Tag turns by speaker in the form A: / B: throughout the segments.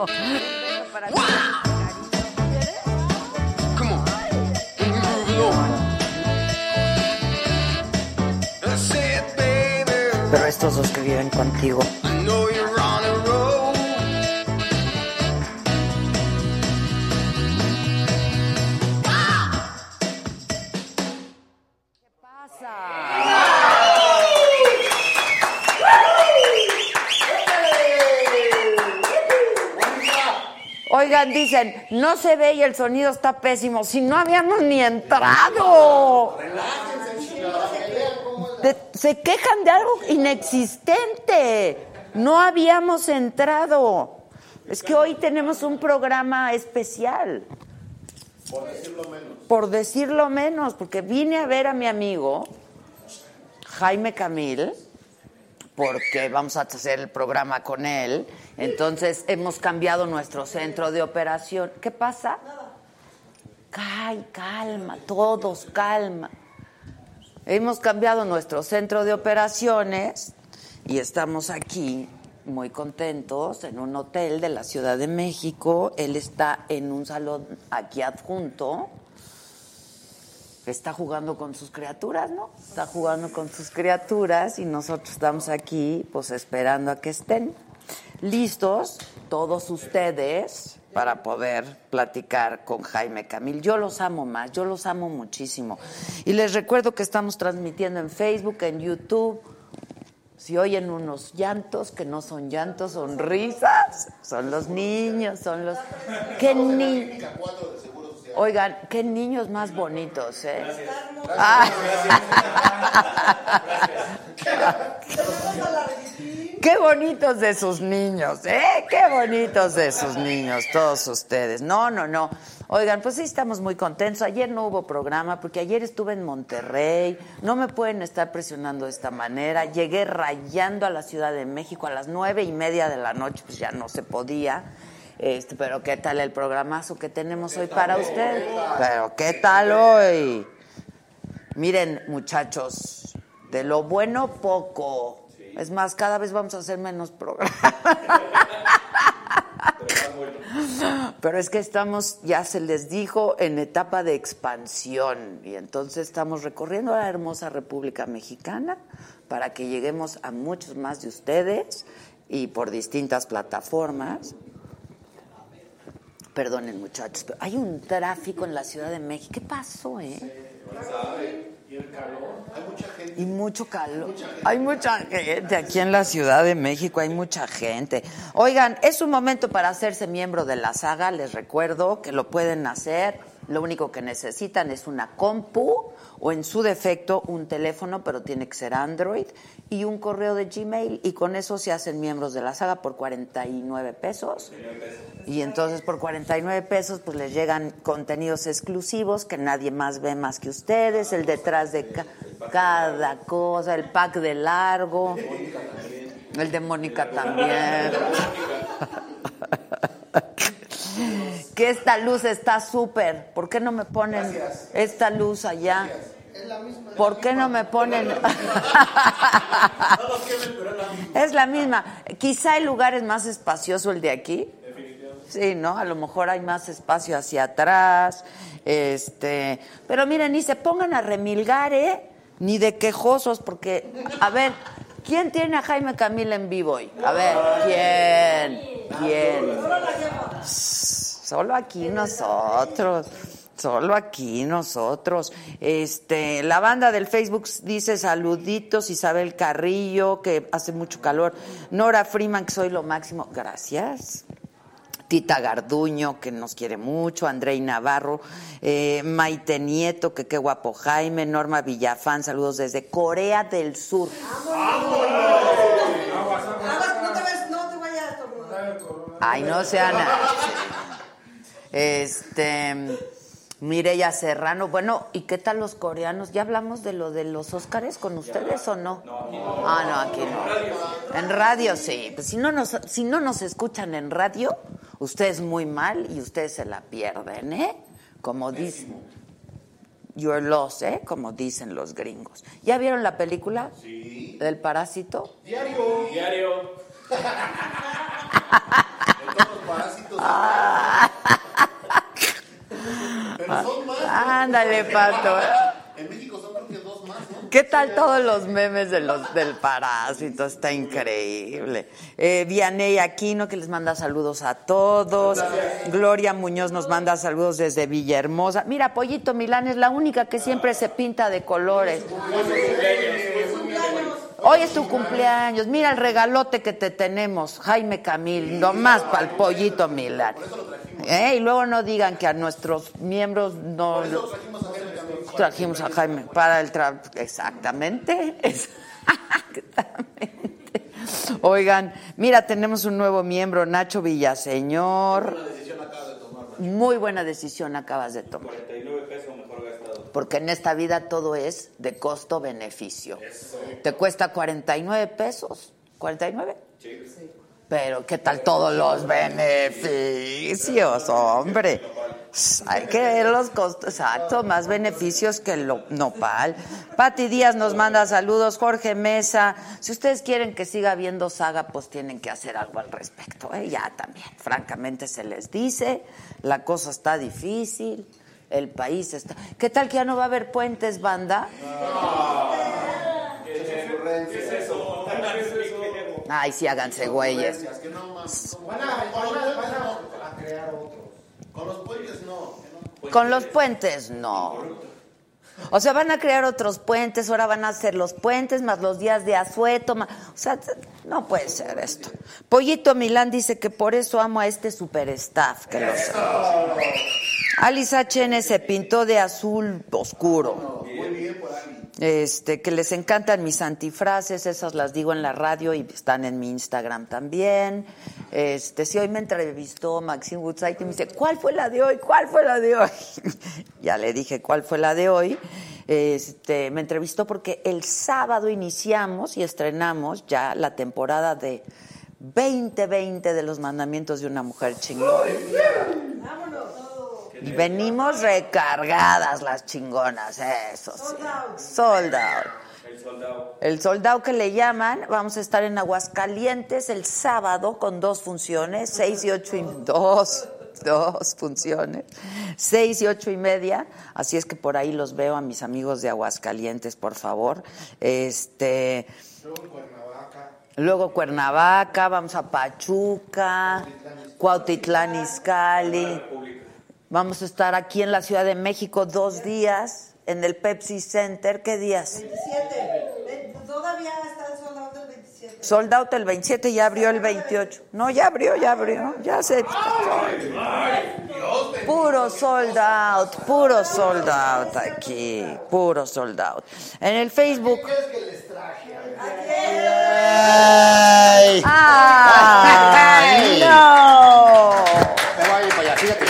A: No.
B: Come on. Can we move it on? That's it, baby.
A: Pero estos dos que viven contigo.
B: I know you're on a roll.
A: Oigan, dicen, no se ve y el sonido está pésimo. Si no habíamos ni entrado. De- se quejan de algo inexistente. No habíamos entrado. Es que hoy tenemos un programa especial. Por decirlo menos, porque vine a ver a mi amigo Jaime Camil porque vamos a hacer el programa con él. Entonces hemos cambiado nuestro centro de operación. ¿Qué pasa? Ay, calma, todos, calma. Hemos cambiado nuestro centro de operaciones y estamos aquí muy contentos en un hotel de la Ciudad de México. Él está en un salón aquí adjunto. Está jugando con sus criaturas, ¿no? Está jugando con sus criaturas y nosotros estamos aquí, pues esperando a que estén listos todos ustedes para poder platicar con Jaime Camil. Yo los amo más, yo los amo muchísimo. Y les recuerdo que estamos transmitiendo en Facebook, en YouTube. Si oyen unos llantos que no son llantos, son risas, son los niños, son los... ¿Qué ni- Oigan, qué niños más bonitos, ¿eh? Ah. Qué bonitos de sus niños, ¿eh? Qué bonitos de sus niños, todos ustedes. No, no, no. Oigan, pues sí estamos muy contentos. Ayer no hubo programa porque ayer estuve en Monterrey. No me pueden estar presionando de esta manera. Llegué rayando a la Ciudad de México a las nueve y media de la noche, pues ya no se podía. Este, pero qué tal el programazo que tenemos hoy para ustedes. Pero qué tal hoy. Miren, muchachos, de lo bueno poco. Es más, cada vez vamos a hacer menos programas. Pero es que estamos, ya se les dijo, en etapa de expansión y entonces estamos recorriendo la hermosa República Mexicana para que lleguemos a muchos más de ustedes y por distintas plataformas. Perdonen muchachos, pero hay un tráfico en la Ciudad de México. ¿Qué pasó, eh? Y mucho calor. Hay mucha gente aquí en la Ciudad de México, hay mucha gente. Oigan, es un momento para hacerse miembro de la saga, les recuerdo que lo pueden hacer. Lo único que necesitan es una compu o en su defecto un teléfono, pero tiene que ser Android, y un correo de Gmail. Y con eso se hacen miembros de la saga por 49 pesos. Y entonces por 49 pesos pues les llegan contenidos exclusivos que nadie más ve más que ustedes, el detrás de ca- cada cosa, el pack de largo, el de Mónica también. que esta luz está súper. ¿Por qué no me ponen esta luz allá? ¿Por qué no me ponen? es la misma. Quizá el lugar es más espacioso el de aquí. Sí, ¿no? A lo mejor hay más espacio hacia atrás. Este, pero miren, ni se pongan a remilgar, ¿eh? Ni de quejosos, porque, a ver, ¿Quién tiene a Jaime Camil en vivo hoy? A ver, ¿quién? ¿Quién? Solo aquí nosotros. Solo aquí nosotros. Este, la banda del Facebook dice saluditos, Isabel Carrillo, que hace mucho calor. Nora Freeman, que soy lo máximo. Gracias. Tita Garduño, que nos quiere mucho, Andrei Navarro, eh, Maite Nieto, que qué guapo Jaime, Norma Villafán, saludos desde Corea del Sur.
C: Aguas, no te ves, no te vayas a estornudar.
A: Ay, no sea nada. Este. Mireya Serrano, bueno, ¿y qué tal los coreanos? ¿Ya hablamos de lo de los Óscares con ustedes o no? Ah, no, aquí no. En radio sí. Pues si no nos, si no nos escuchan en radio, ustedes muy mal y ustedes se la pierden, ¿eh? Como dicen. Your loss, ¿eh? Como dicen los gringos. ¿Ya vieron la película? Sí. ¿Del parásito? Ándale, pato.
D: En México son creo que dos más, ¿no?
A: ¿Qué tal todos los memes de los, del parásito? Está increíble. Eh, Vianey Aquino, que les manda saludos a todos. Gloria Muñoz nos manda saludos desde Villahermosa. Mira, Pollito Milán es la única que siempre se pinta de colores. Hoy es tu cumpleaños. Mira el regalote que te tenemos, Jaime Camil, nomás para el Pollito Milán. Eh, Y luego no digan que a nuestros miembros no trajimos a Jaime para el tra exactamente exactamente oigan mira tenemos un nuevo miembro Nacho Villaseñor muy buena decisión acabas de tomar porque en esta vida todo es de costo beneficio te cuesta 49 pesos 49 pero qué tal todos los beneficios, hombre. Hay que ver los costos, exacto, más beneficios que el lo- nopal. Pati Díaz nos manda saludos, Jorge Mesa. Si ustedes quieren que siga viendo saga, pues tienen que hacer algo al respecto. ¿eh? Ya también, francamente se les dice, la cosa está difícil, el país está... ¿Qué tal que ya no va a haber puentes, banda? Ay, sí, háganse güeyes.
D: Es que no más. Con los puentes no.
A: Con los puentes, no. O sea, van a crear otros puentes, ahora van a hacer los puentes, más los días de asueto. más- O sea, t- no puede ser esto. Pollito Milán dice que por eso amo a este superstaff que los Alice HN se pintó de azul oscuro. Este, que les encantan mis antifrases, esas las digo en la radio y están en mi Instagram también. Este, sí, hoy me entrevistó Maxine Woodside y me dice, ¿cuál fue la de hoy? ¿Cuál fue la de hoy? ya le dije cuál fue la de hoy. Este, me entrevistó porque el sábado iniciamos y estrenamos ya la temporada de 2020 de los mandamientos de una mujer chingona. Y venimos recargadas las chingonas, eso sí. Sold out. El soldado que le llaman, vamos a estar en Aguascalientes el sábado con dos funciones, seis y ocho y dos, dos funciones, seis y ocho y media. Así es que por ahí los veo a mis amigos de Aguascalientes, por favor. Este. Luego Cuernavaca, vamos a Pachuca, Cuautitlán Izcalli. Vamos a estar aquí en la Ciudad de México dos días, en el Pepsi Center. ¿Qué días?
C: 27. Ve- pues Todavía están soldando el 27.
A: Sold out el 27, ya abrió el 28. No, ya abrió, ya abrió, ya se... Puro sold out, puro sold out aquí, puro sold out. En el Facebook... ¡Ay! ¡No!
D: Te voy a ir para allá, fíjate.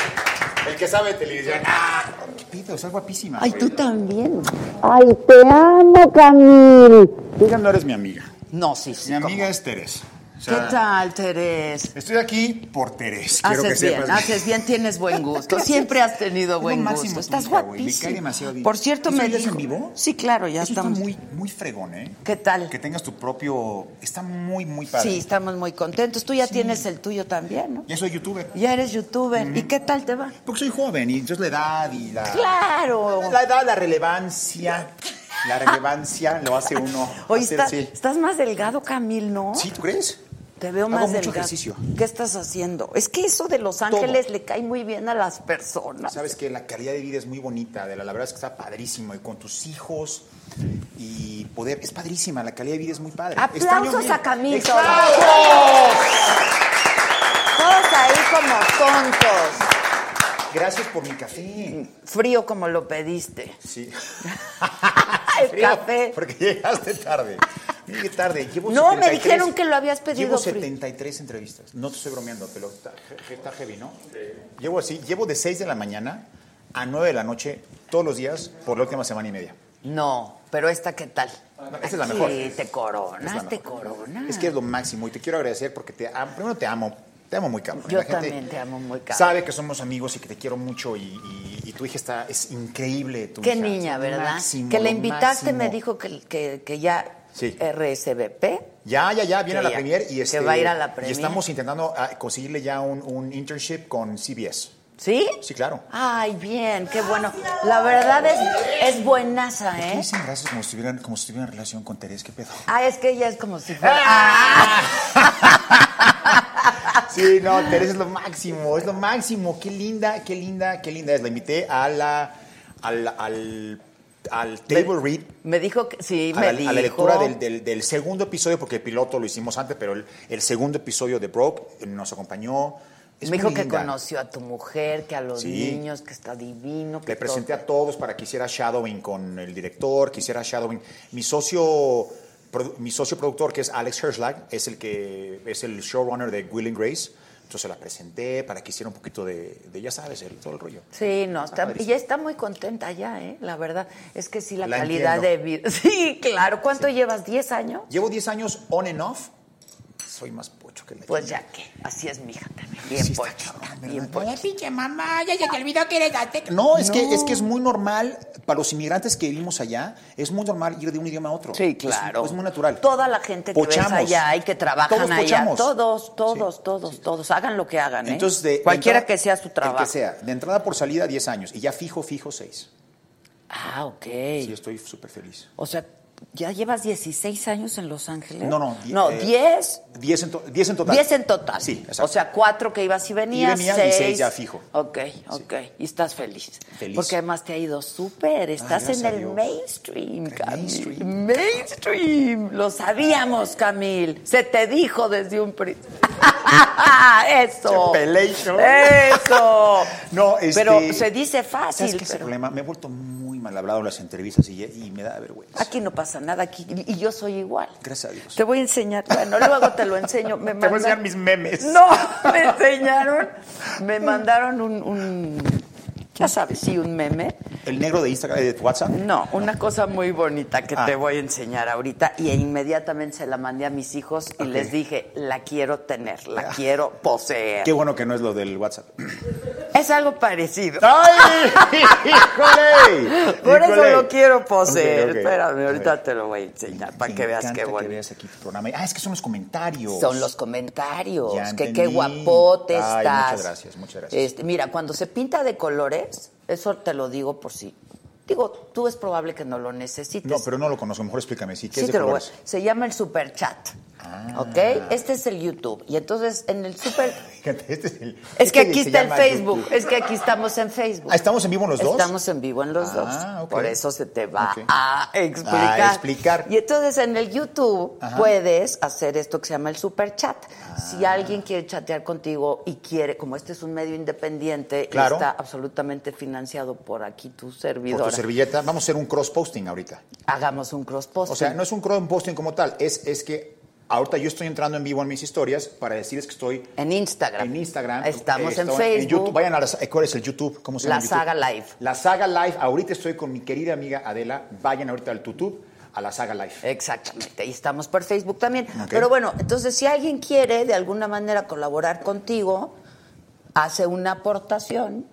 D: El que sabe de televisión. ¡Ah! Pito, estás guapísima.
A: Ay, tú también.
E: Ay, te amo, Camil.
D: Digan, no eres mi amiga.
A: No, sí, sí.
D: Mi
A: cómo.
D: amiga es Teres. O
A: ¿Qué
D: sea,
A: tal, Teres?
D: Estoy aquí por Teres. Quiero que
A: Haces bien,
D: sepas.
A: haces bien, tienes buen gusto. Siempre has tenido
D: lo
A: buen
D: máximo
A: gusto.
D: tu
A: Estás
D: vida, güey. Me cae
A: guapísimo.
D: demasiado bien.
A: Por cierto,
D: ¿Eso
A: me
D: ya es
A: dijo.
D: en vivo?
A: Sí, claro, ya
D: Eso
A: estamos.
D: Está muy, muy fregón, ¿eh?
A: ¿Qué tal?
D: Que tengas tu propio. Está muy, muy padre.
A: Sí, estamos muy contentos. Tú ya tienes el tuyo también, ¿no?
D: Ya soy youtuber.
A: Ya eres youtuber. ¿Y qué tal te va?
D: Porque soy joven y entonces la edad y la.
A: Claro.
D: La edad, la relevancia. La relevancia lo hace uno.
A: Oye,
D: hacer-
A: estás-
D: Ah, sí.
A: estás más delgado, Camil, ¿no?
D: ¿Sí, tú crees?
A: Te veo
D: Hago
A: más
D: mucho
A: delgado.
D: ejercicio.
A: ¿Qué estás haciendo? Es que eso de Los Ángeles le cae muy bien a las personas.
D: Sabes que la calidad de vida es muy bonita, de la, la verdad es que está padrísimo. Y con tus hijos y poder, es padrísima, la calidad de vida es muy padre. Extraño
A: Aplausos
D: mil-
A: a Camil.
D: Extra-
A: Todos ahí como tontos.
D: Gracias por mi café.
A: Frío como lo pediste.
D: Sí.
A: El
D: Frío,
A: café.
D: Porque llegaste tarde. Llegué tarde. Llevo
A: No, me
D: 73
A: dijeron que lo habías pedido
D: Llevo
A: frío.
D: 73 entrevistas. No te estoy bromeando, pero está, está heavy, ¿no? Llevo así, llevo de 6 de la mañana a 9 de la noche todos los días por la última semana y media.
A: No, pero esta, ¿qué tal?
D: Esta es la
A: Aquí
D: mejor.
A: te
D: Es la
A: coronas, te
D: mejor.
A: coronas.
D: Es que es lo máximo y te quiero agradecer porque te am- primero te amo, te amo muy cabrón.
A: Yo también te amo muy cabrón.
D: Sabe que somos amigos y que te quiero mucho y, y- y tu hija está es increíble. Tu
A: Qué
D: hija,
A: niña,
D: lo
A: ¿verdad?
D: máximo,
A: que la
D: lo
A: invitaste, me
D: máximo.
A: dijo que, que, que ya
D: Sí.
A: RSVP.
D: Ya, ya, ya, viene
A: Que
D: a la
A: ya-
D: premier y
A: que
D: este,
A: va a ir a la
D: Y
A: premier.
D: estamos intentando ah, conseguirle ya un, un internship con CBS.
A: ¿Sí?
D: Sí, claro.
A: Ay, bien, qué bueno. La verdad es, es buenaza,
D: ¿Qué
A: ¿eh?
D: dicen gracias como si tuvieran, como si tuvieran relación con Terés? ¿Qué pedo?
A: Ah, es que ella es como si fuera. ¡Ah!
D: Sí, no, Teresa es lo máximo, es lo máximo. Qué linda, qué linda, qué linda es. La invité a la, al, al, al table read.
A: Me dijo que sí,
D: A
A: me
D: la,
A: dijo.
D: a la lectura del, del- del segundo episodio, porque el piloto lo hicimos antes, pero el, el segundo episodio de Broke nos acompañó. Es
A: me
D: muy
A: dijo que
D: linda.
A: conoció a tu mujer, que a los
D: Sí.
A: niños, que está divino. Que
D: Le presenté
A: todo.
D: a todos para que hiciera shadowing con el director, que hiciera shadowing. Mi socio, produ- mi socio productor, que es Alex Herschlag, es el que es el showrunner de Will and Grace. Entonces la presenté para que hiciera un poquito de, de, ya sabes, el- todo el rollo.
A: Sí, no,
D: Está
A: está, y
D: padrísimo.
A: ya está muy contenta ya, ¿eh? La verdad, es que sí, la,
D: La
A: calidad
D: entiendo.
A: de vida. Sí, claro. ¿Cuánto llevas? ¿10 años?
D: Llevo 10 años on and off. Soy más pocho que la
A: Pues ya
D: chingada.
A: que, así es mi hija también. Bien
D: Sí está
A: pochita,
D: cabrón,
A: bien
D: ¿verdad?
A: pochita.
D: No, es, Que, es que es muy normal para los inmigrantes que vivimos allá, es muy normal ir de un idioma a otro.
A: Sí,
D: Es-
A: claro.
D: Es, muy natural.
A: Toda la gente que
D: Pochamos.
A: ves allá y que trabajan
D: Todos
A: allá.
D: pochamos.
A: Todos, todos,
D: Sí.
A: todos, todos. Hagan lo que hagan, ¿eh?
D: Entonces, de- de
A: Cualquiera
D: entrada-
A: que sea su
D: el
A: trabajo.
D: que sea. De entrada por salida, 10 años. Y ya fijo, fijo, 6.
A: Ah, ok.
D: Sí, estoy súper feliz.
A: O sea, ¿ya llevas 16 años en Los Ángeles?
D: No, no, die-
A: No,
D: eh,
A: 10.
D: 10 en, to- 10 en total.
A: 10 en total.
D: Sí, exacto.
A: O sea, cuatro que ibas y venías.
D: venía, y
A: seis.
D: seis ya fijo.
A: Ok, ok. Y estás feliz.
D: Feliz.
A: Porque además te ha ido súper. Estás
D: gracias
A: en
D: a
A: el
D: Dios.
A: mainstream, Camil.
D: mainstream.
A: Mainstream. Lo sabíamos, Camil. Se te dijo desde un principio. Eso.
D: Se peleó.
A: Eso.
D: No, este,
A: Pero se dice fácil.
D: ¿Sabes qué es el
A: pero-
D: problema? Me he vuelto muy mal hablado en las entrevistas y, y me da vergüenza.
A: Aquí no pasa nada, aquí y yo soy igual.
D: Gracias a Dios.
A: Te voy a enseñar, bueno, luego te lo enseño. Me
D: Te voy a enseñar
A: mandaron-
D: mis memes.
A: No, me enseñaron, me mandaron un, un- ya sabes, sí, un meme.
D: ¿El negro de Instagram, eh, de tu WhatsApp?
A: No, una cosa muy bonita que
D: Ah.
A: te voy a enseñar ahorita y e inmediatamente se la mandé a mis hijos y
D: Ok. Ah.
A: les dije, la quiero tener, la quiero poseer.
D: Qué bueno que no es lo del WhatsApp.
A: Es algo parecido.
D: Ah, ¡Ay! ¡Híjole!
A: Por eso
D: ¡Híjole!
A: lo quiero poseer.
D: Ok, ok.
A: Espérame,
D: A
A: ahorita
D: ver.
A: te lo voy a enseñar para
D: Me
A: que veas
D: encanta
A: qué bueno.
D: Que veas aquí tu programa. Ah, es que son los comentarios.
A: Son los comentarios,
D: Ya
A: que qué
D: entendí.
A: guapote
D: Ay,
A: estás.
D: muchas gracias, muchas gracias.
A: Este, mira, cuando se pinta de colores, eso te lo digo por sí. Digo, tú es probable que no lo necesites.
D: No, pero no lo conozco. Mejor explícame. Sí,
A: Sí
D: ¿qué es de
A: te lo voy a-
D: colores?
A: Se llama el super chat.
D: Ah.
A: ¿Ok? Este es el YouTube. Y entonces en el super...
D: Fíjate, este es el-
A: Es que
D: este
A: aquí
D: se
A: está el
D: llama
A: Facebook,
D: YouTube.
A: es que aquí estamos en Facebook.
D: Ah, ¿estamos en vivo en los dos?
A: Estamos en vivo en los
D: Ah,
A: dos.
D: ok.
A: Por eso se te va
D: Ok.
A: a explicar.
D: A explicar.
A: Y entonces en el YouTube
D: Ajá. Ah.
A: puedes hacer esto que se llama el super chat. Si alguien quiere chatear contigo y quiere, como este es un medio independiente, y
D: Claro.
A: está absolutamente financiado por aquí tu
D: Por
A: servidora.
D: tu servilleta. Vamos a hacer un cross-posting ahorita.
A: Hagamos un cross
D: O sea, no es un cross-posting como tal. Es, es que ahorita yo estoy entrando en vivo en mis historias para decirles que estoy
A: En Instagram.
D: en Instagram.
A: Estamos
D: estoy
A: en Facebook.
D: YouTube. Vayan a las... eh, ¿Cuál es el YouTube? ¿Cómo se llama
A: La
D: el YouTube?
A: Saga Live.
D: La Saga Live. Ahorita estoy con mi querida amiga Adela. Vayan ahorita al YouTube a la Saga Live.
A: Eh. Exactamente, y estamos por Facebook también.
D: Ok.
A: Pero bueno, entonces si alguien quiere de alguna manera colaborar contigo, hace una aportación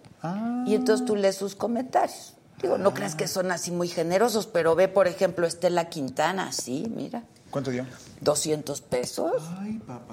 A: y entonces tú lees sus comentarios. Digo, no creas que son así muy generosos, pero ve, por ejemplo, Estela Quintana, sí, mira,
D: ¿Cuánto dio?
A: 200 pesos.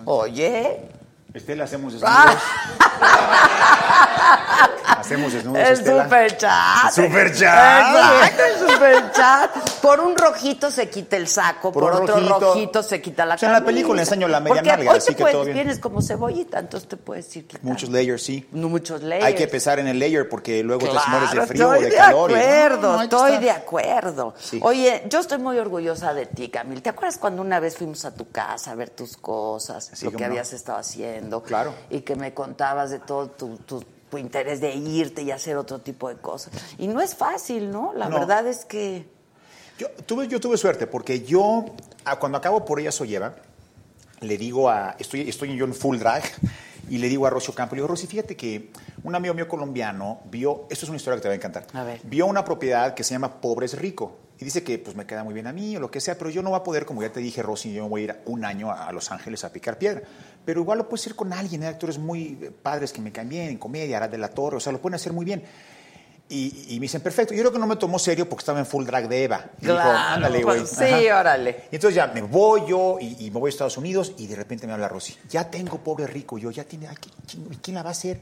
A: Oye, Ah.
D: Estela, hacemos desnudos. Hacemos desnudos,
A: El
D: Estela.
A: superchat.
D: Superchat.
A: Exacto, el superchat. Por un rojito se quita el saco, por,
D: Por un
A: otro rojito,
D: rojito.
A: se quita la
D: O sea, en la
A: camisa.
D: película enseño la media
A: Porque
D: nalga,
A: hoy
D: así
A: te
D: que
A: puedes-
D: todo bien.
A: vienes como cebollita, entonces te puedes ir quitando.
D: Muchos layers, sí.
A: No, muchos layers.
D: Hay que pesar en el layer porque luego te mueres de
A: Claro,
D: frío o
A: estoy
D: de, calor. y-
A: acuerdo,
D: No, no, hay que
A: estoy
D: estar-
A: de acuerdo.
D: Sí.
A: Oye, yo estoy muy orgullosa de ti, Camil. ¿Te acuerdas cuando una vez fuimos a tu casa a ver tus cosas,
D: Sí,
A: lo
D: cómo
A: que
D: no.
A: habías estado haciendo?
D: Claro.
A: Y que me contabas de todo tu, tu- tu interés de irte y hacer otro tipo de cosas. Y no es fácil, ¿no? La
D: No.
A: verdad es que...
D: Yo tuve, yo tuve suerte porque yo, a- cuando acabo por ella Solleva, le digo a. Estoy, estoy yo en full drag y le digo a Rocio Campo, le digo, Rosy, fíjate que un amigo mío colombiano vio. Esto es una historia que te va a encantar.
A: A ver.
D: Vio una propiedad que se llama Pobres Rico y dice que pues me queda muy bien a mí o lo que sea, pero yo no voy a poder, como ya te dije, Rosy, yo me voy a ir un año a, a Los Ángeles a picar piedra. Pero igual lo puedes ir con alguien, hay actores muy eh, padres que me caen bien, en comedia, Arad de la Torre, o sea, lo pueden hacer muy bien. Y, y me dicen, perfecto. Yo creo que no me tomó serio porque estaba en full drag de Eva. Y dijo, ándale, güey.
A: pues, sí,
D: Ajá.
A: órale.
D: Y entonces ya me voy yo y, y me voy a Estados Unidos y de repente me habla Rosy. Ya tengo pobre rico. Yo ya tiene. ay, qué chingo, ¿y ¿Quién la va a hacer?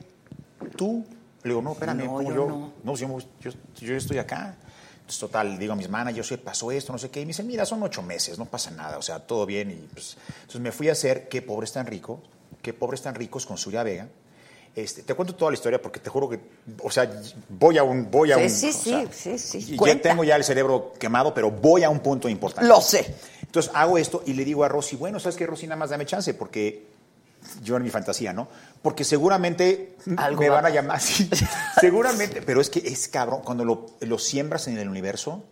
D: ¿Tú? Le digo, no, espérame.
A: No,
D: ¿cómo
A: yo
D: yo,
A: no.
D: No, si yo, me- yo, yo estoy acá. Entonces, total, digo a mis managers, oye, pasó esto, no sé qué. Y me dicen, mira, son ocho meses, no pasa nada. O sea, todo bien. Y pues, entonces me fui a hacer Qué pobres tan ricos, Qué pobres tan ricos con Surya Vega. Este, te cuento toda la historia porque te juro que, o sea, voy a un... Voy a
A: Sí,
D: un
A: sí,
D: o sea,
A: sí, sí, sí.
D: y Ya
A: Cuenta.
D: tengo ya el cerebro quemado, pero voy a un punto importante.
A: Lo sé.
D: Entonces hago esto y le digo a Rosy, bueno, ¿sabes qué, Rosy? Nada más dame chance porque yo en mi fantasía, ¿no? Porque seguramente
A: Algo
D: me
A: va
D: van a
A: a
D: llamar así. seguramente, pero es que es cabrón, cuando lo, lo siembras en el universo,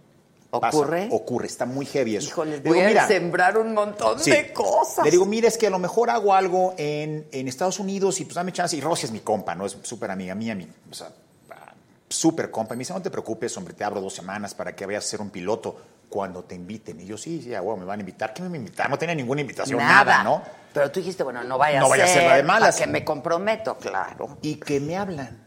D: pasa,
A: ¿Ocurre?
D: ocurre, está muy heavy eso.
A: Híjole,
D: Le
A: voy
D: digo,
A: a
D: "Mira,
A: sembrar un montón
D: Sí.
A: de cosas.
D: Le digo, mira, es que a lo mejor hago algo en, en Estados Unidos y pues dame chance. Y Rosy es mi compa, ¿no? Es súper amiga mía, mi, o sea, ah, súper compa. Y me dice, no te preocupes, hombre, te abro dos semanas para que vayas a ser un piloto cuando te inviten. Y yo, sí, sí, ah, bueno, me van a invitar. ¿Qué me van a invitar? No tenía ninguna invitación, nada, ¿no?
A: Pero tú dijiste, bueno, no vaya
D: No
A: a ser.
D: vaya a ser la de malas.
A: a que me comprometo, claro.
D: y que me hablan.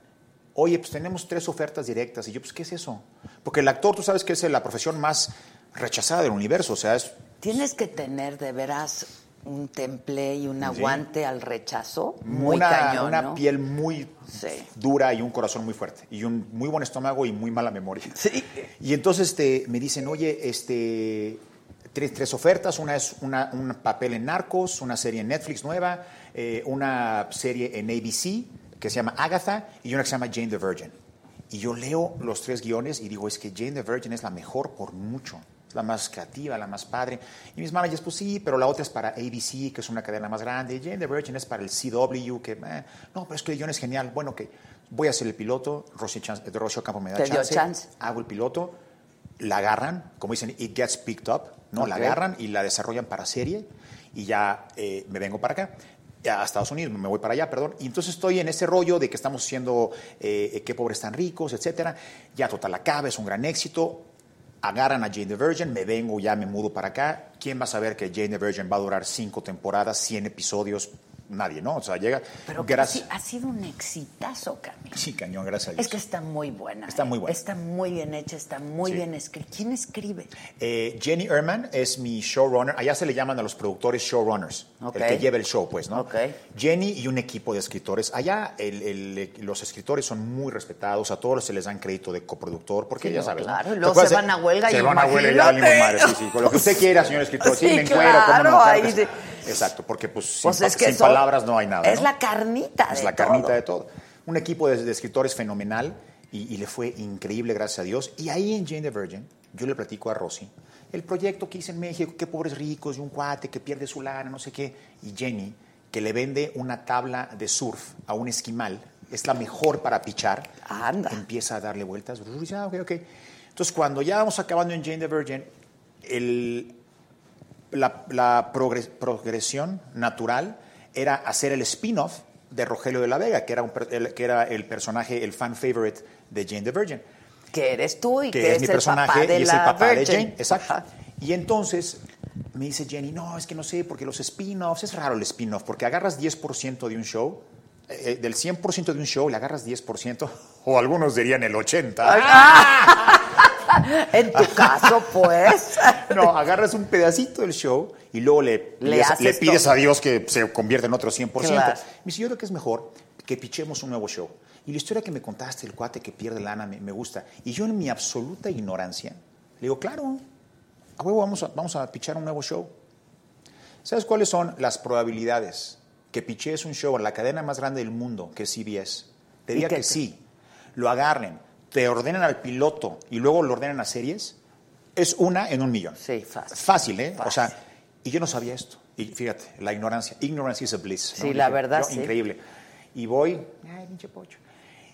D: Oye, pues tenemos tres ofertas directas. Y yo, pues, ¿qué es eso? Porque el actor, tú sabes que es la profesión más rechazada del universo. O sea, es,
A: Tienes que tener de veras un temple y un aguante al rechazo muy
D: una,
A: cañón,
D: una
A: ¿no?
D: piel muy
A: Sí.
D: dura y un corazón muy fuerte. Y un muy buen estómago y muy mala memoria.
A: Sí.
D: Y entonces este, me dicen, oye, este, tres, tres ofertas. Una es una, un papel en Narcos, una serie en Netflix nueva, eh, una serie en ABC que se llama Agatha y una que se llama Jane the Virgin. Y yo leo los tres guiones y digo, es que Jane the Virgin es la mejor por mucho. Es la más creativa, la más padre. Y mis managers, pues sí, pero la otra es para ABC, que es una cadena más grande. Jane the Virgin es para el CW, que... eh, no, pero es que el guion es genial. Bueno, que voy a ser el piloto. Rosy, Chan- Rosy Ocampo me da
A: Te dio chance.
D: Hago el piloto, la agarran, como dicen, it gets picked up, ¿no? La
A: Ok.
D: agarran y la desarrollan para serie y ya eh, me vengo para acá. ya A Estados Unidos, me voy para allá, perdón. Y entonces estoy en ese rollo de que estamos siendo eh, qué pobres tan ricos, etcétera. Ya total acaba, es un gran éxito. Agarran a Jane the Virgin, me vengo, ya me mudo para acá. ¿Quién va a saber que Jane the Virgin va a durar cinco temporadas, 100 episodios? Nadie, ¿no? O sea, llega.
A: Pero que sí,
D: gracias.
A: ha sido un exitazo, Camila.
D: Sí, cañón, gracias a Dios.
A: Es que está muy buena.
D: Está
A: ¿eh?
D: muy buena.
A: Está muy bien hecha, está muy
D: Sí.
A: bien escrita. ¿Quién escribe?
D: Eh, Jenny Ehrman es mi showrunner. Allá se le llaman a los productores showrunners.
A: Ok.
D: El que lleva el show, pues, ¿no?
A: Ok.
D: Jenny y un equipo de escritores. Allá el- el- los escritores son muy respetados. A todos se les dan crédito de coproductor, porque
A: Sí,
D: ya
A: no,
D: sabes.
A: claro,
D: ¿no?
A: y luego
D: ¿Te acuerdas
A: se
D: de-
A: van a huelga
D: se
A: y
D: van a huelga y le valen
A: imagínate.
D: madre, sí, sí, con lo que usted quiera, señor escritor. Sí,
A: Sí,
D: me encuero, cómo no,
A: claro,
D: claro que
A: ahí
D: sí.
A: sí.
D: Exacto, porque pues, sin,
A: Pues
D: pa-
A: es que
D: sin
A: eso
D: palabras no hay nada.
A: Es
D: ¿no?
A: la carnita de
D: Es la carnita
A: todo.
D: de todo. Un equipo de, de escritores fenomenal y, y le fue increíble, gracias a Dios. Y ahí en Jane the Virgin, yo le platico a Rosy el proyecto que hice en México, qué pobres ricos y un cuate que pierde su lana, no sé qué. Y Jenny, que le vende una tabla de surf a un esquimal, es la mejor para pichar.
A: Anda.
D: Empieza a darle vueltas. Ya, ok, ok. Entonces, cuando ya vamos acabando en Jane the Virgin, el, la, la progres- progresión natural era hacer el spin-off de Rogelio de la Vega, que era, un per- el, que era el personaje, el fan favorite de Jane the Virgin,
A: Que eres tú y
D: que,
A: que,
D: es,
A: eres
D: mi
A: el papá
D: personaje
A: de
D: y es
A: la
D: el papá de
A: Virgin.
D: Jane. Exacto.
A: Ajá.
D: Y entonces me dice Jenny, no, es que no sé, porque los spin-offs, es raro el spin-off, porque agarras 10% de un show, eh, eh, del 100% de un show le agarras 10%, o algunos dirían el 80%.
A: En tu caso, pues.
D: No, agarras un pedacito del show y luego le,
A: Le
D: pides-
A: haces
D: le pides
A: todo.
D: a Dios que se convierta en otro 100%.
A: Claro.
D: Me dice, yo creo que es mejor que pichemos un nuevo show. Y la historia que me contaste, el cuate que pierde lana, me, me gusta. Y yo en mi absoluta ignorancia, le digo, claro, a huevo vamos a, vamos a pichar un nuevo show. ¿Sabes cuáles son las probabilidades que piches un show a la cadena más grande del mundo, que es CBS? Te diga
A: que-
D: que, sí, lo agarren, te ordenen al piloto y luego lo ordenen a series, es una en un millón.
A: Sí, fácil.
D: Fácil, ¿eh? O
A: Fácil.
D: sea, y yo no sabía esto. Y fíjate, la ignorancia. Ignorance is a bliss. ¿no?
A: Sí, la
D: Dije,
A: verdad,
D: yo,
A: sí.
D: Increíble. Y voy. Ay, pinche pocho.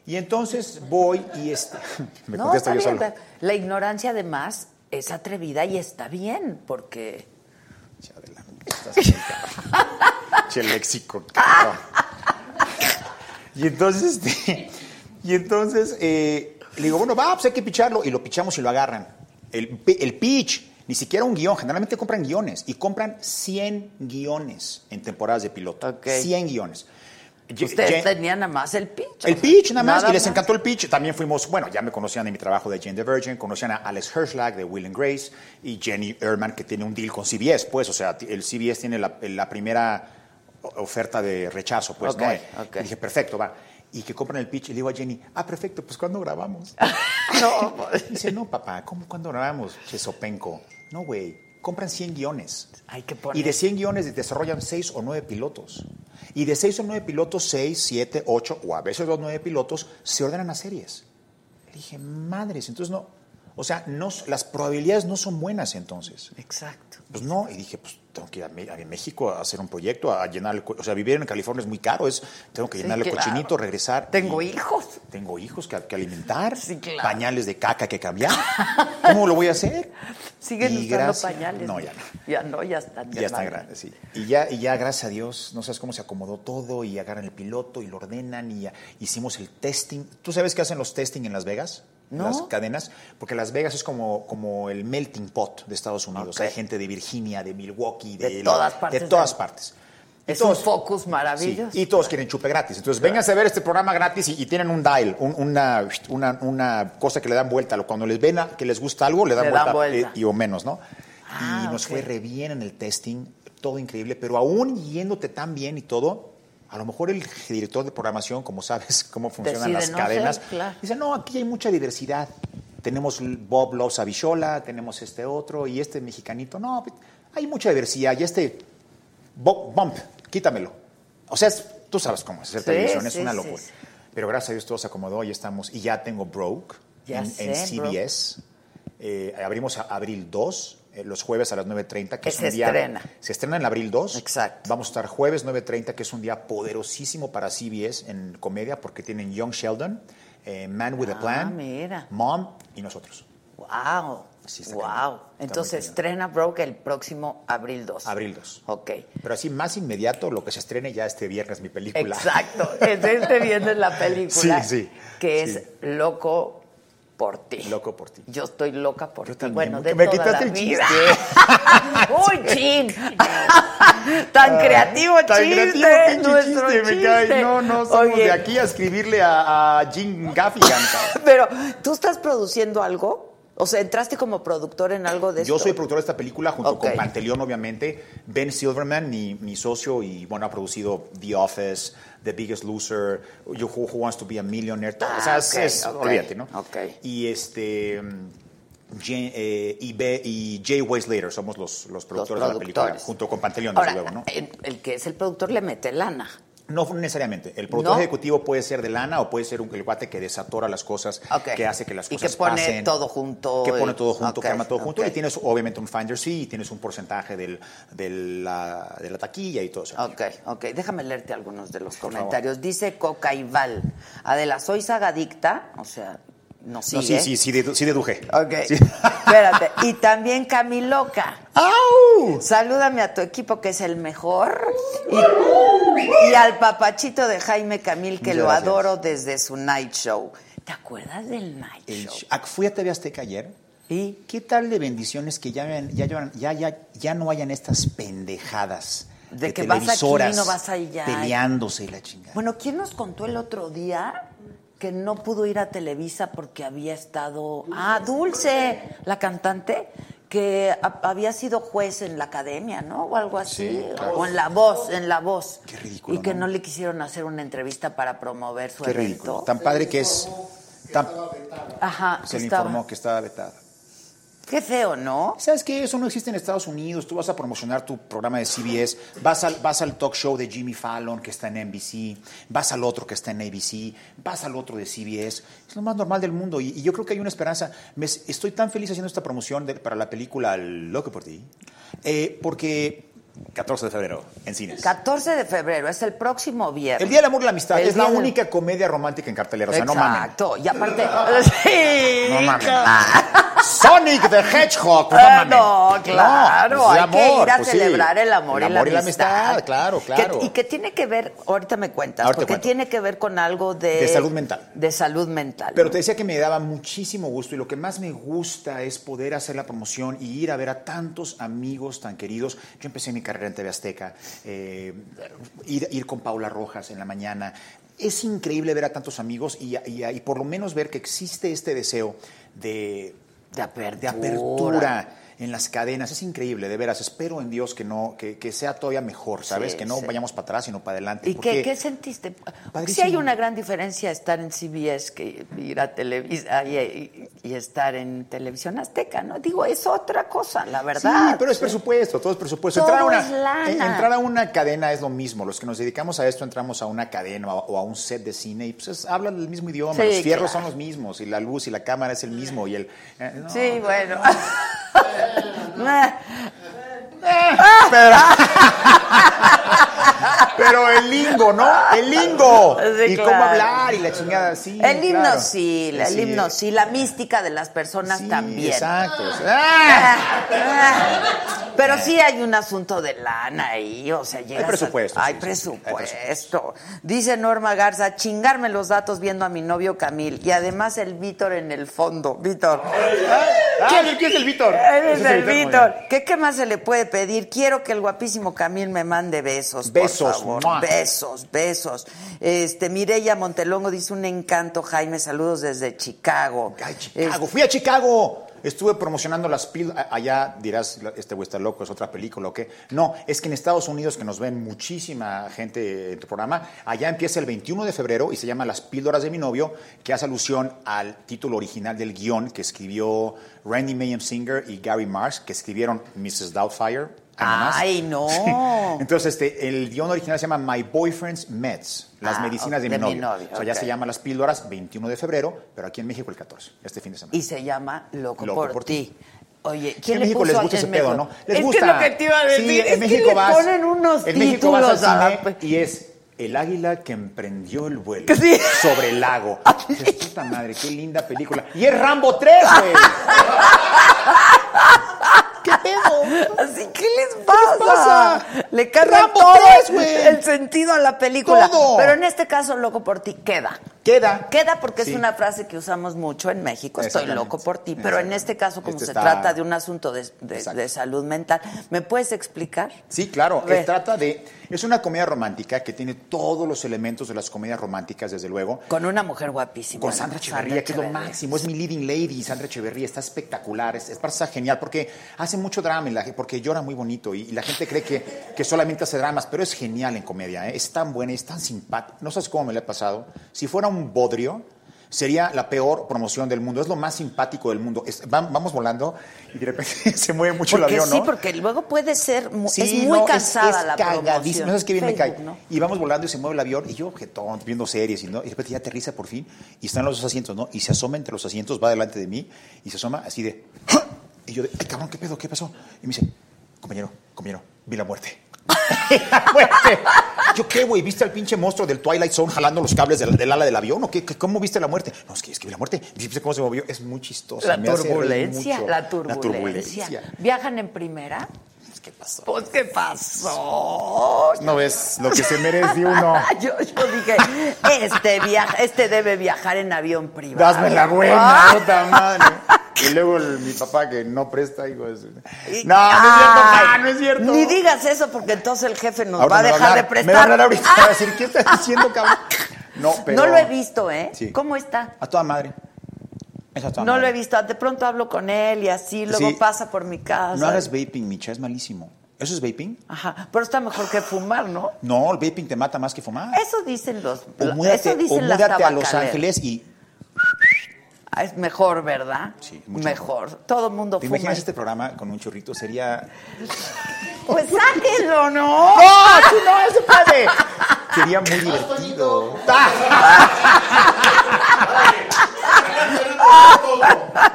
D: Y entonces voy y este. Me
A: no,
D: contesto
A: está
D: yo
A: bien.
D: solo.
A: La ignorancia, además, es atrevida y está bien, porque.
D: Hija de la puta, estás bien, cabrón. Che léxico, cabrón. Y entonces, este, y entonces eh, le digo, bueno, va, pues hay que picharlo. Y lo pichamos y lo agarran. El, pi- el pitch, ni siquiera un guión. Generalmente compran guiones y compran 100 guiones en temporadas de piloto.
A: Ok.
D: 100 guiones. Ye-
A: Ustedes
D: ye-
A: tenían nada más el pitch.
D: el pitch nada más, y les encantó el pitch. También fuimos, bueno, ya me conocían de mi trabajo de Jane the Virgin, conocían a Alex Hirschlag de Will and Grace y Jenny Ehrman que tiene un deal con CBS, pues, o sea, t- el CBS tiene la, la primera o- oferta de rechazo, pues,
A: Ok,
D: ¿no?
A: ok.
D: Y dije, perfecto, va. Y que compran el pitch y le digo a Jenny, ah, perfecto, pues ¿cuándo grabamos?
A: No,
D: Dice, no, papá, ¿cómo cuándo grabamos? Che, sopenco. No, güey, compran 100 guiones.
A: Hay que poner.
D: Y de 100 guiones desarrollan 6 o 9 pilotos. Y de 6 o 9 pilotos, 6, 7, 8 o a veces los 9 pilotos se ordenan a series. Le dije, madres, entonces no. O sea, no, las probabilidades no son buenas entonces.
A: Exacto.
D: Pues no, y dije, pues tengo que ir a, Me- a México a hacer un proyecto, a llenar el... co- O sea, vivir en California es muy caro, es, tengo que
A: Sí,
D: llenar el
A: claro.
D: cochinito, regresar.
A: Tengo
D: Y-
A: hijos.
D: Tengo hijos que, que alimentar,
A: Sí, claro.
D: pañales de caca que cambiar. ¿Cómo lo voy a hacer?
A: Siguen
D: Y
A: usando
D: gracias-
A: pañales.
D: No, ya no.
A: Ya no, ya están.
D: Ya está
A: grandes.
D: grande, sí. Y ya, y ya, gracias a Dios, no sabes cómo se acomodó todo y agarran el piloto y lo ordenan y ya- hicimos el testing. ¿Tú sabes qué hacen los testing en Las Vegas?
A: No.
D: Las cadenas. Porque Las Vegas es como, como el melting pot de Estados Unidos.
A: Ok.
D: Hay gente de Virginia, de Milwaukee, de,
A: De
D: la-
A: todas partes
D: De todas
A: del-
D: partes. Y
A: Es un
D: todos-
A: focus
D: Sí,
A: maravilloso.
D: y todos quieren chupe gratis. Entonces, vénganse a ver este programa gratis y, y tienen un dial, un- una, una, una cosa que le dan vuelta. Lo- Cuando les ven a- que les gusta algo, le dan
A: Le dan
D: vuelta,
A: vuelta.
D: eh, y o menos, ¿no?
A: Ah,
D: y nos
A: ok.
D: fue re bien en el testing, todo increíble, pero aún yéndote tan bien y todo, a lo mejor el director de programación, como sabes cómo funcionan
A: Decide
D: las
A: no
D: cadenas,
A: ser, claro.
D: dice, no, aquí hay mucha diversidad. Tenemos Bob Love Savichola, tenemos este otro y este mexicanito. No, hay mucha diversidad y este Bo- Bump, quítamelo. O sea, es- tú sabes cómo es hacer
A: Sí,
D: televisión, es
A: sí,
D: una
A: sí,
D: locura.
A: sí.
D: Pero gracias a Dios todo se acomodó y estamos, y ya tengo Broke
A: Ya
D: en,
A: sé,
D: en CBS. Eh, abrimos a abril 2, eh, los jueves a las 9.30, que
A: Que
D: es
A: se
D: un día...
A: estrena.
D: Se estrena en abril 2.
A: Exacto.
D: Vamos a estar jueves 9.30, que es un día poderosísimo para CBS en comedia, porque tienen Young Sheldon, eh, Man with
A: Ah,
D: a Plan,
A: mira.
D: Mom y nosotros.
A: Wow.
D: Sí, está
A: wow.
D: cañón. Está muy
A: Entonces
D: cañón.
A: estrena Broke el próximo abril 2.
D: Abril 2.
A: Ok.
D: Pero así más inmediato, lo que se estrene ya este viernes, mi película.
A: Exacto. Entonces te viene la película
D: Sí, sí,
A: que
D: sí.
A: es Loco por ti.
D: Loco por ti.
A: Yo estoy loca por
D: Yo
A: ti.
D: también,
A: Bueno,
D: porque
A: de
D: me
A: toda
D: quitaste
A: la
D: el
A: vida. ¡Uy,
D: chiste.
A: chin! Tan creativo,
D: Tan
A: chiste.
D: creativo, pinche
A: nuestro
D: chiste, me cae.
A: chiste.
D: No, no, somos
A: Oye,
D: de aquí a escribirle a, a Jim Gaffigan. cabrón.
A: Pero, ¿tú estás produciendo algo? O sea, ¿entraste como productor en algo de
D: Yo
A: esto?
D: soy productor de esta película junto
A: Ok.
D: con Panteleón, obviamente. Ben Silverman, mi, mi socio, y bueno, ha producido The Office, The Biggest Loser, You Who, Who Wants to Be a Millionaire. todo. o sea,
A: Ah,
D: es-
A: ok,
D: es-
A: ok,
D: olvídate, ¿no?
A: ok.
D: Y este. mm, Jane, eh, y, Be- y Jay Wayslater somos los, los productores de la película,
A: productores.
D: junto con Panteleón, desde
A: Ahora,
D: luego, ¿no?
A: el, el que es el productor le mete lana.
D: No necesariamente. El productor
A: ¿No?
D: ejecutivo puede ser de lana o puede ser un, el guate que desatora las cosas,
A: Ok.
D: que hace que las
A: Y
D: cosas
A: que pone
D: pasen,
A: todo junto
D: Que
A: y-
D: pone todo junto,
A: ok,
D: que arma todo junto.
A: ok.
D: Y tienes obviamente un finder sí, y tienes un porcentaje del, de, la, de la taquilla y todo eso.
A: Ok, ok. Déjame leerte algunos de los comentarios. Dice Coca Ival. Adela, soy sagadicta. O sea, no sigue.
D: No, sí, sí, sí, dedu- sí deduje.
A: Ok.
D: Sí.
A: Espérate. Y también Camiloca.
D: ¡Au!
A: Salúdame a tu equipo que es el mejor y, y al papachito de Jaime Camil que
D: Muchas
A: lo
D: gracias.
A: adoro desde su night show. ¿Te acuerdas del night
D: El
A: show?
D: sh- ah, fui a TV Azteca ayer.
A: ¿Y?
D: ¿Qué tal de bendiciones que ya, hayan- ya, llevan- ya, ya, ya no hayan estas pendejadas
A: De que vas aquí y
D: televisoras
A: no vas allá?
D: peleándose y la chingada?
A: Bueno, ¿quién nos contó el otro día que no pudo ir a Televisa porque había estado... Ah, Dulce, la cantante, que a- había sido juez en la academia, ¿no? O algo así.
D: Sí, claro.
A: O en La Voz, en La Voz.
D: Qué ridículo,
A: Y que no,
D: ¿no?
A: le quisieron hacer una entrevista para promover su
D: Qué
A: evento.
D: ridículo. Tan padre que es. tan-
A: Ajá, que
D: se le
A: estaba-
D: informó que estaba vetada.
A: Qué feo, ¿no?
D: ¿Sabes qué? Eso no existe en Estados Unidos. Tú vas a promocionar tu programa de CBS, vas al, vas al talk show de Jimmy Fallon que está en NBC, vas al otro que está en ABC, vas al otro de CBS. Es lo más normal del mundo y, y yo creo que hay una esperanza. Me s- estoy tan feliz haciendo esta promoción de- para la película Loco por ti, eh, porque 14 de febrero en cines.
A: 14 de febrero, es el próximo viernes.
D: El Día del Amor y la Amistad
A: El
D: es la
A: Día del-
D: única comedia romántica en cartelera. O sea, no mames.
A: Exacto, y aparte...
D: pues
A: Sí,
D: No mames. Ah.
A: claro.
D: Sonic the Hedgehog. pues,
A: Ah,
D: no,
A: no,
D: mames.
A: claro,
D: No, pues, de
A: hay que
D: amor,
A: ir a
D: pues, sí.
A: celebrar el amor, y la amistad.
D: claro,
A: Que-
D: claro.
A: y que tiene que ver, ahorita me cuentas,
D: Ahorita te
A: porque
D: cuento.
A: tiene que ver con algo de...
D: De salud mental.
A: De salud mental.
D: Pero te decía que me daba muchísimo gusto y lo que más me gusta es poder hacer la promoción y ir a ver a tantos amigos tan queridos. Yo empecé mi carrera en TV Azteca, eh, ir, ir con Paula Rojas en la mañana. Es increíble ver a tantos amigos y, y- y por lo menos ver que existe este deseo de,
A: De apertura.
D: de apertura en las cadenas. Es increíble, de veras. Espero en Dios que no que, que sea todavía mejor, ¿sabes?
A: Sí,
D: que no
A: sí.
D: vayamos para atrás, sino para adelante.
A: ¿Y qué,
D: porque-
A: qué sentiste? Porque Sí
D: Padrísimo.
A: hay una gran diferencia estar en CBS que ir a Televisa y, y- y estar en Televisión Azteca, ¿no? Digo, es otra cosa, la verdad.
D: Sí, pero es presupuesto, todo es presupuesto.
A: Todo
D: entrar, a una,
A: es lana.
D: eh, entrar a una cadena es lo mismo. Los que nos dedicamos a esto entramos a una cadena o a, o a un set de cine y pues es- hablan del mismo idioma.
A: Sí,
D: los fierros
A: claro.
D: son los mismos y la luz y la cámara es el mismo y el... eh, no,
A: Sí, bueno. Ah,
D: Pero, pero el lingo, ¿no? El lingo.
A: Sí,
D: y
A: claro.
D: cómo hablar y la chingada, sí.
A: el himno
D: claro.
A: sí, la- el
D: Sí,
A: himno sí, la mística de las personas
D: sí,
A: también. ah.
D: Exacto. Ah,
A: Pero sí hay un asunto de lana ahí, o sea, llegas a-
D: presupuesto,
A: hay
D: sí, sí,
A: presupuesto.
D: hay
A: Dice Norma Garza, chingarme los datos viendo a mi novio Camil y además el Víctor en el fondo. Víctor.
D: ah, ¿Quién es el Víctor?
A: Él es
D: Ese
A: el
D: muy bien.
A: Víctor. ¿Qué, ¿Qué más se le puede pedir? Quiero que el guapísimo Camil me mande besos.
D: Besos,
A: Por favor.
D: ¡mua!
A: Besos, besos. Este, Mireya Montelongo dice un encanto, Jaime. Saludos desde Chicago.
D: Ay, Chicago. Fui a Chicago. Estuve promocionando las pil a- allá dirás este güey está loco es otra película o qué no es que en Estados Unidos que nos ven muchísima gente en tu programa allá empieza el 21 de febrero y se llama las píldoras de mi novio que hace alusión al título original del guión que escribió Randy Mayhem Singer y Gary Marsh que escribieron Mrs Doubtfire además.
A: Este, Ay, no.
D: Sí. Entonces, este, el guión original se llama My Boyfriend's Meds, las
A: Ah,
D: medicinas de,
A: de
D: mi novio.
A: mi novio,
D: O sea, ya
A: ok.
D: se llama Las Píldoras, 21 de febrero, pero aquí en México el 14, este fin de semana.
A: Y se llama Loco,
D: Loco
A: por,
D: por
A: ti.
D: ti.
A: Oye, ¿quién
D: Que en
A: le
D: México
A: puso
D: les
A: a
D: gusta
A: quién
D: ese pedo,
A: mejor?
D: ¿no?
A: Es
D: Les
A: que
D: gusta.
A: es lo que te iba a decir.
D: Sí,
A: es
D: en México
A: que le
D: vas-
A: ponen unos
D: en México
A: títulos.
D: vas
A: a-
D: al cine y es El águila que emprendió el vuelo
A: Que sí.
D: sobre el lago. Dices, puta madre, qué linda película. Y es Rambo 3, güey. ¿Qué pedo?
A: Así, ¿qué les pasa?
D: pasa?
A: Le cambian
D: Rambo
A: todo
D: tres,
A: el,
D: güey.
A: el sentido a la película.
D: Todo.
A: Pero en este caso, Loco por ti queda.
D: Queda.
A: Queda porque
D: Sí.
A: es una frase que usamos mucho en México, estoy
D: Exactamente.
A: loco por ti, pero en
D: Exactamente.
A: este caso como
D: Este
A: se
D: está-
A: trata de un asunto de, de-
D: Exacto.
A: de salud mental, ¿me puedes explicar?
D: Sí, claro.
A: A ver.
D: Se trata de. Es una comedia romántica que tiene todos los elementos de las comedias románticas, desde luego.
A: Con una mujer guapísima.
D: Con
A: ¿no?
D: Sandra Echeverría, que es lo
A: Echeverría.
D: máximo. Es mi leading lady. Sandra Echeverría está espectacular. Es, es pasa genial porque hace mucho drama, y la- porque llora muy bonito y, y la gente cree que, que solamente hace dramas, pero es genial en comedia. ¿eh? Es tan buena, es tan simpática. No sabes cómo me la he pasado. Si fuera un bodrio, sería la peor promoción del mundo. Es lo más simpático del mundo. Es- vam- vamos volando y de repente se mueve mucho
A: Porque
D: el avión,
A: sí,
D: ¿no?
A: porque luego puede ser, mu-
D: Sí,
A: es muy
D: no,
A: cansada la
D: cagadísimo.
A: promoción.
D: No sabes qué bien me
A: Facebook,
D: cae.
A: ¿no?
D: Y vamos volando y se mueve el avión y yo, objetón, viendo series y, no, y de repente ya aterriza por fin y están los dos asientos, ¿no? Y se asoma entre los asientos, va delante de mí y se asoma así de... ¡Ah! Y yo de, ay, cabrón, ¿qué pedo? ¿Qué pasó? Y me dice, compañero, compañero, vi la muerte. ¡La muerte! Yo, ¿qué, güey? ¿Viste al pinche monstruo del Twilight Zone jalando los cables del, del ala del avión? ¿O qué, qué- ¿Cómo viste la muerte? No, es que, es que vi la muerte. ¿Viste cómo se movió? Es muy chistoso.
A: La
D: me hace reír
A: turbulencia,
D: mucho.
A: la turbulencia, ¿Viajan en primera?
D: ¿Qué pasó?
A: Pues, ¿qué pasó?
D: No ves lo que se merece uno.
A: yo, yo dije, este, viaja, este debe viajar en avión privado.
D: Dasme la buena, puta madre. Y luego el- mi papá que no presta, hijo de su- No,
A: Ay,
D: no es cierto, papá, no
A: Ni
D: es cierto.
A: digas eso porque entonces el jefe nos
D: Ahora
A: va a
D: me
A: dejar
D: hablar,
A: de prestar.
D: Me va a hablar ahorita
A: Ah,
D: para decir, ¿qué estás diciendo, cabrón? No, pero...
A: No lo he visto, ¿eh?
D: Sí.
A: ¿Cómo está?
D: A toda madre. Esa
A: No lo he visto. De pronto hablo con él y así, luego
D: Sí.
A: pasa por mi casa.
D: No hagas vaping, Micha, es malísimo. ¿Eso es vaping?
A: Ajá, pero está mejor que fumar, ¿no?
D: No, el vaping te mata más que fumar.
A: Eso dicen los.
D: o
A: la-
D: múdate,
A: eso dicen
D: o
A: las
D: múdate a Los
A: tabacaleras.
D: Ángeles y
A: Ah, Es mejor, ¿verdad?
D: Sí, mucho
A: mejor. Todo el mundo
D: ¿Te
A: fuma.
D: imaginas este programa con un churrito? Sería.
A: Pues sáquenlo, ¿no?
D: ¡No! Ah, ¡No se puede! Sería muy divertido. Ah,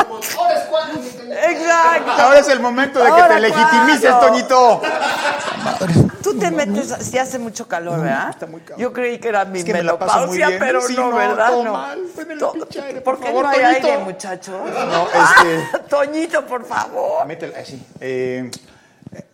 A: Exacto.
D: Ahora es el momento de que
A: Ahora,
D: te legitimices,
A: claro.
D: Toñito.
A: Tú te metes, así hace mucho calor, ¿verdad?
D: está muy cabrón.
A: Yo creí que era mi
D: Es que me la paso muy
A: menopausia,
D: bien.
A: pero
D: Sí,
A: no,
D: no,
A: ¿verdad?
D: todo
A: no.
D: mal. Prende el
A: To-
D: pinche aire,
A: ¿Por
D: por
A: qué
D: favor,
A: no hay
D: Toñito.
A: aire, muchachos?
D: No, este-
A: Ah, Toñito, por favor.
D: Métela así. Eh,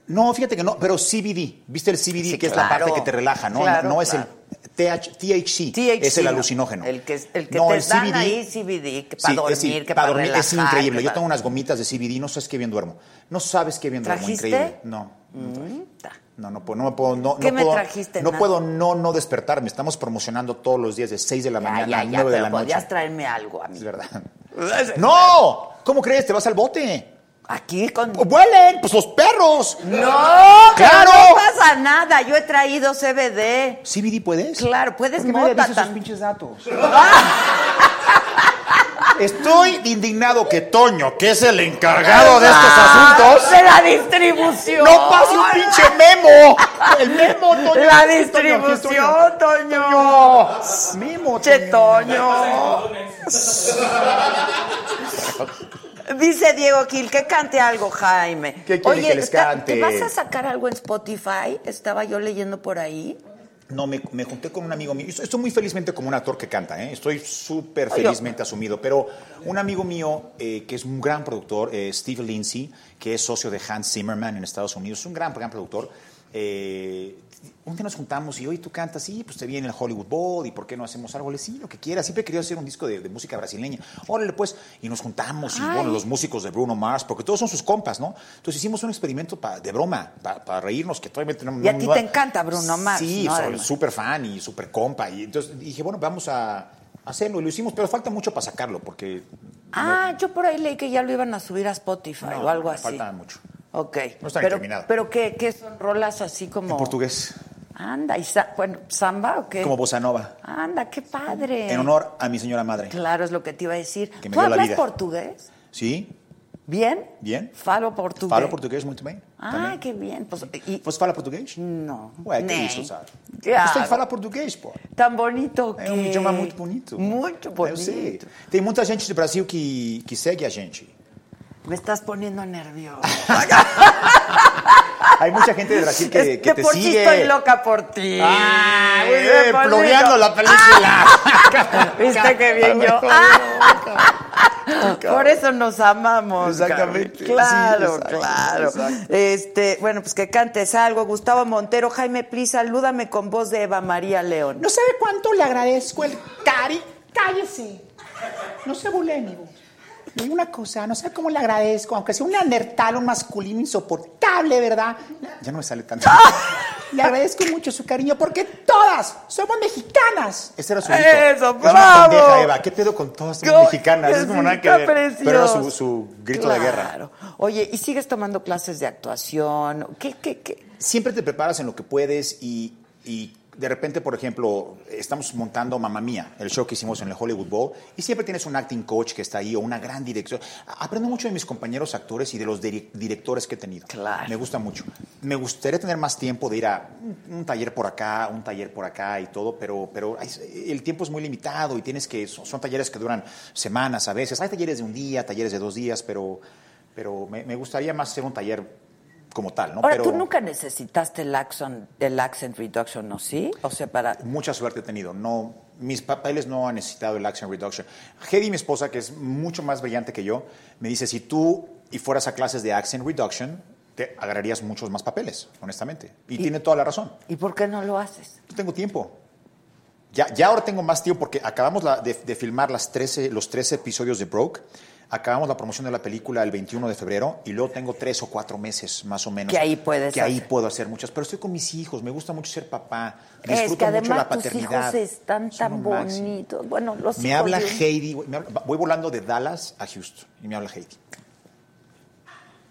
D: no, fíjate que no, pero CBD. ¿Viste el CBD?
A: Sí,
D: que es la
A: claro.
D: parte que te relaja, ¿no?
A: Claro,
D: no, no es
A: claro.
D: el TH, THC,
A: THC,
D: Es el
A: ¿no?
D: alucinógeno.
A: El que, el que
D: No,
A: te
D: el
A: dan
D: CBD
A: ahí CBD, que para
D: Sí,
A: dormir,
D: es decir,
A: que para,
D: para dormir es
A: relajar,
D: increíble.
A: que
D: Yo
A: para-
D: tengo unas gomitas de CBD, no sabes qué bien duermo. No sabes qué bien duermo,
A: ¿Trajiste?
D: increíble. No. no traje.
A: Mm,
D: No, no puedo, no me puedo, no,
A: ¿Qué
D: no
A: me
D: puedo,
A: trajiste,
D: no
A: Nat?
D: puedo no, no despertarme. Estamos promocionando todos los días de 6 de la
A: Ya,
D: mañana
A: ya,
D: a
A: ya,
D: 9 de
A: pero
D: la noche.
A: podías traerme algo a
D: Es
A: mí.
D: verdad. ¡No! ¿Cómo crees? Te vas al bote.
A: Aquí con...
D: ¡Vuelen! ¡Pues los perros!
A: ¡No! pero
D: ¡Claro!
A: No pasa nada, yo he traído CBD.
D: ¿CBD puedes?
A: Claro, puedes
D: ¿Por qué nadie
A: mota
D: avisa esos
A: también.
D: pinches datos? Estoy indignado que Toño, que es el encargado de estos asuntos,
A: ¡De la distribución!
D: Ah, ¡No pasa un pinche memo! ¡El memo, Toño!
A: ¡La
D: Toño, aquí estoy yo.
A: distribución, Toño!
D: ¡Memo,
A: ¡Che,
D: Toño!
A: Toño! Dice Diego Gil que cante algo, Jaime.
D: ¿Qué quiere que les
A: está-
D: cante?
A: ¿te vas a sacar algo en Spotify? Estaba yo leyendo por ahí.
D: No, me, me junté con un amigo mío. Estoy, estoy muy felizmente como un actor que canta, ¿eh? Estoy súper
A: Ay,
D: felizmente asumido. Pero un amigo mío, eh, que es un gran productor, eh, Steve Lindsay, que es socio de Hans Zimmerman en Estados Unidos, es un gran, gran productor. eh, un día nos juntamos y hoy tú cantas, sí, pues te viene el Hollywood Bowl y por qué no hacemos algo, Le dije, sí, lo que quieras. Siempre he querido hacer un disco de, de música brasileña. Órale, pues, y nos juntamos y bueno, los músicos de Bruno Mars, porque todos son sus compas, ¿no? Entonces hicimos un experimento pa- de broma, pa- para reírnos, que obviamente no
A: Y a
D: no-
A: ti
D: no-
A: te encanta Bruno Mars,
D: Sí,
A: ¿no?
D: soy
A: Además.
D: súper fan y súper compa. Y entonces dije, bueno, vamos a hacerlo. Y lo hicimos, pero falta mucho para sacarlo, porque
A: Ah, yo por ahí leí que ya lo iban a subir a Spotify
D: no,
A: o algo así.
D: falta mucho.
A: Ok.
D: No está ni
A: pero,
D: terminado.
A: Pero ¿qué, qué son rolas así como...
D: En portugués,
A: Anda, y sa- bueno, ¿samba o qué?
D: como bossa nova,
A: Anda, qué padre.
D: en honor a mi señora madre.
A: Eh. Claro, es lo que te iba a decir.
D: Que me
A: ¿Tú
D: dio la
A: hablas
D: vida.
A: portugués?
D: ¿Sí?
A: ¿Bien?
D: Bien.
A: Falo portugués.
D: Falo portugués muito bem.
A: Ah,
D: também.
A: qué Mm, bien. Pues, y-
D: Você fala português?
A: no.
D: Ué, que
A: Né.
D: isso, sabe?
A: Claro.
D: Você tem que falar português, pô.
A: Tan bonito que...
D: É um pues. idioma muito bonito.
A: Eh, Muito
D: Eu
A: bonito.
D: sei. Tem muita gente do Brasil que, que segue a gente.
A: Me estás poniendo nervioso.
D: Hay mucha gente de Brasil que,
A: es
D: que
A: que,
D: te
A: por ti
D: sigue.
A: estoy loca por ti.
D: Ah, muy
A: Ay,
D: bien,
A: qué bonito.
D: plogueando la película.
A: Ah. ¿Viste qué bien yo? Ah, por eso nos amamos.
D: Exactamente,
A: Gaby. Claro,
D: sí, exacto,
A: claro.
D: exacto.
A: Este, bueno, pues que cantes algo. Gustavo Montero, Jaime Pli, salúdame con voz de Eva María León.
F: No sabe cuánto le agradezco el cari. Cállese. No se burle de mi voz. Le digo una cosa, no sabe cómo le agradezco, aunque sea un neandertal, un masculino insoportable, ¿verdad?
D: Ya no me sale tanto.
F: Le agradezco mucho su cariño porque todas somos mexicanas.
D: Ese era su
A: ¡Eso,
D: grito. Es una
A: bravo!
D: pendeja, Eva. ¿Qué pedo con todas las
A: Yo-
D: mexicanas? Es como nada que
A: está
D: ver.
A: precioso.
D: Pero era su, su grito de guerra.
A: Claro. Oye, ¿y sigues tomando clases de actuación? ¿Qué, qué, qué?
D: Siempre te preparas en lo que puedes y, y de repente, por ejemplo, estamos montando Mamma Mía, el show que hicimos en el Hollywood Bowl, y siempre tienes un acting coach que está ahí o una gran dirección. A- Aprendo mucho de mis compañeros actores y de los diri- directores que he tenido.
A: Claro.
D: Me gusta mucho. Me gustaría tener más tiempo de ir a un, un taller por acá, un taller por acá y todo, pero, pero ay, el tiempo es muy limitado y tienes que. Son, son talleres que duran semanas a veces. Hay talleres de un día, talleres de dos días, pero, pero me, me gustaría más hacer un taller como tal, ¿no?
A: Ahora,
D: pero,
A: ¿tú nunca necesitaste el accent, el accent reduction, no sí? O sea, para...
D: mucha suerte he tenido. No, mis papeles no han necesitado el action reduction. Heidi, mi esposa, que es mucho más brillante que yo, me dice, si tú y fueras a clases de accent reduction, te agarrarías muchos más papeles, honestamente. Y, tiene toda la razón.
A: ¿Y por qué no lo haces?
D: No tengo tiempo. Ya, ya ahora tengo más tiempo porque acabamos la- de, de filmar las 13, los 13 episodios de Broke. Acabamos la promoción de la película el 21 de febrero y luego tengo tres o cuatro meses más o menos.
A: Que ahí puedes
D: Que ahí
A: hacer.
D: puedo hacer muchas. Pero estoy con mis hijos, me gusta mucho ser papá,
A: Es que
D: disfruto mucho la
A: además tus
D: paternidad.
A: hijos están
D: Son lo
A: tan
D: máximo.
A: bonitos. Bueno, los
D: Me
A: hijos
D: habla
A: de un-
D: Heidi, güey, me habla- voy volando de Dallas a Houston y me habla Heidi.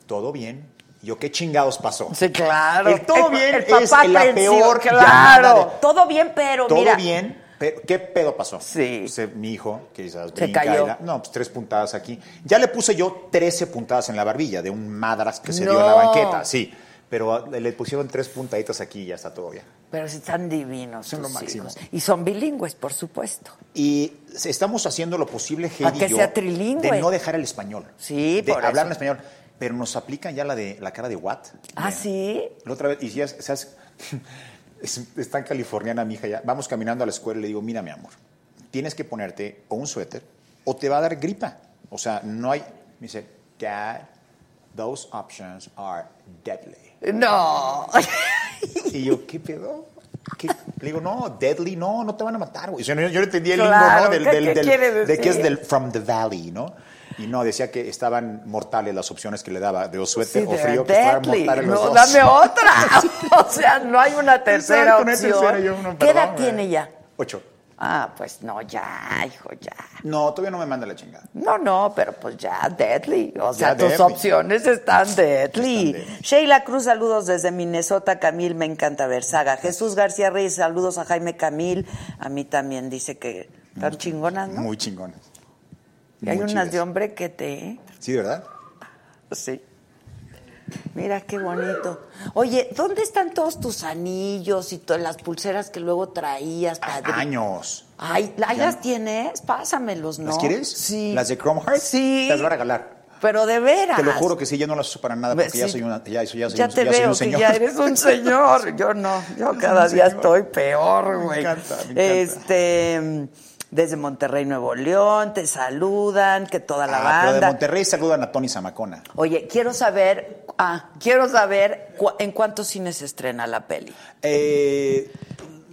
D: Todo bien. Y Yo, ¿qué chingados pasó?
A: Sí, claro.
D: El todo bien
A: el
D: es
A: papá
D: la
A: aprensivo,
D: peor llamada
A: Claro.
D: de-
A: Todo bien, pero
D: Todo
A: mira.
D: bien, pero ¿qué pedo pasó?
A: Sí.
D: O sea, mi hijo, que quizás
A: Se
D: brinca y
A: cayó.
D: la- no, pues tres puntadas aquí. Ya le puse yo 13 puntadas en la barbilla de un madras que se dio en la
A: No.
D: banqueta, sí. Pero ah, le pusieron tres puntaditas aquí y ya está todo bien.
A: Pero sí están divinos.
D: Son
A: tus
D: lo máximo.
A: hijos. Y son bilingües, por supuesto.
D: Y se- estamos haciendo lo posible, Heidi
A: Para que
D: y yo,
A: sea trilingüe.
D: de no dejar el español.
A: Sí,
D: de
A: por eso.
D: hablar en español. Pero nos aplican ya la de la cara de what.
A: Ah, ¿sí?
D: La otra vez, y ya, ¿sabes? Es, es tan californiana mi hija ya. Vamos caminando a la escuela y le digo, mira, mi amor, tienes que ponerte o un suéter o te va a dar gripa. O sea, no hay... Me dice, Dad, those options are deadly.
A: No.
D: Y yo, ¿qué pedo? ¿Qué? Le digo, no, deadly, no, no te van a matar, güey. O sea, no, yo no entendía el
A: Claro,
D: lingo, ¿no? Del,
A: ¿qué-
D: del-
A: qué
D: del-
A: quiere
D: De que es
A: decir?
D: del from the valley, ¿no? Y no, decía que estaban mortales las opciones que le daba, de o suéter
A: Sí,
D: o
A: de
D: frío, que estaban
A: deadly.
D: mortales los
A: No,
D: dos.
A: dame otra. O sea, no hay una tercera
D: Exacto, no hay
A: opción.
D: tercera, yo,
A: ¿Qué
D: no, perdón, eh.
A: edad
D: güey.
A: tiene ya?
D: Ocho.
A: Ah, pues no, ya, hijo, ya.
D: No, todavía no me manda la chingada.
A: No, no, pero pues ya, deadly. O sea,
D: Ya
A: tus
D: deadly.
A: opciones están deadly.
D: Están deadly.
A: Sheila Cruz, saludos desde Minnesota. Camil, me encanta ver saga. Jesús García Reyes, saludos a Jaime Camil. A mí también dice que están chingonas, ¿no?
D: Muy chingón.
A: Y hay
D: Muy
A: unas
D: chidas.
A: de hombre que te... ¿eh?
D: Sí, ¿de verdad?
A: Sí. Mira qué bonito. Oye, ¿dónde están todos tus anillos y todas las pulseras que luego traías, padre?
D: Años.
A: Ay, ¿la-
D: Ah, Ya
A: ¿las
D: no.
A: tienes? Pásamelos, ¿no?
D: ¿Las quieres?
A: Sí.
D: ¿Las de Chrome Heart?
A: Sí.
D: Te las voy a regalar.
A: Pero de veras.
D: Te lo juro que sí, ya no las uso para nada, Ah, porque
A: Sí.
D: ya soy una, ya, soy- ya soy
A: Ya
D: un-
A: te
D: ya soy
A: veo,
D: un
A: que
D: señor. Ah,
A: ya eres un señor. Yo no, yo cada
D: un
A: día
D: señor.
A: estoy peor,
D: Me
A: güey.
D: encanta, me encanta.
A: Este, desde Monterrey, Nuevo León, te saludan, que toda la
D: Ah, pero de
A: banda.
D: Monterrey saludan a Tony Zamacona.
A: Oye, quiero saber, ah, quiero saber cu- en cuántos cines se estrena la peli.
D: Eh,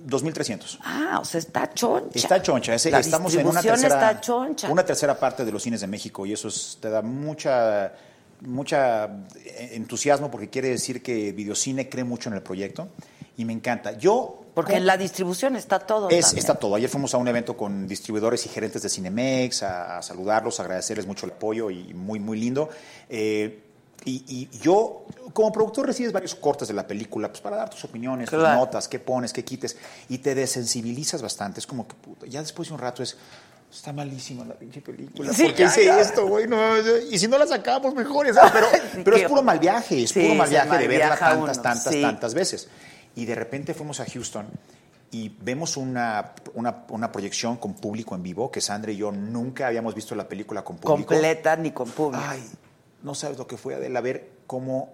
D: 2300.
A: Ah, o sea, está choncha.
D: Está choncha, ese-
A: La
D: estamos en una
A: distribución
D: tercera,
A: está choncha.
D: una tercera parte de los cines de México y eso es- te da mucha mucha eh, entusiasmo porque quiere decir que Videocine cree mucho en el proyecto y me encanta. Yo
A: Porque en la distribución está todo.
D: Es,
A: también.
D: está todo. Ayer fuimos a un evento con distribuidores y gerentes de Cinemex a, a saludarlos, agradecerles mucho el apoyo y muy, muy lindo. Eh, y, y yo, como productor, recibes varios cortes de la película pues, para dar tus opiniones, tus
A: Claro.
D: notas, qué pones, qué quites, y te desensibilizas bastante. Es como que, puta, ya después de un rato es, está malísima la pinche película.
A: Sí,
D: ¿Por qué
A: ya,
D: hice
A: ya.
D: esto, güey? No, y si no la sacamos, mejor. ya sabes, Pero, pero es puro mal viaje, es
A: Sí,
D: puro mal
A: se
D: viaje de verla
A: malviaja
D: tantas,
A: uno,
D: tantas,
A: sí.
D: tantas tantas veces. Y de repente fuimos a Houston y vemos una, una, una proyección con público en vivo, que Sandra y yo nunca habíamos visto la película con público.
A: completa ni con público.
D: Ay, no sabes lo que fue, Adela, ver cómo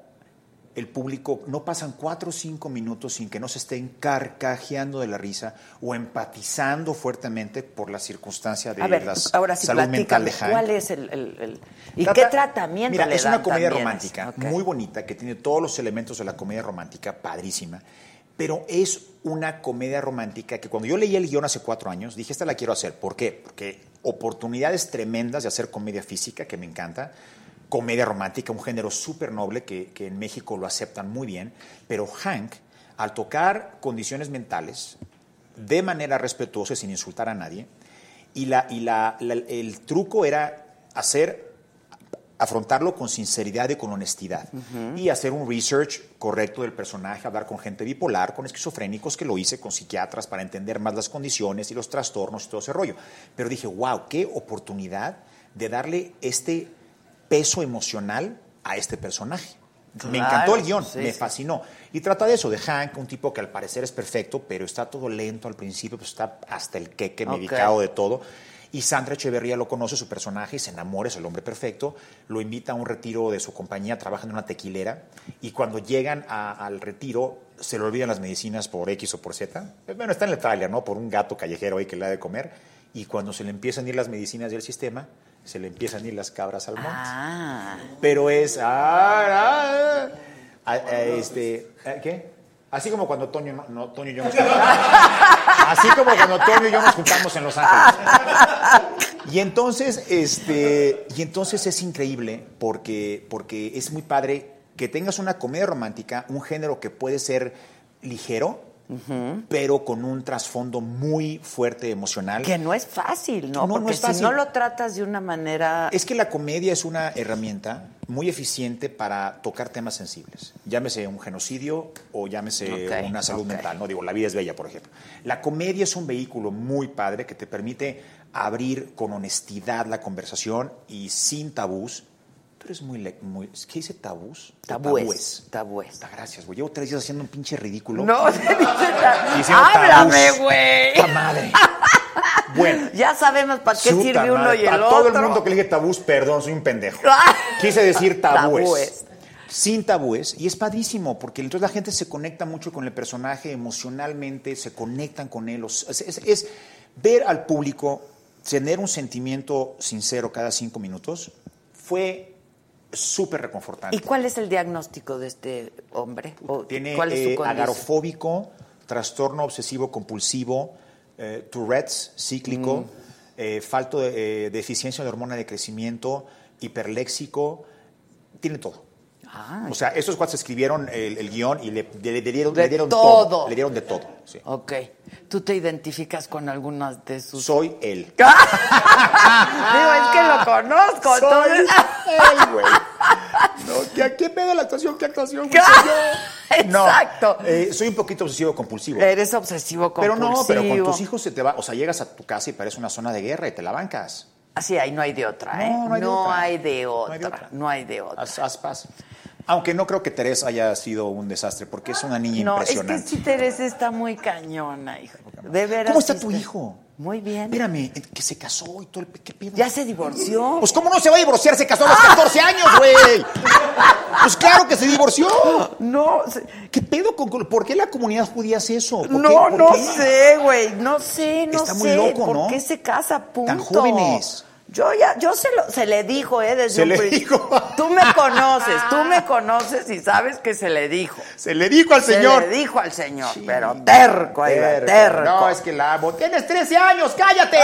D: el público, no pasan cuatro o cinco minutos sin que no se estén carcajeando de la risa o empatizando fuertemente por la circunstancia de
A: A ver,
D: las
A: ahora sí,
D: salud mental
A: platícame,
D: de Hank.
A: ¿cuál es el, el- el- y
D: Trata-
A: qué tratamiento
D: Mira,
A: le
D: es
A: dan
D: una comedia
A: también?
D: romántica
A: Ok.
D: muy bonita que tiene todos los elementos de la comedia romántica, padrísima. Pero es una comedia romántica que cuando yo leí el guión hace cuatro años, dije, esta la quiero hacer. ¿Por qué? Porque oportunidades tremendas de hacer comedia física, que me encanta, comedia romántica, un género súper noble que, que en México lo aceptan muy bien, pero Hank, al tocar condiciones mentales, de manera respetuosa, y sin insultar a nadie, y, la, y la- la- el truco era hacer afrontarlo con sinceridad y con honestidad. Y hacer un research correcto del personaje, hablar con gente bipolar, con esquizofrénicos, que lo hice con psiquiatras para entender más las condiciones y los trastornos y todo ese rollo. Pero dije, wow, qué oportunidad de darle este peso emocional a este personaje. Me
A: Claro,
D: encantó el guión,
A: sí,
D: me
A: sí.
D: fascinó. Y trata de eso, de Hank, un tipo que al parecer es perfecto, pero está todo lento al principio, pues está hasta el queque,
A: Ok.
D: medicado de todo. Y Sandra Echeverría lo conoce, su personaje, y se enamora, es el hombre perfecto. Lo invita a un retiro de su compañía, trabaja en una tequilera. Y cuando llegan a- al retiro, se le olvidan las medicinas por X o por Z. Pues Bueno, está en el tráiler, ¿no? Por un gato callejero ahí que le ha de comer. Y cuando se le empiezan a ir las medicinas del sistema, se le empiezan a ir las cabras al monte
A: Ah,
D: pero es ah, ah, ah, ah, este ah, ¿qué? Así como cuando Toño, y Ma- no, Toño y yo nos juntamos. Así como cuando Toño y yo nos juntamos en Los Ángeles. Y entonces, este, y entonces es increíble porque, porque es muy padre que tengas una comedia romántica, un género que puede ser ligero, pero con un trasfondo muy fuerte emocional.
A: Que no es fácil, ¿no?
D: No, no
A: Porque
D: es fácil.
A: si no lo tratas de una manera.
D: Es que la comedia es una herramienta muy eficiente para tocar temas sensibles. Llámese un genocidio o llámese
A: Ok,
D: una salud
A: ok.
D: mental, ¿no? Digo, la vida es bella, por ejemplo. La comedia es un vehículo muy padre que te permite abrir con honestidad la conversación y sin tabús. Tú eres muy... le- muy ¿Qué dice tabús?
A: Tabúes. Tabúes.
D: Puta, Gracias, güey. Llevo tres días haciendo un pinche ridículo.
A: No, se dice ta-
D: Hicieron tabús.
A: Háblame, güey.
D: ¡Puta madre! Bueno.
A: Ya sabemos para qué
D: Chuta
A: sirve uno
D: madre,
A: y el
D: a
A: otro. Ah,
D: todo el mundo que le dije tabús, perdón, soy un pendejo. Quise decir tabúes.
A: Tabúes.
D: Sin tabúes. Y es padrísimo, porque entonces la gente se conecta mucho con el personaje emocionalmente, se conectan con él. o sea, Es, es- es ver al público tener un sentimiento sincero cada cinco minutos. Fue súper reconfortante.
A: ¿Y cuál es el diagnóstico de este hombre? ¿O
D: Tiene
A: ¿Cuál es su
D: eh,
A: condición?
D: agarofóbico, trastorno obsesivo compulsivo, eh, Tourette's cíclico,
A: Mm.
D: eh, falto de, eh, deficiencia de hormona de crecimiento, hiperléxico, tiene todo.
A: Ah,
D: O sea, estos cuates escribieron el, el guión y le, le- le dieron,
A: De
D: le dieron
A: todo. Oh,
D: todo. Le dieron de todo. sí.
A: ok. ¿Tú te identificas con algunas de sus...?
D: Soy él.
A: Digo, es que lo conozco,
D: Ah. Soy
A: entonces...
D: él, güey. No, ¿qué, ¿Qué pedo la actuación? ¿Qué actuación? güey? Soy yo. No,
A: Exacto.
D: eh, soy un poquito obsesivo compulsivo.
A: Eres obsesivo
D: Pero
A: compulsivo.
D: no, pero con tus hijos se te va, o sea, llegas a tu casa y parece una zona de guerra y te la bancas.
A: Así, ahí no hay de otra, ¿eh?
D: No, no hay de otra.
A: hay de
D: No hay de
A: otra.
D: otra.
A: No hay de otra.
D: Haz, haz paz. Aunque no creo que Teresa haya sido un desastre, porque es una niña
A: No, es que
D: impresionante.
A: sí, Teresa está muy cañona, hijo. De veras.
D: ¿Cómo está
A: sí
D: tu hijo?
A: Muy bien.
D: Espérame, eh, que se casó y todo el pe- ¿qué pedo?
A: Ya se divorció.
D: Pues cómo no se va a divorciar, se casó a los 14 años, güey. Pues claro que se divorció.
A: No, se-
D: ¿Qué pedo con con- por qué la comunidad judía hace eso? ¿Por qué-
A: no,
D: por
A: no
D: qué?
A: sé, güey. No sé, no
D: Está
A: sé.
D: muy loco,
A: ¿Por
D: ¿no?
A: qué se casa? Punto.
D: jóvenes.
A: Yo ya, yo se lo, se le dijo, eh, desde
D: Se
A: un
D: le
A: prin-
D: dijo.
A: Tú me conoces, tú me conoces y sabes que se le dijo.
D: Se le dijo al señor.
A: Se le dijo al señor, pero terco, ahí va, terco.
D: No, es que la amo. Tienes 13 años, cállate.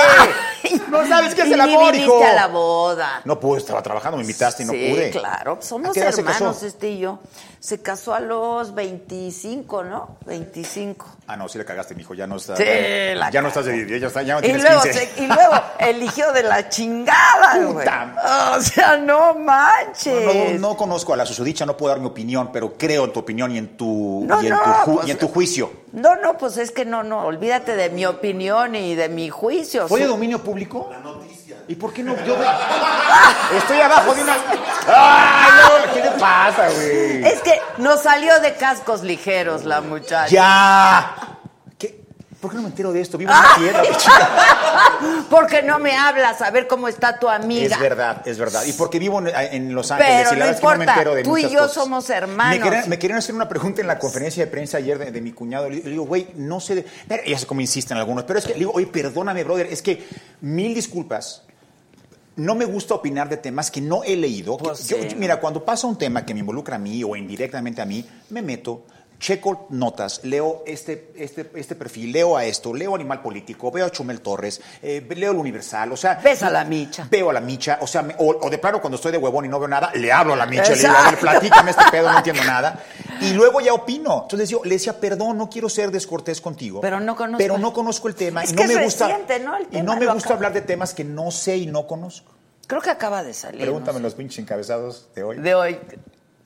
D: No sabes qué es
A: Y
D: el
A: ni
D: amor,
A: viniste
D: hijo.
A: a la boda.
D: No pude, estaba trabajando, me invitaste y no
A: sí,
D: pude.
A: claro. pues
D: ¿A
A: Somos
D: qué edad se
A: hermanos
D: casó?
A: este y yo. Se casó a los 25, ¿no? 25.
D: Ah, no, sí le cagaste, mijo, ya no estás.
A: Sí,
D: ya,
A: la
D: no estás de 10, ya, está- ya no
A: Y
D: tienes
A: luego,
D: 15.
A: se- y luego eligió de la chingada, güey.
D: Puta.
A: O sea, no
D: No, no,
A: manches.
D: no conozco a la susodicha, no puedo dar mi opinión, pero creo en tu opinión y en tu,
A: No,
D: y en
A: no,
D: tu, ju-
A: pues-
D: y en tu juicio.
A: No, no, pues es que no, no, olvídate de mi opinión y de mi juicio.
D: ¿Fue de
A: Su-
D: dominio público? La noticia. ¿Y por qué no? Yo Estoy abajo de una. ¡Ay, no! ¿Qué te pasa, güey?
A: Es que nos salió de cascos ligeros la muchacha.
D: ¡Ya! ¿Qué? ¿Por qué no me entero de esto? Vivo en una tierra,
A: Porque no me hablas a ver cómo está tu amiga.
D: Es verdad, es verdad. Y porque vivo en, en Los
A: Pero
D: Ángeles y
A: no
D: la verdad es que no me
A: importa,
D: entero de
A: tú y
D: muchas
A: yo
D: cosas.
A: somos hermanos.
D: Me querían, me querían hacer una pregunta en la conferencia de prensa ayer de, de mi cuñado. Le, le digo, güey, no sé de... Pero, ya sé cómo insisten algunos, pero es que le digo, oye, perdóname, brother, es que mil disculpas. No me gusta opinar de temas que no he leído. que
A: Pues
D: yo-
A: sí.
D: yo- mira, cuando pasa un tema que me involucra a mí o indirectamente a mí, me meto, checo notas, leo este, este, este perfil, leo a esto, leo Animal Político, veo a Chumel Torres, eh, leo El Universal, o sea...
A: Ves a la micha.
D: Veo a la micha, o sea, me- o, o de plano cuando estoy de huevón y no veo nada, le hablo a la micha, le digo,
A: Exacto.
D: a ver, platícame este pedo, no entiendo nada. Y luego ya opino. Entonces yo le decía, perdón, no quiero ser descortés contigo.
A: Pero no conozco-
D: Pero no conozco el tema.
A: Es
D: y
A: que
D: no me
A: es
D: gusta,
A: reciente, ¿no? El
D: y
A: tema
D: no me
A: lo
D: gusta
A: acaba-
D: hablar de temas que no sé y no conozco.
A: Creo que acaba de salir. no
D: Pregúntame los pinches encabezados de hoy.
A: de hoy,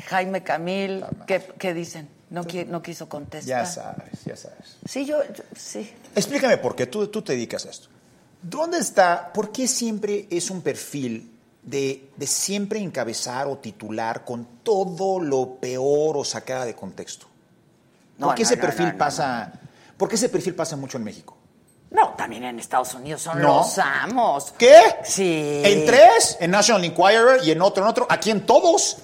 A: Jaime Camil, ¿qué, qué dicen? No, qui- no quiso contestar.
D: Ya sabes, ya sabes.
A: Sí, yo, yo- sí.
D: Explícame por qué tú, tú te dedicas a esto. ¿Dónde está? ¿Por qué siempre es un perfil de, de siempre encabezar o titular con todo lo peor o sacada de contexto?
A: No,
D: ¿Por qué
A: no,
D: ese
A: no,
D: perfil
A: no, no,
D: pasa? ¿Por qué ese perfil pasa mucho en México?
A: No, también en Estados Unidos son
D: No.
A: los amos.
D: ¿Qué?
A: Sí.
D: En tres, en National Enquirer y en otro, en otro, aquí en todos.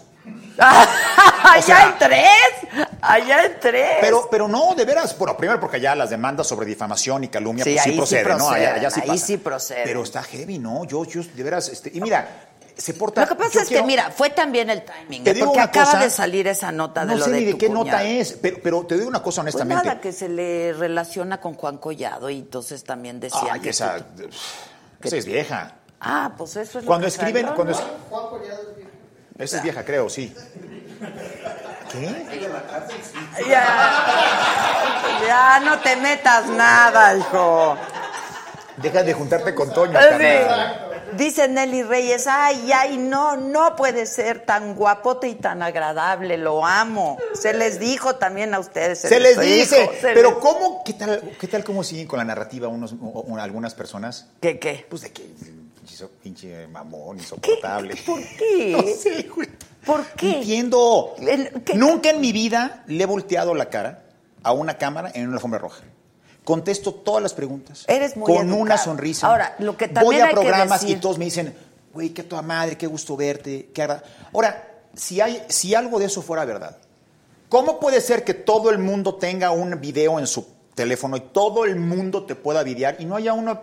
A: ¡Allá
D: O sea-
A: en tres! ¡Allá en tres!
D: Pero, pero no, de veras. Bueno, primero porque allá las demandas sobre difamación y calumnia
A: Sí,
D: pues sí
A: ahí sí
D: proceden, ¿no? Allá, allá sí
A: proceden, ahí
D: pasa.
A: sí proceden.
D: Pero está heavy, ¿no? Yo, yo de veras, este, y mira, se porta.
A: Lo que pasa
D: yo
A: es
D: quiero-
A: que, mira, fue también el timing,
D: Te
A: ¿eh?
D: digo
A: porque
D: una
A: acaba
D: cosa,
A: de salir esa nota de
D: no
A: lo
D: sé
A: de
D: ni de
A: tu
D: qué
A: cuñado.
D: nota es, pero, pero te digo una cosa
A: Pues
D: honestamente.
A: nada, que se le relaciona con Juan Collado y entonces también decían
D: Ay,
A: que...
D: esa, esa es vieja.
A: Ah, pues eso es lo
D: Cuando
A: que
D: escriben,
A: salió,
D: cuando
A: ¿no? Ah.
D: es... Esa es vieja, creo, sí. ¿Qué?
A: Ya, ya, no te metas nada, hijo.
D: Deja de juntarte con Toño, carnal.
A: Sí. Dice Nelly Reyes, ay, ay, no, no puede ser tan guapote y tan agradable, lo amo. Se les dijo también a ustedes.
D: Se les
A: dijo,
D: dice,
A: se
D: pero
A: les-
D: ¿cómo, qué tal, qué tal cómo siguen con la narrativa unos, o- o algunas personas?
A: ¿Qué, qué?
D: Pues de que pinche, pinche mamón, insoportable.
A: ¿Por qué?
D: No sé, güey.
A: ¿Por qué?
D: No Entiendo.
A: El- ¿qué?
D: Nunca en mi vida le he volteado la cara a una cámara en una alfombra roja. Contesto todas las preguntas.
A: Eres muy
D: Con
A: educado.
D: una sonrisa.
A: Ahora, lo que
D: Voy
A: también
D: a
A: hay que
D: programas
A: decir-
D: y todos me dicen, güey, qué toda madre, qué gusto verte, qué agra-". Ahora, si, hay, si algo de eso fuera verdad, ¿Cómo puede ser que todo el mundo tenga un video en su teléfono y todo el mundo te pueda videar y no haya una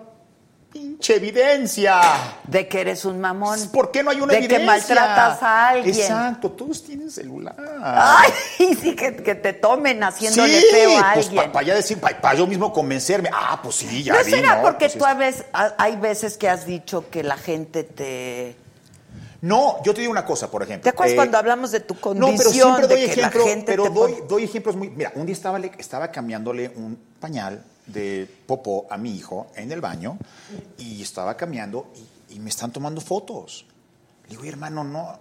D: pinche evidencia?
A: De que eres un mamón.
D: Pues, ¿Por qué no hay una
A: De
D: evidencia?
A: que maltratas a alguien.
D: Exacto, todos tienen celular.
A: Ay, sí, que, que te tomen haciéndole feo a alguien.
D: Pues para ya decir, para yo mismo convencerme. Ah, pues sí, ya
A: ¿No
D: vi,
A: será
D: ¿no?
A: porque
D: Pues
A: tú
D: es-
A: a veces, a- hay veces que has dicho que la gente te...
D: No, yo te digo una cosa, por ejemplo.
A: ¿Te acuerdas
D: Eh,
A: cuando hablamos de tu
D: No,
A: condición?
D: pero siempre doy
A: de que la
D: ejemplo,
A: gente
D: pero
A: te
D: doy,
A: pone-
D: doy ejemplos muy... Mira, un día estaba, le- estaba cambiándole un pañal de popó a mi hijo en el baño y estaba cambiando y, y me están tomando fotos. Le digo, "Oye, hermano, no,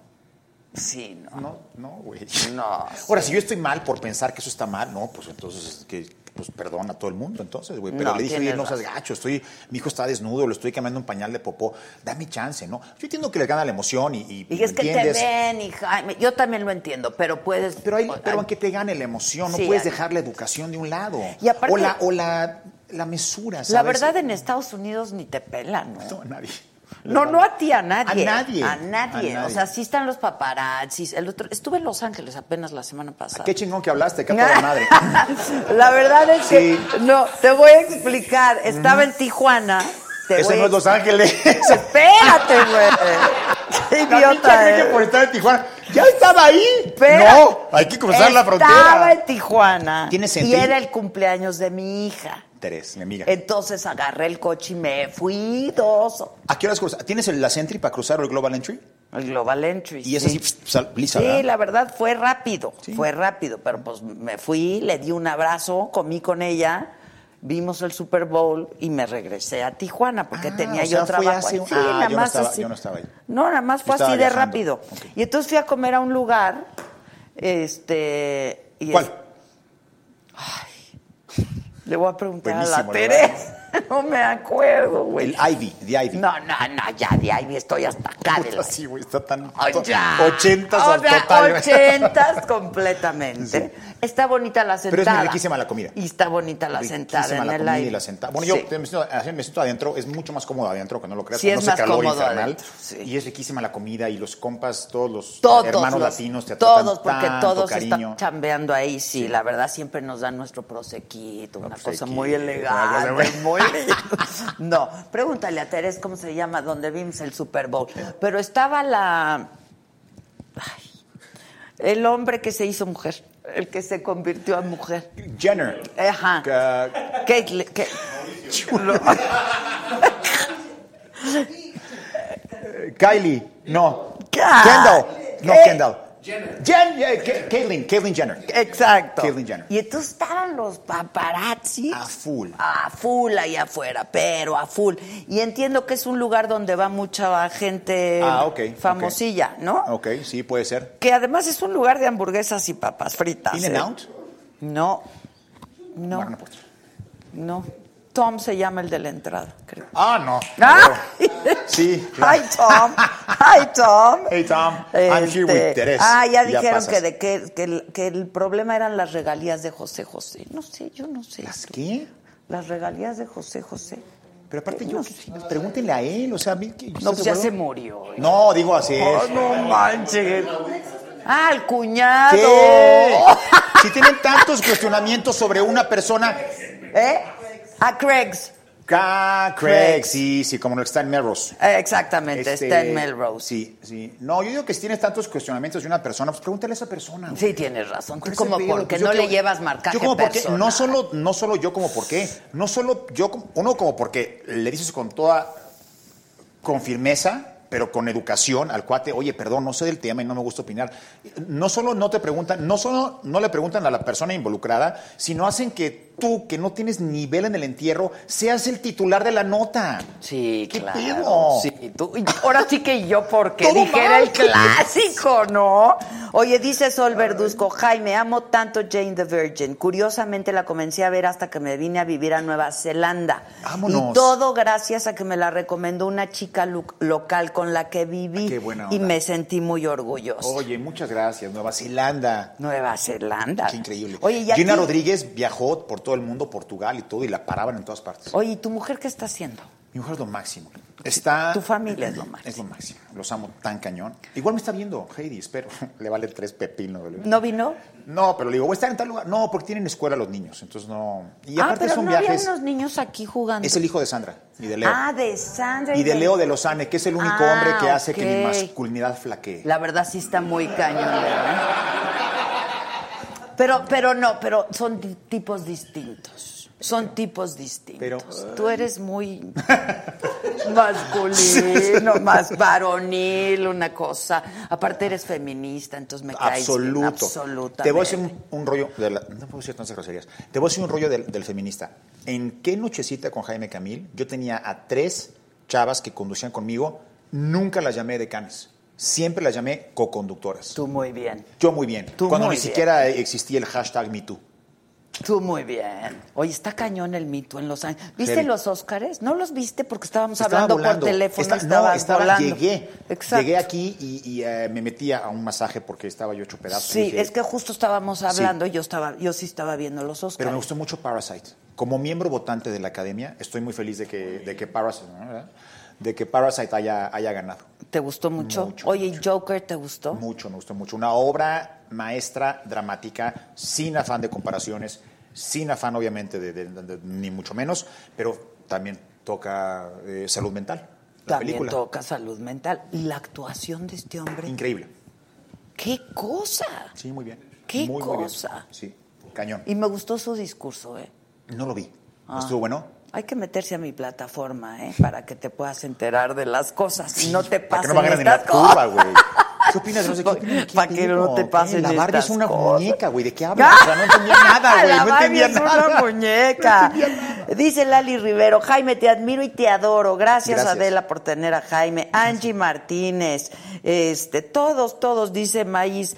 A: Sí, no.
D: no, no, güey.
A: No,
D: Ahora, si yo estoy mal por pensar que eso está mal, no, pues entonces, es que, pues perdona a todo el mundo, entonces, güey. Pero
A: No,
D: le dije,
A: tienes
D: oye, no seas
A: razón.
D: gacho, estoy, mi hijo está desnudo, lo estoy cambiando un pañal de popó, dame chance, ¿no? Yo entiendo que le gana la emoción y... Y,
A: Y
D: ¿me
A: es que
D: entiendes?
A: te ven, y Jaime, Yo también lo entiendo, pero puedes.
D: Pero, hay,
A: o-
D: pero
A: hay-
D: aunque te gane la emoción, no
A: Sí,
D: puedes
A: hay-
D: dejar la educación de un lado.
A: Y aparte-
D: o la, o la, la mesura, ¿sabes? eh,
A: la verdad, en Estados Unidos ni te pelan, ¿no?
D: No, a nadie.
A: No, no a ti, a nadie.
D: A nadie.
A: A nadie.
D: A nadie.
A: O sea, sí están los paparazzis. El otro, estuve en Los Ángeles apenas la semana pasada.
D: Qué chingón que hablaste, qué toda madre.
A: La verdad es que.
D: Sí.
A: No, te voy a explicar. Estaba en Tijuana. Te
D: Eso
A: voy a-
D: no es Los Ángeles.
A: Espérate, güey. Qué
D: La
A: idiota.
D: pinche gente
A: eres.
D: por estar en Tijuana. ¡Ya estaba ahí!
A: Pero
D: no, hay que cruzar la
A: Estaba
D: frontera.
A: en Tijuana.
D: Tiene
A: y
D: sentido.
A: era el cumpleaños de mi hija.
D: Teres, mi amiga.
A: Entonces agarré el coche y me fui dos.
D: ¿A qué horas cruzas? ¿Tienes el- la Sentry para cruzar o el Global Entry?
A: El Global Entry.
D: Y es
A: sí.
D: así, pss, sal- lisa,
A: Sí,
D: ¿verdad?
A: la verdad fue rápido, fue rápido, pero pues me fui, le di un abrazo, comí con ella, vimos el Super Bowl y me regresé a Tijuana porque
D: Ah,
A: tenía
D: o sea,
A: yo
D: fue
A: trabajo.
D: hace
A: ahí.
D: un-
A: Sí,
D: Ah,
A: nada
D: yo no
A: más
D: estaba-
A: así.
D: yo no estaba ahí.
A: No, nada más fue
D: Yo estaba
A: así de
D: viajando.
A: rápido.
D: Ok.
A: Y entonces fui a comer a un lugar, este, y es-
D: ¿Cuál?
A: le voy a preguntar a la
D: Buenísimo, la verdad.
A: Teresa, no me acuerdo,
D: El
A: güey.
D: Ivy, de Ivy.
A: No, no, no, ya de ahí estoy hasta acá. de
D: Puta,
A: la-
D: sí, güey, está tan...
A: Ay, ya.
D: 80
A: O
D: al
A: sea,
D: total.
A: 80 completamente. Está bonita la sentada.
D: es muy riquísima la comida.
A: Y está bonita la sentada
D: Riquísima
A: en
D: la
A: el
D: comida
A: aire.
D: y la sentada. Bueno,
A: Sí.
D: yo te- me siento, eh, así me siento adentro, es mucho más cómodo adentro, que no lo creas,
A: Sí,
D: no
A: es
D: hace
A: más
D: calor
A: cómodo
D: infernal.
A: adentro, sí.
D: Y es riquísima la comida y los compas, todos los
A: Todos
D: hermanos
A: los-
D: latinos te tratan
A: Todos, porque
D: tanto
A: todos
D: cariño.
A: están chambeando ahí, sí, la verdad siempre nos dan nuestro prosequito, una cosa
D: prosequito,
A: muy
D: una cosa
A: elegante,
D: muy-
A: muy No, pregúntale a Teres cómo se llama, donde vimos el Super Bowl. Pero estaba la... Ay, el hombre que se hizo mujer, el que se convirtió en mujer.
D: Jenner.
A: Ajá.
D: Ca-
A: Caitlyn, que-
D: Kylie. No.
A: Ca-
D: Kendall. No,
A: ¿Qué?
D: Kendall. Jenner. Jen, eh, Ka- Caitlyn, Caitlyn Jenner.
A: Exacto.
D: Caitlyn Jenner.
A: Y entonces estaban los paparazzi.
D: A full.
A: A full ahí afuera, pero a full. Y entiendo que es un lugar donde va mucha gente
D: Ah, ok, ok.
A: famosilla, ¿no?
D: Ok, sí, puede ser.
A: Que además es un lugar de hamburguesas y papas fritas.
D: In and
A: ¿eh?
D: out.
A: No. No.
D: Bueno, pues.
A: No. Tom se llama el de la entrada, creo.
D: Ah, no.
A: ¡Ah!
D: Sí,
A: ¡Ay, Tom! ¡Ay, Tom!
D: Hey, Tom. I'm here with Teres.
A: Ah, ya
D: Y ya
A: dijeron
D: pasas.
A: que, de, que, que el, que el problema eran las regalías de José José. No sé, yo no sé.
D: ¿Las qué?
A: Las regalías de José José.
D: Pero aparte
A: Eh,
D: yo,
A: no
D: que-
A: sé.
D: pregúntenle a él, o sea, a mí que-
A: No, pues ya
D: ¿estás de
A: se
D: acuerdo?
A: murió. eh.
D: No, digo así es.
A: Oh, no manches. Ah, el cuñado.
D: ¿Qué? si tienen tantos cuestionamientos sobre una persona,
A: ¿Eh? A Craigs.
D: Ca- Craig, sí, sí, como lo que está en Melrose.
A: Eh, Exactamente,
D: Este,
A: está en Melrose. Sí.
D: Sí, sí. No, yo digo que si tienes tantos cuestionamientos de una persona, pues pregúntale a esa persona. güey.
A: tienes razón.
D: ¿Cuál
A: Tú
D: es
A: como
D: el pedo?
A: porque
D: Pues yo
A: no le
D: creo-
A: llevas marcaje
D: Yo como porque,
A: personal.
D: no solo, no solo yo como por qué, no solo yo, como- uno como porque le dices con toda, con firmeza, pero con educación al cuate, oye, perdón, no sé del tema y no me gusta opinar. No solo no te preguntan, no solo no le preguntan a la persona involucrada, sino hacen que tú, que no tienes nivel en el entierro, seas el titular de la nota.
A: Sí,
D: ¿Qué
A: claro.
D: pedo?
A: Sí, tú- y ahora sí que yo porque
D: Todo
A: dijera
D: mal.
A: el clásico, ¿no? Oye, dice Sol Verduzco, Jaime, amo tanto Jane the Virgin. Curiosamente la comencé a ver hasta que me vine a vivir a Nueva Zelanda.
D: Vámonos.
A: Y todo gracias a que me la recomendó una chica lu- local con la que viví
D: Ah, Qué buena
A: y
D: onda.
A: me sentí muy orgullosa.
D: Oye, muchas gracias, Nueva Zelanda.
A: Nueva Zelanda.
D: Qué increíble.
A: Oye, ¿y a
D: Gina
A: ti-
D: Rodríguez viajó por todo el mundo, Portugal y todo, y la paraban en todas partes.
A: Oye, ¿y tu mujer qué está haciendo?
D: Mi mujer es lo máximo. Está.
A: Tu familia es lo máximo.
D: Ah, Es lo máximo. Los amo tan cañón. Igual me está viendo, Heidi, espero. Le vale tres pepinos. güey.
A: ¿No vino?
D: No, pero le digo, voy a estar en tal lugar. No, porque tienen escuela los niños, entonces no. Y
A: ah,
D: aparte
A: pero
D: son
A: no había
D: viajes.
A: unos niños aquí jugando.
D: Es el hijo de Sandra y de Leo.
A: Ah, de Sandra.
D: y de Leo de Lozane, que es el único
A: Ah,
D: hombre que hace que mi
A: ok.
D: masculinidad flaquee.
A: La verdad sí está muy cañón, ¿eh? Pero, pero no, pero son di- tipos distintos. Son tipos distintos.
D: Pero-
A: Tú eres muy masculino, más varonil, una cosa. Aparte eres feminista, entonces me caes bien,
D: Absoluto.
A: absolutamente.
D: Te voy a hacer un, un rollo. de la- no puedo decir tantas groserías. Te voy a hacer un rollo del, del feminista. ¿En qué nochecita con Jaime Camil? Yo tenía a tres chavas que conducían conmigo. Nunca las llamé decanes. Siempre las llamé co-conductoras.
A: Tú muy bien.
D: Yo muy bien.
A: Tú
D: cuando
A: muy
D: ni
A: bien.
D: siquiera existía el hashtag MeToo.
A: Tú muy bien. Oye, está cañón el mito en Los Ángeles. ¿Viste
D: Heavy.
A: los Óscares? No los viste porque estábamos
D: Estaba
A: hablando
D: volando.
A: por teléfono.
D: Esta-
A: estabas
D: no, estaba,
A: volando.
D: llegué.
A: Exacto.
D: Llegué aquí y, y, eh, me metí a un masaje porque estaba yo hecho pedazos.
A: Sí,
D: Dije,
A: es que justo estábamos hablando, yo estaba, yo sí estaba viendo los Oscars.
D: Pero me gustó mucho Parasite. Como miembro votante de la academia, estoy muy feliz de que, de que Parasite, ¿no? ¿verdad? de que Parasite haya, haya ganado.
A: ¿Te gustó mucho?
D: Mucho,
A: Oye, Joker, ¿te gustó?
D: Mucho, me gustó mucho. Una obra maestra, dramática, sin afán de comparaciones, sin afán obviamente de, de- de- de- ni mucho menos, pero también toca eh, salud mental. La
A: También
D: película.
A: toca salud mental. Y la actuación de este hombre.
D: Increíble.
A: ¡Qué cosa!
D: Sí, muy bien.
A: ¡Qué
D: Muy, muy bien.
A: cosa!
D: Sí, cañón.
A: Y Ah. me gustó su discurso, ¿eh?
D: No lo vi. ¿Estuvo bueno?
A: Hay que meterse a mi plataforma, ¿eh? Para que te puedas enterar de las cosas. y no te
D: Para
A: pasen
D: que no me agarren en la
A: estas cosas.
D: curva, güey. ¿Qué opinas de no sé qué? ¿Qué
A: Para que no
D: digo?
A: te
D: ¿Qué?
A: pasen
D: La Barbie es
A: estas
D: una
A: cosas.
D: muñeca, güey. ¿De qué hablas? O sea, no entendía nada, güey.
A: La
D: No entendía
A: Barbie es
D: nada.
A: una muñeca. Dice Lali Rivero, Jaime, te admiro y te adoro. Gracias,
D: Gracias.
A: Adela por tener a Jaime. Angie Martínez, este, todos, todos, dice Maíz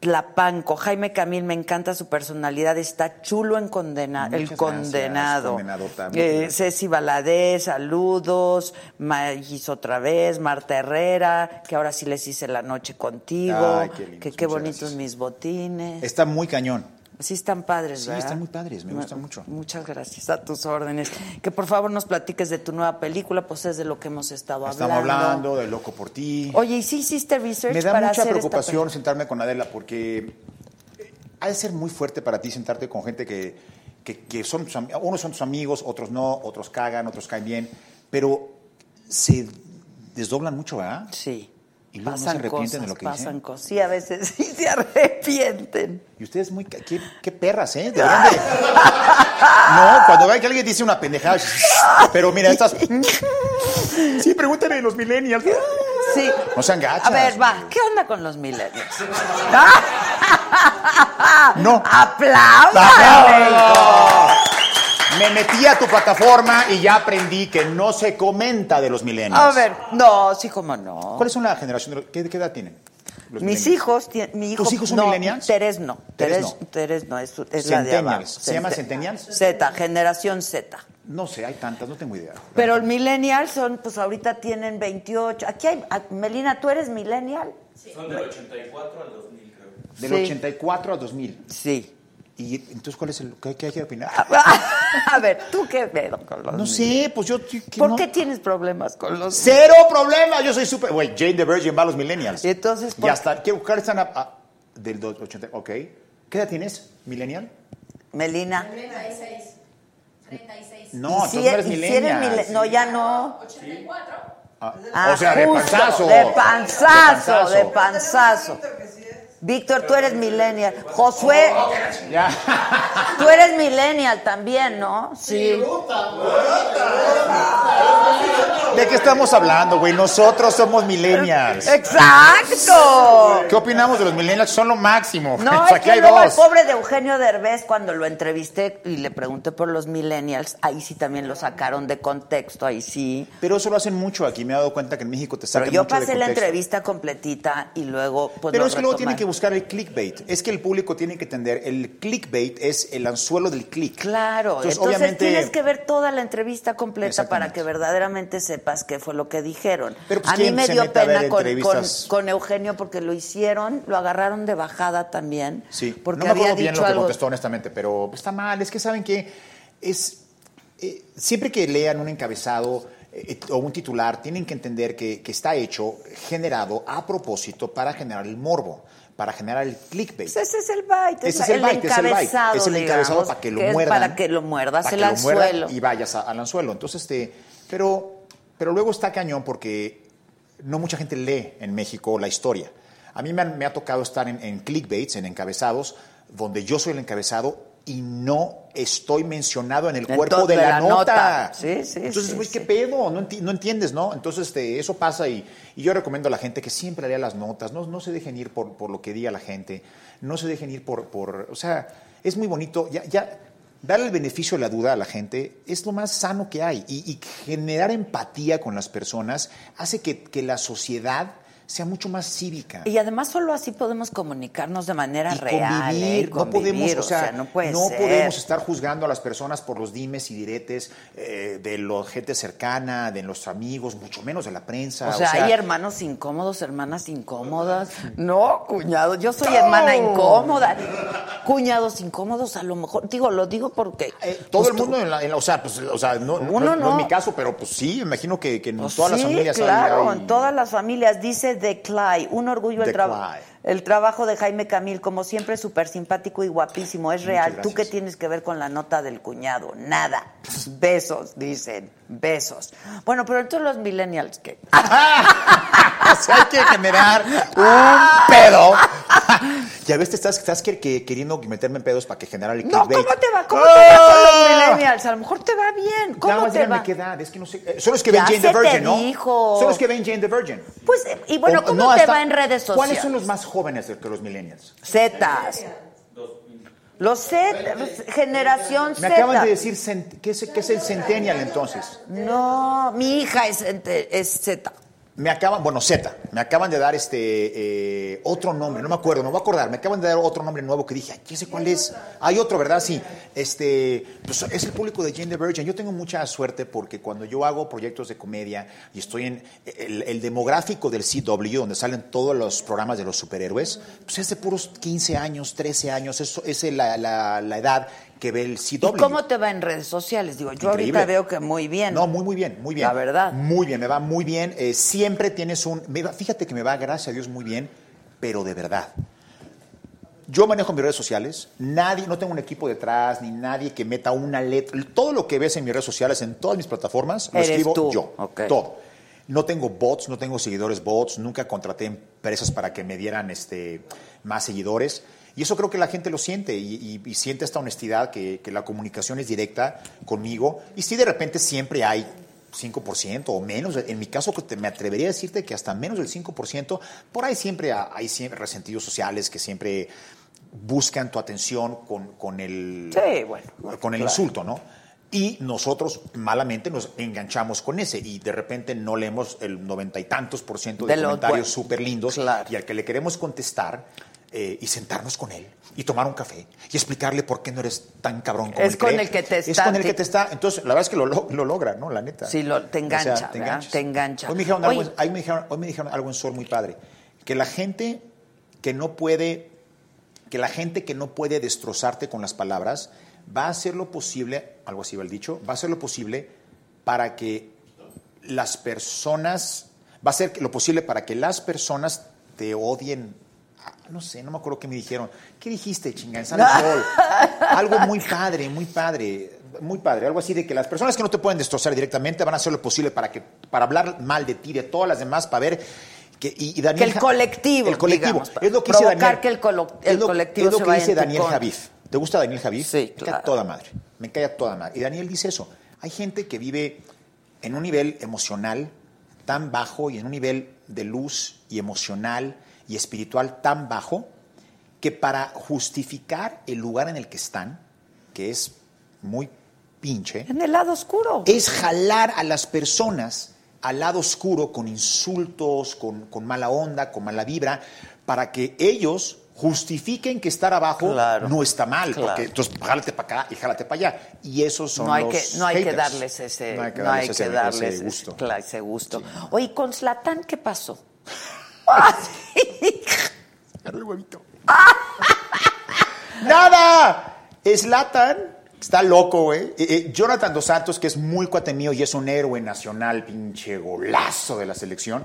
A: Tlapanco. Jaime Camil, me encanta su personalidad, está chulo en condena,
D: Muchas
A: el
D: gracias,
A: condenado.
D: condenadota, muchas
A: Eh,
D: gracias.
A: Ceci Valadez, saludos. Maíz otra vez, Marta Herrera, que ahora sí les hice la noche contigo.
D: Ay, qué lindos,
A: que qué
D: muchas
A: bonitos
D: gracias.
A: mis botines.
D: Está muy cañón.
A: Sí, están padres,
D: Sí,
A: ¿verdad?
D: están muy padres, me
A: Ma-
D: gustan mucho.
A: Muchas gracias, a tus órdenes. Que por favor nos platiques de tu nueva película, pues es de lo que hemos estado hablando.
D: Estamos hablando de Loco por ti.
A: Oye, ¿y sí hiciste research
D: Me da
A: para
D: mucha
A: hacer esta
D: preocupación sentarme con Adela porque eh, ha de ser muy fuerte para ti sentarte con gente que, que- que son tus am- unos son tus amigos, otros no, otros cagan, otros caen bien, pero se desdoblan mucho, ¿verdad?
A: peli? Sí.
D: Y luego no se arrepienten de lo que
A: pasan
D: dicen.
A: cosas. Sí, a veces sí se arrepienten.
D: Y ustedes muy... ca- Qué, qué perras, ¿eh? Deberían de- No, cuando vean que alguien dice una pendejada... Pero mira, estas... Sí, pregúntale a los millennials.
A: Sí.
D: No sean gachas.
A: A ver, va, ¿qué onda con los millennials?
D: No.
A: Ah, ¡Aplaudan!
D: Me metí a tu plataforma y ya aprendí que no se comenta de los millennials.
A: A ver, no, sí, cómo no.
D: ¿Cuáles son la generación? de los- ¿Qué, qué edad tienen?
A: Mis
D: los millennials?
A: hijos, tie- mi hijo.
D: ¿Tus hijos son
A: no,
D: millennials?
A: Teres no. Teres,
D: Teres
A: Teres no.
D: no.
A: es, es la de abajo.
D: Centennials. ¿Se llama centennials?
A: Z, generación Z.
D: No sé, hay tantas, no tengo idea.
A: Pero el millennial son, pues ahorita tienen 28. Aquí hay, a- Melina, ¿tú eres millennial?
D: Del
A: sí.
D: 84 a 2000.
A: Sí.
D: ¿Y entonces cuál es el qué, qué hay que opinar?
A: Ah, a ver, ¿tú qué pedo con los
D: No
A: millennials?
D: sé, pues yo... ¿qué- qué
A: ¿Por
D: no?
A: qué tienes problemas con los
D: ¡Cero problema! Yo soy súper... Güey, Jane the Virgin va a los millennials.
A: Y entonces, pues, ¿por
D: Ya está. ¿Qué buscar están a- a- del do- 80? Ok. ¿Qué edad tienes, millennial?
A: Melina?
D: No,
A: Y si
D: tú Ah, no
A: e-
D: eres
A: y si
D: millennial.
A: mile- No, ya no.
D: Ah,
A: Ah,
D: o sea, de
A: justo,
D: panzazo.
A: De panzazo, de
D: De panzazo.
A: panzazo. Víctor, tú eres millennial. Josué,
D: Ya.
A: tú eres millennial también, ¿no? Sí.
D: ¿De qué estamos hablando, güey? Nosotros somos millennials.
A: ¡Exacto!
D: ¿Qué opinamos de los millennials? Son lo máximo.
A: No,
D: O sea,
A: es
D: aquí
A: que
D: hay
A: luego el
D: dos.
A: pobre de Eugenio Derbez, cuando lo entrevisté y le pregunté por los millennials, ahí sí también lo sacaron de contexto, ahí sí.
D: Pero eso lo hacen mucho aquí. Me he dado cuenta que en México te sacan
A: Pero yo
D: mucho de
A: pasé la
D: contexto.
A: entrevista completita y luego, pues
D: Pero
A: lo
D: es que luego
A: retomaron.
D: tienen que buscar el clickbait. Es que el público tiene que entender. El clickbait es el anzuelo del click.
A: Claro, entonces, tienes que ver toda la entrevista completa para
D: Exactamente.
A: que verdaderamente sepas qué fue lo que dijeron.
D: Pero, pues,
A: a mí
D: ¿quién
A: me
D: se
A: dio
D: mete a ver
A: pena con, con,
D: entrevistas?
A: con Eugenio porque lo hicieron, lo agarraron de bajada también.
D: Sí,
A: porque
D: no me
A: había
D: acuerdo
A: dicho
D: bien lo que
A: algo.
D: contestó honestamente, pero está mal. Es que saben que es eh, siempre que lean un encabezado eh, eh, o un titular, tienen que entender que, que está hecho, generado a propósito para generar el morbo, para generar el clickbait.
A: Pues ese es el bite,
D: Ese es el bait, es el bait.
A: encabezado,
D: Es el encabezado
A: digamos,
D: para que lo
A: es
D: muerdan.
A: Para que lo muerdas,
D: para
A: el
D: que lo muerdan
A: anzuelo.
D: Y vayas a- al anzuelo. Entonces, este, pero, pero luego está cañón porque no mucha gente lee en México la historia. A mí me, han- me ha tocado estar en, en clickbaits, en encabezados, donde yo soy el encabezado y no estoy mencionado en el
A: Entonces,
D: cuerpo de,
A: de
D: la,
A: la
D: nota.
A: nota. Sí, sí,
D: Entonces,
A: sí,
D: güey,
A: sí.
D: ¿qué pedo? No, enti- no entiendes, ¿no? Entonces, este, eso pasa y, y yo recomiendo a la gente que siempre lea las notas, no, no se dejen ir por, por lo que diga la gente, no se dejen ir por, por o sea, es muy bonito, ya, ya darle el beneficio de la duda a la gente es lo más sano que hay y, y generar empatía con las personas hace que, que la sociedad sea mucho más cívica.
A: Y además solo así podemos comunicarnos de manera
D: Y
A: real. ¿eh? Y
D: convivir, no podemos,
A: convivir,
D: o sea,
A: no puede ser.
D: podemos estar juzgando a las personas por los dimes y diretes eh, de la gente cercana, de los amigos, mucho menos de la prensa.
A: O sea, hay hermanos incómodos, hermanas incómodas. No, cuñado, yo soy hermana incómoda. Cuñados incómodos, a lo mejor. Digo, lo digo porque.
D: eh, todo
A: pues,
D: el mundo, en la, en la- o sea, pues, o sea, no, no-
A: Uno
D: no
A: no.
D: es mi caso, pero pues sí, me imagino que, que en
A: pues
D: todas las
A: sí,
D: familias hay-
A: Claro,
D: hay-
A: en todas las familias. Dice The Clay, un orgullo el,
D: The
A: tra-
D: Clay.
A: el trabajo de Jaime Camil, como siempre, súper simpático y guapísimo. Es real. ¿Tú
D: gracias.
A: qué tienes que ver con la nota del cuñado? Nada. Pues, Besos, dicen. Besos. Bueno, pero entonces los millennials, ¿qué?
D: O sea, hay que generar un pedo. ya ves, te estás, estás que- que- queriendo meterme en pedos para que generar el
A: No,
D: clickbait.
A: ¿cómo te va? ¿Cómo te va con los
D: ¡Ah!
A: millennials? A lo mejor te va bien.
D: Nada
A: ¿Cómo
D: más
A: te
D: díganme
A: va?
D: qué edad, es que no sé. eh, Son los que
A: Ya
D: ven Jane
A: se
D: the
A: te
D: Virgin, ¿no?
A: dijo.
D: Son los que ven Jane the Virgin.
A: Pues, eh, y bueno,
D: O-
A: ¿cómo
D: Oh, no,
A: te
D: hasta-
A: va en redes sociales?
D: ¿Cuáles son los más jóvenes de- que los millennials?
A: Zetas. Los Z, generación
D: Me acaban de
A: Z.
D: decir cent- ¿qué, es, qué es el centennial entonces.
A: No, mi hija es, ente- es Z.
D: Me acaban, bueno, Z, me acaban de dar este eh, otro nombre, no me acuerdo, no me voy a acordar, me acaban de dar otro nombre nuevo que dije, ¿qué sé cuál es? Hay otro, ¿verdad? Sí, este, pues es el público de Jane the Virgin. Yo tengo mucha suerte porque cuando yo hago proyectos de comedia y estoy en el, el demográfico del CW, donde salen todos los programas de los superhéroes, pues es de puros 15 años, 13 años, eso es la, la- la edad que ve el
A: ¿Y
D: CW.
A: cómo te va en redes sociales? Digo, yo ahorita
D: Increíble.
A: veo que muy bien.
D: No, muy, muy bien, muy bien.
A: La verdad.
D: Muy bien, me va muy bien. Eh, siempre tienes un... me va- fíjate que me va, gracias a Dios, muy bien, pero de verdad. Yo manejo mis redes sociales, nadie, no tengo un equipo detrás, ni nadie que meta una letra. Todo lo que ves en mis redes sociales, en todas mis plataformas, lo
A: Eres
D: escribo
A: tú.
D: yo.
A: Ok.
D: Todo. No tengo bots, no tengo seguidores bots, nunca contraté empresas para que me dieran este, más seguidores. Y eso creo que la gente lo siente y, y- y siente esta honestidad, que, que la comunicación es directa conmigo. Y si de repente siempre hay 5% o menos, en mi caso que te- me atrevería a decirte que hasta menos del 5%, por ahí siempre ha- hay siempre resentidos sociales que siempre buscan tu atención con, con el,
A: Sí, bueno, bueno,
D: con el
A: claro.
D: insulto, ¿no? Y nosotros malamente nos enganchamos con ese y de repente no leemos el noventa y tantos por ciento de,
A: De lo-
D: comentarios
A: bueno,
D: súper lindos
A: claro.
D: y al que le queremos contestar eh, y sentarnos con él y tomar un café y explicarle por qué no eres tan cabrón como
A: Es
D: él
A: con
D: cree.
A: el que te
D: Es
A: está-
D: con el que te está. Entonces, la verdad es que lo, lo- lo logra, ¿no? La neta.
A: Sí, lo- te engancha, ¿verdad?
D: enganchas.
A: Te engancha.
D: Hoy me dijeron algo,
A: Oye.
D: hoy me dijeron- hoy me dijeron algo en Sol muy padre. Que la gente que no puede que la gente que no puede destrozarte con las palabras va a hacer lo posible, algo así va el dicho, va a hacer lo posible para que las personas, va a hacer lo posible para que las personas te odien. Ah, No sé, no me acuerdo qué me dijeron. ¿Qué dijiste, chinga? En Sal al Sol. Algo muy padre, muy padre. muy padre, algo así de que las personas que no te pueden destrozar directamente van a hacer lo posible para que para hablar mal de ti, de todas las demás, para ver que y, y Daniel
A: Que el
D: Ja-
A: colectivo,
D: el colectivo,
A: digamos,
D: es lo que dice
A: provocar
D: Daniel,
A: que el colo-
D: es
A: el
D: lo-
A: colectivo
D: es lo
A: se
D: que
A: vaya en
D: dice
A: tu
D: Daniel
A: contra.
D: Javif. ¿Te gusta Daniel Javif?
A: Sí,
D: Me cae a
A: claro.
D: toda madre, me cae a toda madre. Y Daniel dice eso. Hay gente que vive en un nivel emocional tan bajo y en un nivel de luz y emocional y espiritual tan bajo que para justificar el lugar en el que están, que es muy pinche,
A: En el lado oscuro.
D: es jalar a las personas al lado oscuro con insultos, con, con mala onda, con mala vibra, para que ellos justifiquen que estar abajo
A: Claro.
D: no está mal,
A: Claro.
D: porque entonces pues, jálate para acá y jálate para allá. Y esos son
A: no hay
D: los
A: que no hay que
D: haters.
A: darles ese
D: no hay que darles, ese, ese gusto.
A: claro, ese gusto. Oye, con Zlatan, ¿qué pasó?
D: ¡Nada! Zlatan está loco, güey. Eh, eh, Jonathan Dos Santos, que es muy cuate mío y es un héroe nacional, pinche golazo de la selección,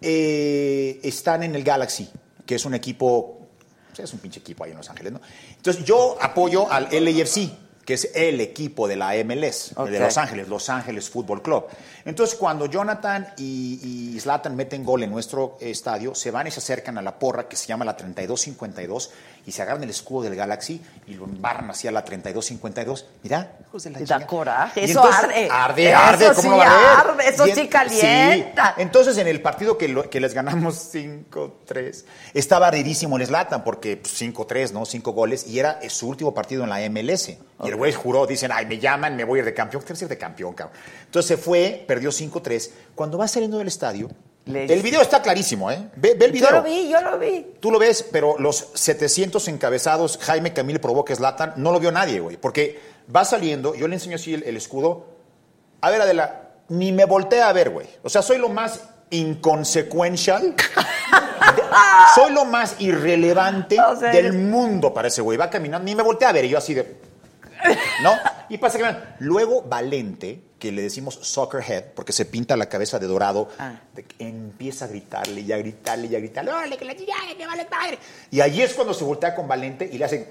D: eh, están en el Galaxy, que es un equipo, pues, es un pinche equipo ahí en Los Ángeles, ¿no? Entonces yo apoyo al LAFC, que es el equipo de la MLS, de
A: Ok.
D: Los Ángeles, Los Ángeles Fútbol Club. Entonces cuando Jonathan y, y Zlatan meten gol en nuestro estadio, se van y se acercan a la porra que se llama la 3252 y se agarran el escudo del Galaxy y lo embarran hacia la 3252. Mira, hijos de la
A: Da
D: chingada.
A: coraje,
D: Y
A: eso arde.
D: Arde,
A: Eso
D: arde, ¿cómo no
A: sí
D: va a arder?
A: arde, eso
D: Y en-
A: sí calienta.
D: sí. Entonces, en el partido que, lo- que les ganamos 5-3, estaba ardidísimo el Zlatan, porque pues, 5-3, ¿no? 5 goles, y era eh, su último partido en la MLS. Y el güey juró, dicen, ay, me llaman, me voy a ir de campeón. ¿Qué te vas a ir de campeón, cabrón? Entonces se fue, perdió 5-3. Cuando va saliendo del estadio,
A: Le
D: el
A: dice-
D: video está clarísimo, ¿eh? Ve, ve el video.
A: Yo lo vi, yo lo vi.
D: Tú lo ves, pero los 700 encabezados, Jaime Camil provoca Zlatan, no lo vio nadie, güey. Porque va saliendo, yo le enseño así el, el escudo. A ver, Adela, ni me voltea a ver, güey. O sea, soy lo más inconsecuencial. de- soy lo más irrelevante
A: O sea,
D: del
A: eres-
D: mundo para ese güey. Va caminando, ni me voltea a ver. Y yo así de... ¿No? Y pasa que vean, luego Valente, que le decimos soccer head, porque se pinta la cabeza de dorado,
A: Ah.
D: de que empieza a gritarle y a gritarle y a gritarle, ¡Órale, que la chingada, que vale padre! Y ahí es cuando se voltea con Valente y le hacen...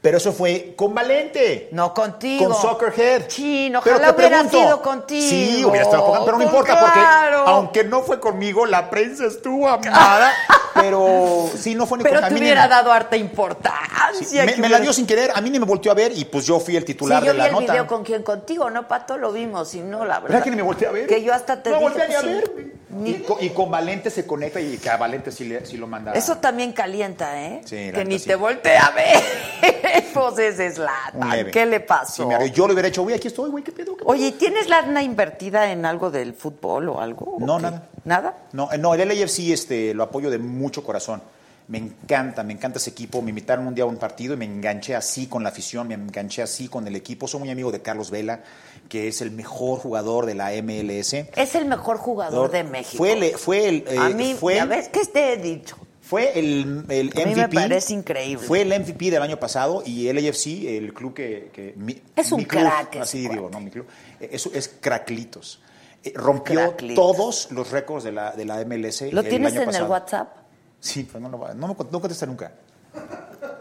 D: Pero eso fue con Valente.
A: No contigo.
D: Con Soccerhead.
A: Chin,
D: Pero
A: ojalá
D: te
A: hubiera
D: pregunto,
A: sido contigo.
D: Sí, hubiera estado jugando, pero no
A: Pues
D: importa,
A: claro.
D: porque aunque no fue conmigo, la prensa estuvo amada, pero sí, no fue ni
A: Pero
D: con a
A: te
D: mí ni-
A: hubiera dado harta importancia.
D: Sí,
A: que
D: me, me la
A: hubiera-
D: dio sin querer, a mí ni me volteó a ver y pues yo fui el
A: Sí,
D: titular
A: yo
D: de
A: vi
D: la
A: el
D: nota.
A: video con quien contigo, ¿no, Pato? Lo vimos, y no, la verdad.
D: ¿Verdad que ni me volteé a ver?
A: Que yo hasta te
D: No
A: dije,
D: volteé ni a
A: sí,
D: ver.
A: ni-
D: Y, co- y con Valente se conecta y que a Valente sí, le- sí lo manda.
A: Eso también calienta, ¿eh?
D: Sí, la
A: que
D: neta,
A: ni
D: sí.
A: te voltea a ver. pues ese es
D: Un
A: Zlatan.
D: leve.
A: ¿Qué le
D: Sí,
A: pasó?
D: me ardió. yo lo hubiera hecho, güey, aquí estoy, güey, qué pedo. ¿Qué pedo?
A: Oye, ¿y ¿tienes lana invertida en algo del fútbol o algo? o
D: No,
A: qué?
D: nada.
A: ¿Nada?
D: No, eh, no, el LAFC este, lo apoyo de mucho corazón. Me encanta, me encanta ese equipo. Me invitaron un día a un partido y me enganché así con la afición, me enganché así con el equipo. Soy muy amigo de Carlos Vela, que es el mejor jugador de la MLS.
A: Es el mejor jugador de México.
D: Fue el, fue el, eh,
A: a mí,
D: fue,
A: ya ves que te he dicho.
D: fue el, el
A: A
D: MVP.
A: mí me parece increíble.
D: Fue el MVP del año pasado y el AFC, el club que... que mi-
A: Es un
D: mi club,
A: crack ese
D: Así
A: cuate.
D: digo, ¿no? Mi club. Eh, Es, es Craclitos. Eh, Rompió
A: Craclitos.
D: todos los récords de la, de la MLS.
A: ¿Lo
D: el
A: tienes
D: año
A: en
D: pasado.
A: el WhatsApp?
D: Sí, pues no, lo va- no, me cont- no contesta nunca.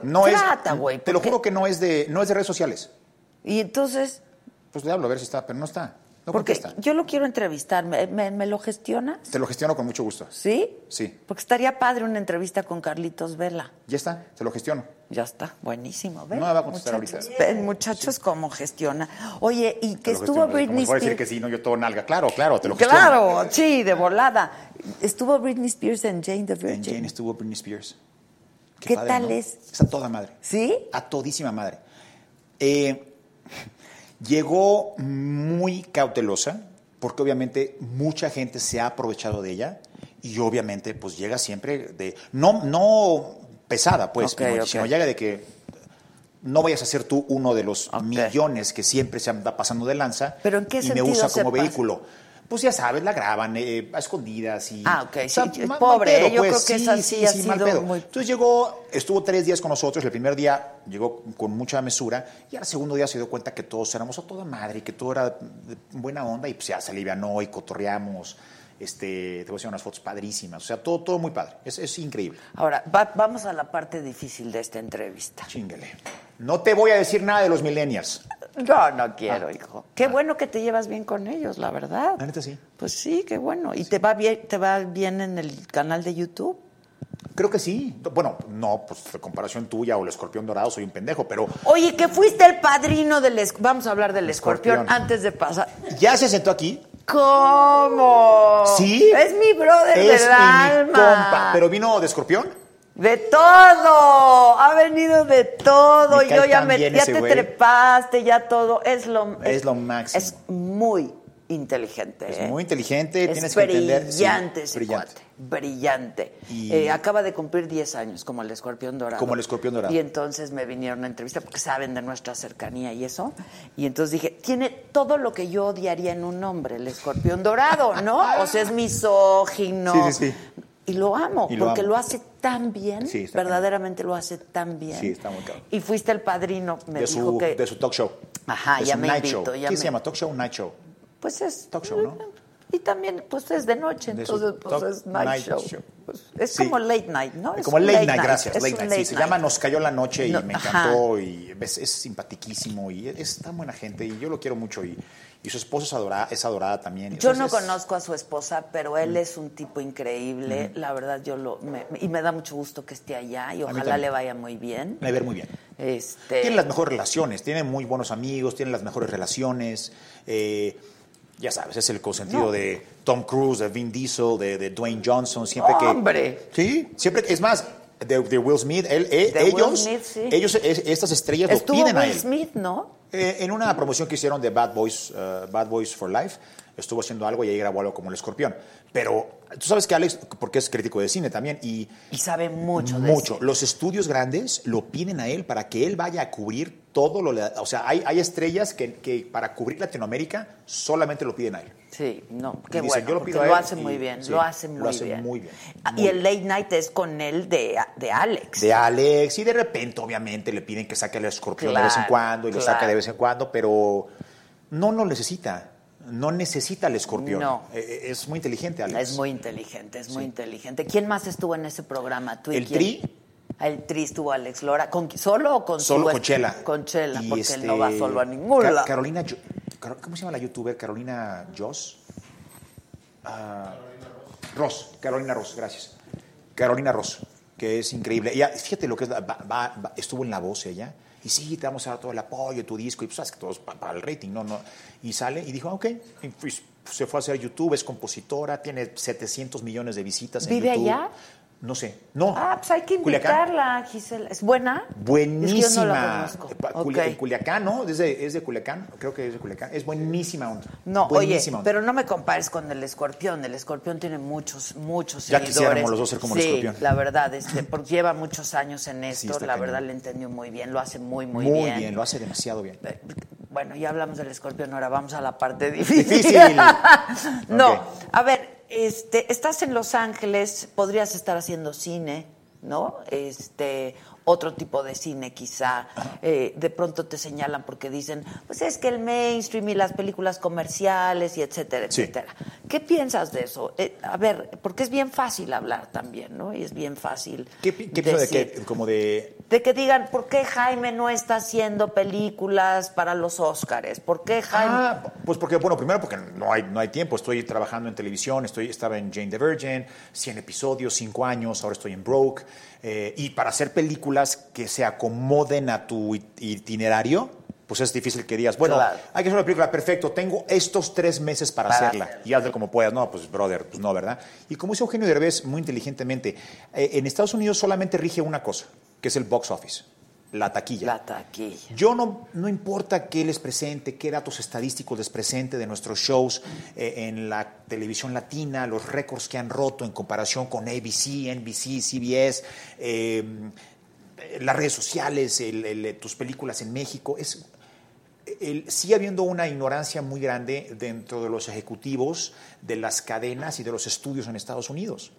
D: No
A: Trata,
D: es,
A: güey,
D: Te lo
A: porque-
D: juro que no es, de, no es de redes sociales.
A: Y entonces,
D: Pues le hablo a ver si está, pero no está. No
A: porque
D: contesta.
A: yo lo quiero entrevistar, ¿me, me, me lo gestionas?
D: Te lo gestiono con mucho gusto.
A: ¿Sí?
D: Sí.
A: Porque estaría padre una entrevista con Carlitos Vela.
D: Ya está, te lo gestiono.
A: Ya está, buenísimo. ¿ven?
D: No me va a contestar
A: muchachos,
D: ahorita.
A: ven, muchachos, cómo gestiona. Oye, y que
D: Te lo
A: estuvo
D: gestiono, como
A: Britney
D: les voy a decir
A: Spears.
D: que sí, no, yo todo nalga. Claro, claro, te lo gestiono.
A: Claro, sí, de volada. Estuvo Britney Spears en Jane the
D: En
A: Virgin.
D: Jane estuvo Britney Spears.
A: ¿Qué tal es?
D: Está toda madre.
A: ¿Sí?
D: A todísima madre. Eh, llegó muy cautelosa, porque obviamente mucha gente se ha aprovechado de ella y obviamente pues llega siempre de... No, no pesada, pues,
A: Ok,
D: sino,
A: ok.
D: sino llega de que no vayas a ser tú uno de los
A: Ok.
D: millones que siempre se anda pasando de lanza
A: ¿Pero en qué
D: y me
A: sentido
D: usa
A: se
D: como
A: pasa?
D: vehículo. Pues ya sabes, la graban eh, a escondidas y...
A: Ah, ok, sí, yo-
D: ma- mal
A: pobre,
D: pedo, pues,
A: eh, yo creo que
D: sí,
A: esa sí
D: sí,
A: ha
D: sí, mal
A: sido
D: pedo.
A: muy-
D: Entonces llegó, estuvo tres días con nosotros. El primer día llegó con mucha mesura y al segundo día se dio cuenta que todos éramos a toda madre y que todo era de buena onda y pues ya se alivianó y cotorreamos. Este, te voy a hacer unas fotos padrísimas. O sea, todo, todo muy padre. Es, es increíble.
A: Ahora, va- vamos a la parte difícil de esta entrevista.
D: Chingale. No te voy a decir nada de los millennials.
A: No, no quiero, hijo. Qué bueno que te llevas bien con ellos, la verdad.
D: Ah. La neta sí.
A: Pues sí, qué bueno. ¿Y te va bien, te va bien en el canal de YouTube?
D: Creo que sí. Bueno, no, pues de comparación tuya o el escorpión dorado soy un pendejo, pero
A: Oye, que fuiste el padrino del esc- vamos a hablar del escorpión,
D: Escorpión.
A: antes de pasar.
D: ya se sentó aquí.
A: ¿Cómo?
D: Sí.
A: Es mi brother
D: Es
A: del
D: mi
A: alma. Eh,
D: compa. Pero vino de escorpión.
A: De todo, ha venido de todo.
D: Me
A: y
D: cae
A: Yo ya
D: tan
A: me,
D: bien
A: ya
D: ese
A: te
D: güey.
A: trepaste, ya todo. Es lo,
D: Es lo máximo.
A: Es muy inteligente.
D: Es
A: ¿eh?
D: muy inteligente,
A: Es
D: tienes que entender. sí,
A: brillante ese
D: brillante.
A: cuate, brillante.
D: Y-
A: Eh, acaba de cumplir 10 años como el escorpión dorado.
D: Como el escorpión dorado.
A: Y entonces me vinieron a entrevista porque saben de nuestra cercanía y eso. Y entonces dije, tiene todo lo que yo odiaría en un hombre, el escorpión dorado, ¿no? O sea, es misógino.
D: Sí, sí, sí.
A: Y lo amo,
D: Y lo
A: porque
D: amo.
A: lo hace tan bien,
D: Sí, está
A: verdaderamente lo hace tan bien.
D: Sí, está muy cabrón.
A: Y fuiste el padrino, me
D: de,
A: dijo
D: su,
A: que...
D: de su talk show.
A: Ajá,
D: De
A: ya
D: su
A: me
D: night
A: invitó,
D: show.
A: ya
D: ¿Qué
A: me-
D: se llama? Talk show, night show.
A: Pues es.
D: Talk show, ¿no?
A: Y también, pues es de noche,
D: De
A: entonces
D: su
A: pues
D: talk-
A: es night,
D: night
A: show.
D: show.
A: Pues, es
D: Sí.
A: como late night, ¿no? Es
D: Como
A: un
D: late, night, gracias.
A: es
D: Late
A: un
D: night, sí. Se
A: night.
D: llama Nos cayó la noche y
A: No,
D: me
A: ajá.
D: encantó y es, es simpatiquísimo y es tan buena gente y yo lo quiero mucho y, y su esposo es adorada, es adorada también.
A: Yo no
D: Entonces,
A: conozco a su esposa, pero
D: Mm.
A: él es un tipo increíble. La verdad, yo lo. me- y me da mucho gusto que esté allá y ojalá
D: también.
A: le vaya muy bien.
D: Me ver muy bien.
A: Este,
D: Tiene las mejores relaciones, tiene muy buenos amigos, tiene las mejores relaciones. eh, ya sabes, es el consentido
A: No.
D: de Tom Cruise, de Vin Diesel, de, de Dwayne Johnson, siempre que...
A: ¡Hombre!
D: Sí, siempre, es más, de, de Will Smith, él- eh,
A: De Will
D: ellos,
A: Smith, sí.
D: ellos, es- estas estrellas
A: Estuvo
D: lo piden a
A: Will
D: él.
A: Smith, ¿no?
D: Eh, en una promoción que hicieron de Bad Boys, eh, Bad Boys for Life, estuvo haciendo algo y ahí grabó algo como El Escorpión. Pero tú sabes que Alex, porque es crítico de cine también, y
A: Y sabe mucho de
D: mucho.
A: eso.
D: Los estudios grandes lo piden a él para que él vaya a cubrir todo lo... O sea, hay, hay estrellas que, que para cubrir Latinoamérica solamente lo piden a él.
A: Sí, no, qué
D: Dicen,
A: bueno.
D: yo lo
A: porque
D: pido a
A: lo
D: él
A: hace
D: y-
A: muy bien,
D: sí,
A: lo hace
D: lo
A: muy
D: hace
A: bien.
D: muy bien,
A: Ah,
D: muy
A: y el late night es con él de, de Alex.
D: De Alex, y de repente obviamente le piden que saque al escorpión de vez en
A: Claro,
D: cuando, y lo
A: claro.
D: saca de vez en cuando, pero no lo necesita. No necesita al escorpión.
A: No.
D: Eh, eh, Es muy inteligente, Alex.
A: Es muy inteligente, es muy inteligente. ¿Quién más estuvo en ese programa? ¿Tú y
D: El
A: quién? Ah,
D: Tri.
A: El Tri estuvo Alex Lora. ¿Con, qui- ¿Solo o con su
D: Solo
A: ex-
D: con Chela.
A: Con Chela,
D: Y,
A: porque él
D: este,
A: no va solo a ningún
D: Ca-
A: lado.
D: Carolina, Yo- Car- ¿cómo se llama la youtuber? Carolina Joss. Ah, Ross. Carolina Ross, gracias. Carolina Ross, que es increíble. Ella, fíjate lo que es, la- va- va- va- estuvo en la voz ella. Y sí, te vamos a dar todo el apoyo, tu disco, y pues sabes que todos pa- para el rating, no, no. Y sale y dijo, ah, ok, Y, pues, se fue a hacer YouTube, es compositora, tiene 700 millones de visitas en
A: ¿Vive
D: YouTube.
A: allá?
D: No sé, no.
A: Ah, pues hay que
D: Culiacán.
A: invitarla, Gisela. ¿Es buena?
D: Buenísima.
A: Es que yo no la conozco.
D: Pa-
A: Ok.
D: Culia- en Culiacán, ¿no? Es de, es de Culiacán, creo que es de Culiacán. Es buenísima onda.
A: No, oye,
D: Buenísima onda.
A: pero no me compares con el escorpión. El escorpión tiene muchos, muchos
D: Ya
A: seguidores.
D: quisiéramos los dos ser como el
A: Sí,
D: Escorpión.
A: la verdad, este, porque lleva muchos años en
D: Sí,
A: esto.
D: está
A: la
D: cañón.
A: verdad, le entendió muy bien, lo hace muy, muy,
D: muy, bien. lo hace demasiado bien.
A: Eh, Bueno, ya hablamos del escorpión, ahora vamos a la parte difícil.
D: Difícil.
A: no,
D: Ok.
A: a ver, este, estás en Los Ángeles, podrías estar haciendo cine, ¿no? Este, otro tipo de cine quizá. Eh, de pronto te señalan porque dicen, pues es que el mainstream y las películas comerciales y etcétera,
D: Sí.
A: etcétera. ¿Qué piensas de eso? Eh, a ver, porque es bien fácil hablar también, ¿no? Y es bien fácil.
D: ¿Qué, pi- qué pienso de
A: decir.
D: qué? Como de.
A: De que digan, ¿por qué Jaime no está haciendo películas para los Óscares? ¿Por qué Jaime?
D: Ah, pues porque, bueno, primero porque no hay, no hay tiempo. Estoy trabajando en televisión, estoy, estaba en Jane the Virgin, 100 episodios, 5 años, ahora estoy en Broke. Eh, y para hacer películas que se acomoden a tu it- itinerario, pues es difícil que digas, bueno,
A: Claro.
D: hay que hacer una película, perfecto, tengo estos tres meses para,
A: Para
D: hacerla.
A: hacerla.
D: Y hazlo como puedas. No, pues, brother, pues no, ¿verdad? Y como dice Eugenio Derbez muy inteligentemente, eh, en Estados Unidos solamente rige una cosa, que es el box office, la taquilla.
A: La taquilla.
D: Yo no, no importa qué les presente, qué datos estadísticos les presente de nuestros shows eh, en la televisión latina, los récords que han roto en comparación con ABC, NBC, CBS, eh, las redes sociales, el- el- tus películas en México. Es, el- sigue habiendo una ignorancia muy grande dentro de los ejecutivos, de las cadenas y de los estudios en Estados Unidos.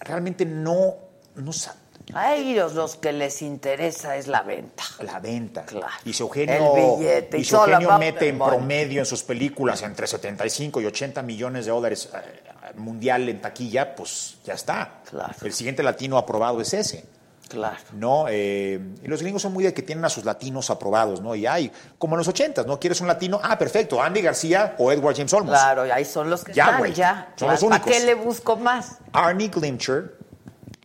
D: Realmente no, no sa-
A: A ellos los que les interesa es la venta.
D: la venta.
A: Claro.
D: Y si Eugenio,
A: El billete, y
D: y si
A: toda la
D: Eugenio
A: papa-
D: mete en
A: Bueno.
D: promedio en sus películas entre 75 y 80 millones de dólares eh, mundial en taquilla, pues ya está.
A: Claro.
D: El siguiente latino aprobado es ese.
A: Claro.
D: ¿no? Eh, y los gringos son muy de que tienen a sus latinos aprobados, ¿no? Y hay, como en los ochentas, ¿no? ¿Quieres un latino? Ah, perfecto, Andy García o Edward James Olmos.
A: Claro, y ahí son los que
D: Ya,
A: están,
D: güey.
A: ya.
D: Son los
A: ¿Para
D: únicos.
A: qué le busco más?
D: Arnie Glimcher,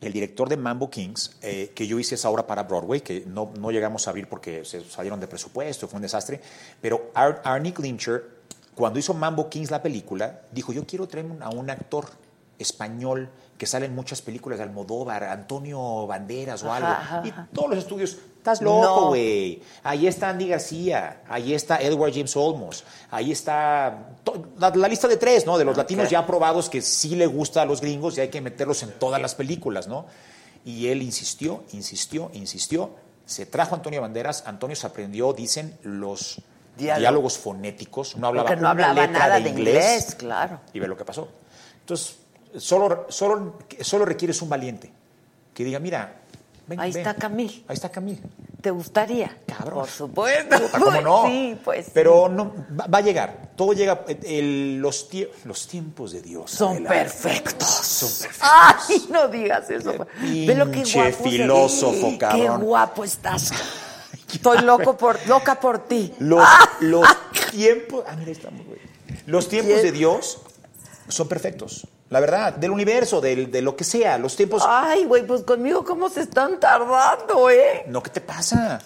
D: el director de Mambo Kings, eh, que yo hice esa obra para Broadway, que no, no llegamos a abrir porque se salieron de presupuesto, fue un desastre, pero Ar- Arnie Glimcher, cuando hizo Mambo Kings la película, dijo, yo quiero traerme un- a un actor español que sale en muchas películas de Almodóvar, Antonio Banderas o algo. y todos los estudios, estás
A: No.
D: loco, güey. Ahí está Andy García, ahí está Edward James Olmos, ahí está to- la, la lista de tres, ¿no? De los latinos ya aprobados que sí le gusta a los gringos y hay que meterlos en todas las películas, ¿no? Y él insistió, insistió, insistió. Se trajo a Antonio Banderas. Antonio se aprendió, dicen, los
A: Diálogo.
D: diálogos fonéticos. No hablaba,
A: Porque no
D: una
A: hablaba
D: letra
A: nada de inglés, claro.
D: y ve lo que pasó. Entonces, solo, solo, solo requieres un valiente que diga, mira, ven,
A: Ahí
D: ven.
A: está Camil.
D: Ahí está Camil.
A: ¿Te gustaría?
D: Cabrón.
A: Por supuesto.
D: Puta, ¿Cómo no?
A: Sí, pues. sí.
D: Pero no, va, va a llegar. Todo llega. eh, el- los, tie- los tiempos de Dios.
A: son
D: Adela.
A: perfectos.
D: Son perfectos.
A: Ay, no digas eso. Ve lo que
D: pinche
A: guapo se ve.
D: filósofo, cabrón.
A: Qué guapo estás. Estoy loco por, loca por ti.
D: Los,
A: Ah.
D: los tiempos. Ah, mira, ahí estamos, güey. Los tiempos de Dios son perfectos. La verdad, del universo, del- de lo que sea. Los tiempos.
A: Ay, güey, pues conmigo cómo se están tardando, ¿eh?
D: No, ¿qué te pasa?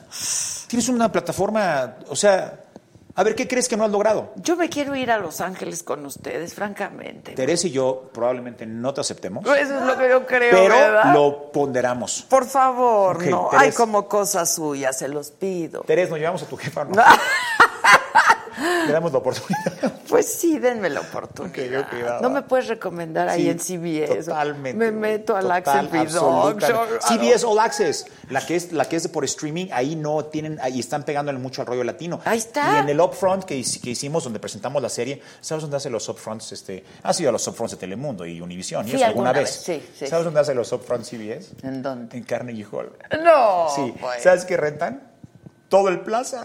D: Tienes una plataforma. O sea, a ver, ¿qué crees que no has logrado?
A: Yo me quiero ir a Los Ángeles con ustedes, francamente.
D: Teresa y yo probablemente no te aceptemos,
A: Eso es lo que yo creo,
D: pero
A: ¿verdad?
D: lo ponderamos.
A: Por favor,
D: Ok,
A: no.
D: Teresa.
A: Hay como cosas suyas, se los pido.
D: Teresa, nos llevamos a tu jefa, ¿no? Le damos la oportunidad.
A: Pues sí, denme la oportunidad.
D: Ok, ok, va,
A: no
D: va.
A: me puedes recomendar ahí
D: Sí,
A: en CBS.
D: Totalmente.
A: Me
D: güey.
A: meto al
D: Total,
A: Axel Bidón.
D: absolutamente.
A: yo-
D: CBS All Access, la que es la que es por streaming, ahí no tienen ahí están pegándole mucho al rollo latino.
A: Ahí está.
D: Y en el upfront que, hic- que hicimos donde presentamos la serie, ¿sabes dónde hacen los upfronts este? Ha sido los upfronts de Telemundo y Univision, y
A: Sí,
D: eso alguna,
A: alguna
D: vez.
A: vez, sí, sí,
D: ¿Sabes
A: sí.
D: dónde hacen los upfronts CBS?
A: ¿En dónde?
D: En Carnegie Hall.
A: No.
D: sí.
A: pues. Ah.
D: ¿Sabes qué rentan? Todo el plaza.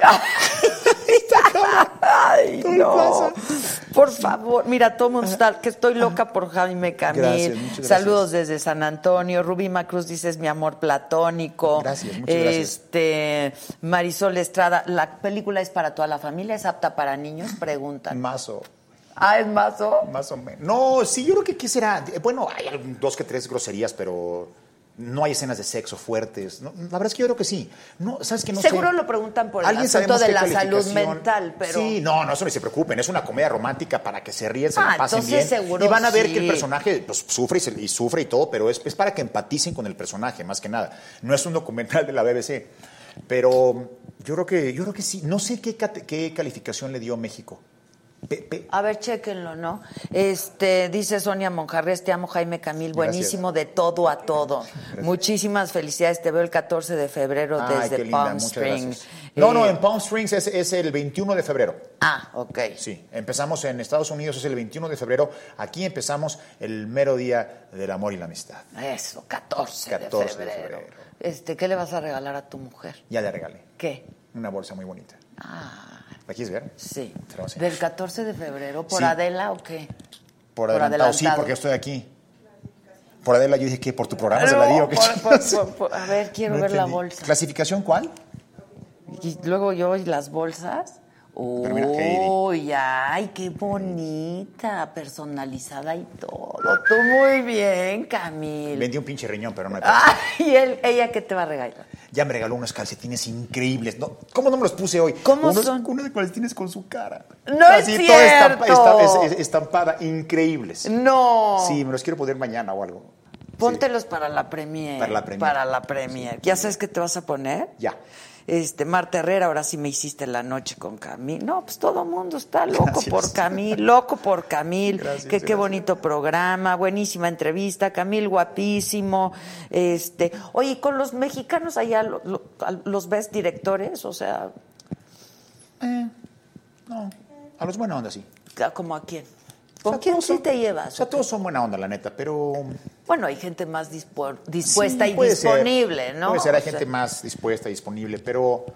A: Ay,
D: Todo el
A: no.
D: plaza.
A: Por favor, mira, todo mundo está, que estoy loca por Jaime Camil.
D: Gracias, muchas gracias.
A: Saludos desde San Antonio. Rubí Macruz dice es mi amor platónico.
D: Gracias, muchas gracias.
A: Este, Marisol Estrada, ¿la película es para toda la familia? ¿Es apta para niños? Preguntan.
D: Mazo.
A: Ah, es mazo.
D: Más o menos. No, sí, yo creo que qué será. Eh, Bueno, hay algún- dos que tres groserías, pero no hay escenas de sexo fuertes. No, la verdad es que yo creo que sí. No, sabes que no
A: Seguro
D: sé.
A: lo preguntan por el
D: ¿Alguien
A: asunto
D: sabemos
A: de
D: qué
A: la salud
D: calificación?
A: mental, pero
D: Sí, no, no, eso ni se preocupen. Es una comedia romántica para que se ríen, se
A: Ah,
D: la pasen
A: entonces
D: bien.
A: seguro
D: y van a ver
A: sí.
D: que el personaje pues, sufre y, se- y sufre y todo, pero es, es para que empaticen con el personaje, más que nada. No es un documental de la BBC. Pero yo creo que, yo creo que sí. No sé qué, cate- qué calificación le dio México. Pe- pe-
A: A ver, chéquenlo, ¿no? Este, dice Sonia Monjarres, te amo Jaime Camil, buenísimo de todo a todo. Muchísimas felicidades, te veo el 14 de febrero
D: Ay,
A: desde
D: qué linda,
A: Palm
D: muchas
A: Springs.
D: gracias. No,
A: Eh,
D: no, en Palm Springs es, es el 21 de febrero.
A: Ah, ok.
D: Sí, empezamos en Estados Unidos, es el 21 de febrero. Aquí empezamos el mero día del amor y la amistad.
A: Eso, 14,
D: 14
A: de
D: de
A: febrero.
D: febrero.
A: Este, ¿qué le vas a regalar a tu mujer?
D: Ya le regalé
A: ¿Qué?
D: una bolsa muy bonita.
A: Ah,
D: ¿La quieres ver?
A: sí.
D: Te la voy a enseñar.
A: ¿Del 14 de febrero por
D: Sí.
A: Adela o qué?
D: Por adelantado, sí,
A: adelantado.
D: porque estoy aquí. Por Adela, yo dije que por tu programa Ah, se
A: No,
D: la di o qué
A: por- por-
D: chingados?
A: por- por- a ver, quiero ver la bolsa.
D: ¿Clasificación cuál?
A: Y luego yo y las bolsas.
D: Pero mira, Heidi.
A: Uy, ay, qué bonita, personalizada y todo. Tú muy bien, Camil.
D: Vendí un pinche riñón, pero no me
A: Ay, y él, ella qué te va a regalar.
D: Ya me regaló unos calcetines increíbles. No, ¿Cómo no me los puse hoy?
A: ¿Cómo
D: unos,
A: son?
D: Unos calcetines con su cara.
A: ¡No es
D: toda estampa-
A: cierto!
D: esta- es- es- estampada, increíbles.
A: No.
D: Sí, me los quiero poner mañana o algo.
A: Póntelos para la premier.
D: Para la premier.
A: Para la premier. ¿Ya sabes qué te vas a poner?
D: Ya.
A: Este, Marta Herrera, ahora sí me hiciste la noche con Camil. No, pues todo mundo está loco
D: Gracias.
A: por Camil, loco por Camil.
D: Gracias,
A: que qué
D: gracias.
A: bonito programa, buenísima entrevista, Camil guapísimo. Este, oye, ¿y con los mexicanos allá lo- lo- al- los ves directores, o sea,
D: Eh, no, a los buena onda sí.
A: como a quién?
D: O
A: ¿Con
D: sea,
A: quién
D: todos
A: sí
D: son-
A: te llevas?
D: O sea, todos son buena onda, la neta, pero... um,
A: Bueno, hay gente más dispu- dispuesta
D: Sí,
A: y
D: puede ser.
A: disponible, ¿no?
D: Puede ser, hay
A: O sea,
D: gente más dispuesta y disponible, pero...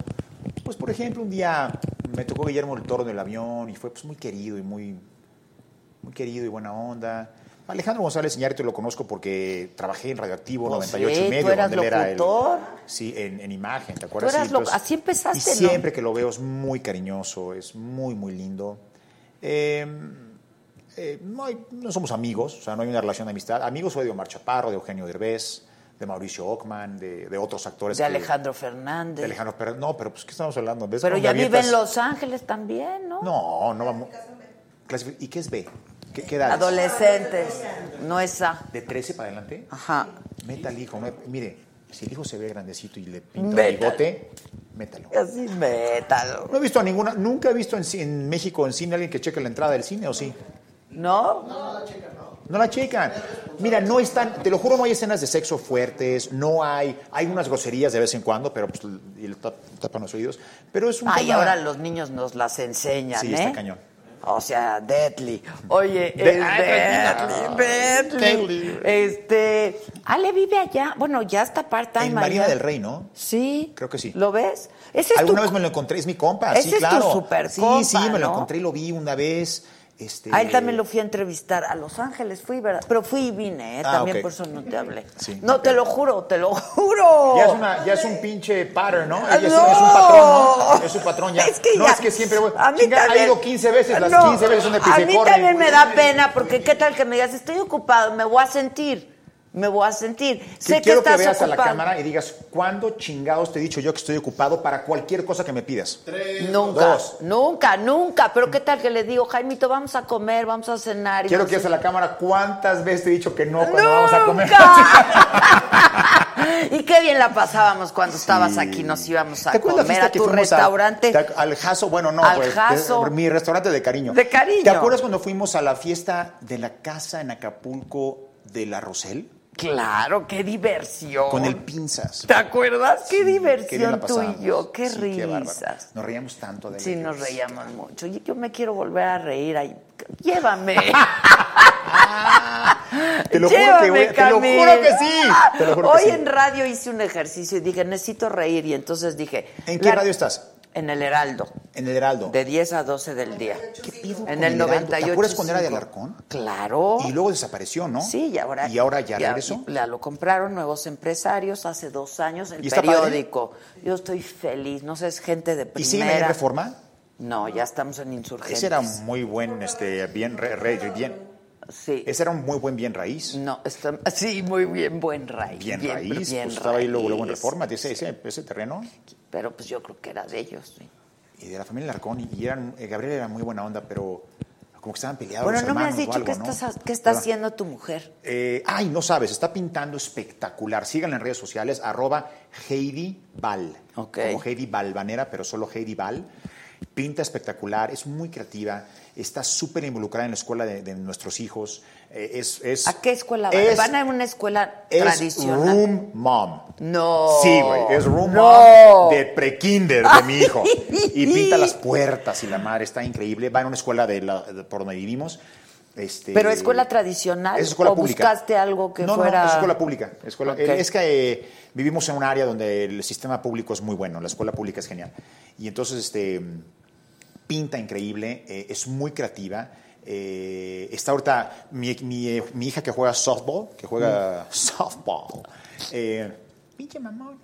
D: Pues, por ejemplo, un día me tocó Guillermo el Toro en el avión y fue pues, muy querido y muy, muy querido y buena onda. Alejandro González Iñárritu lo conozco porque trabajé en Radioactivo
A: Pues
D: 98
A: sí,
D: y medio,
A: tú eras
D: donde él era el-
A: locutor.
D: sí, en, en imagen, ¿te acuerdas?
A: Tú eras
D: Sí,
A: lo-
D: entonces-
A: así empezaste,
D: y
A: ¿no?
D: siempre que lo veo es muy cariñoso, es muy, muy lindo. Eh, eh, no, hay- no somos amigos, o sea, no hay una relación de amistad. Amigos soy de Omar Chaparro, de Eugenio Derbez, de Mauricio Ockman, de, de otros actores.
A: de
D: que-
A: Alejandro Fernández.
D: de Alejandro, pero no, pero pues, ¿qué estamos hablando? ¿Ves
A: Pero
D: cómo
A: ya
D: me
A: vive en
D: avientas?
A: Los Ángeles también, ¿no?
D: No, no vamos. Clasific- ¿Y qué es B? ¿Qué, qué edad es?
A: Adolescentes. No es A.
D: ¿De 13 para adelante?
A: Ajá.
D: Meta al hijo. no hay- Mire, si el hijo se ve grandecito y le pinta el
A: Métalo.
D: bigote, métalo.
A: Así métalo.
D: No he visto a ninguna, nunca he visto en, ci- en México en cine alguien que cheque la entrada del cine, ¿o sí?
A: ¿No?
D: No la checan. Mira, no están, te lo juro, no hay escenas de sexo fuertes, no hay, hay unas groserías de vez en cuando, pero pues, y le tap- tapan los oídos. Pero es un
A: Ay,
D: tema-
A: ahora los niños nos las enseñan,
D: Sí,
A: ¿eh?
D: está cañón.
A: O sea, deadly. Oye, es
D: De- Ay,
A: deadly,
D: tranquila.
A: deadly.
D: Deadly.
A: Este, Ale vive allá. Bueno, ya está part-time
D: En Marina
A: allá.
D: del Rey, ¿no?
A: Sí.
D: Creo que sí.
A: ¿Lo ves? Ese es
D: Alguna
A: tu-
D: vez me lo encontré, es mi compa,
A: Ese
D: sí,
A: es tu
D: claro. sí,
A: supercompa,
D: sí, me lo
A: ¿no?
D: encontré y lo vi una vez. Este...
A: A él también lo fui a entrevistar a Los Ángeles, fui, ¿verdad? Pero fui y vine, ¿eh?
D: Ah,
A: también
D: ok.
A: por eso no te hablé.
D: Sí,
A: no,
D: ok.
A: te lo juro, te lo juro. Ah,
D: Ya es, una- ya es un pinche pattern, ¿no? Ella es-
A: ¡No!
D: Es un patrón, ¿no? Es un patrón ya.
A: Es que
D: no,
A: ya.
D: es que siempre voy.
A: A mí
D: Chinga,
A: también-
D: ha ido 15 veces, las
A: No,
D: 15 veces son de
A: A mí
D: piscicorne.
A: también me da pena, porque qué tal que me digas, estoy ocupado, me voy a sentir, me voy a sentir.
D: Sí,
A: sé que
D: quiero que,
A: estás
D: veas
A: ocupado.
D: a la cámara y digas, ¿cuándo chingados te he dicho yo que estoy ocupado para cualquier cosa que me pidas?
A: Nunca,
D: Dos.
A: nunca, nunca. Pero qué tal que le digo, Jaimito, vamos a comer, vamos a cenar. y
D: Quiero
A: vamos
D: que veas a la cámara cuántas veces te he dicho que no cuando
A: ¡Nunca!
D: vamos a comer.
A: y qué bien la pasábamos cuando estabas aquí, nos íbamos a
D: ¿Te acuerdas la
A: comer
D: fiesta
A: a
D: que
A: tu
D: fuimos a-
A: restaurante.
D: te ac- al Jaso, bueno, no,
A: Al
D: pues,
A: Jaso.
D: de- mi restaurante de cariño.
A: De cariño.
D: ¿Te acuerdas cuando fuimos a la fiesta de la casa en Acapulco de la Rosel?
A: Claro, qué diversión.
D: Con el pinzas.
A: ¿Te acuerdas? Qué
D: Qué bien
A: diversión
D: la
A: tú
D: pasamos.
A: y yo, qué
D: Sí, bárbaro.
A: risas.
D: nos reíamos tanto de
A: sí,
D: ello.
A: nos reíamos mucho. Y Yo me quiero volver a reír. Ay, llévame.
D: Te lo juro
A: Llévame,
D: que voy- te lo
A: Camil.
D: juro que sí. Te lo juro que
A: Hoy
D: sí.
A: en radio hice un ejercicio y dije, necesito reír. Y entonces dije...
D: ¿En qué
A: la-
D: radio estás?
A: En el Heraldo.
D: En el Heraldo.
A: De 10 a 12 del día.
D: ¿Qué pido con
A: En el
D: Heraldo?
A: 98.
D: ¿Te acuerdas cuando era de
A: cinco?
D: Alarcón?
A: Claro.
D: Y luego desapareció, ¿no?
A: Oh. Sí, y ahora.
D: Y ahora ya, regresó.
A: ya lo compraron nuevos empresarios hace dos años, el
D: ¿Y está padre?
A: periódico. Yo estoy feliz, no sé, es gente de primera.
D: ¿Y siguen ahí en reforma?
A: No, ya estamos en insurgentes.
D: Ese era un muy buen, este, bien, re- re- bien.
A: Sí.
D: Ese era un muy buen bien raíz.
A: No, está- sí, muy bien, buen raíz.
D: Bien, raíz. pues, estaba ahí luego, luego en reforma, ese, ese, ese terreno.
A: Pero pues yo creo que era de ellos. sí.
D: Y de la familia Alarcón. Y y eran, eh, Gabriel era muy buena onda, pero como que estaban peleados.
A: Bueno,
D: los
A: no me has
D: hermanos o
A: dicho
D: algo,
A: qué
D: ¿no?
A: estás, qué está
D: Perdón.
A: haciendo tu mujer.
D: Eh, ay, no sabes, está pintando espectacular. Síganla en redes sociales, arroba Heidi Val.
A: Ok.
D: Como Heidi Balvanera, pero solo Heidi Val. Pinta espectacular, es muy creativa, está súper involucrada en la escuela de, de nuestros hijos. Eh, es, es-
A: ¿A qué escuela van?
D: es-
A: ¿Van a una escuela
D: es
A: tradicional?
D: Room Mom.
A: No.
D: Sí, güey, es Room
A: No.
D: Mom de prekinder de mi hijo. Y pinta las puertas y la madre, está increíble. Va a una escuela de, la- de- por donde vivimos. Este,
A: ¿Pero escuela tradicional
D: es escuela
A: o
D: pública.
A: buscaste algo que
D: No,
A: fuera...?
D: No, es escuela pública. escuela-
A: Ok.
D: Es que eh, vivimos en un área donde el sistema público es muy bueno, la escuela pública es genial. Y entonces este, pinta increíble, eh, es muy creativa. eh, está ahorita mi, mi, eh, mi hija que juega softball, que
A: Mm.
D: juega softball. eh, pinche mamón.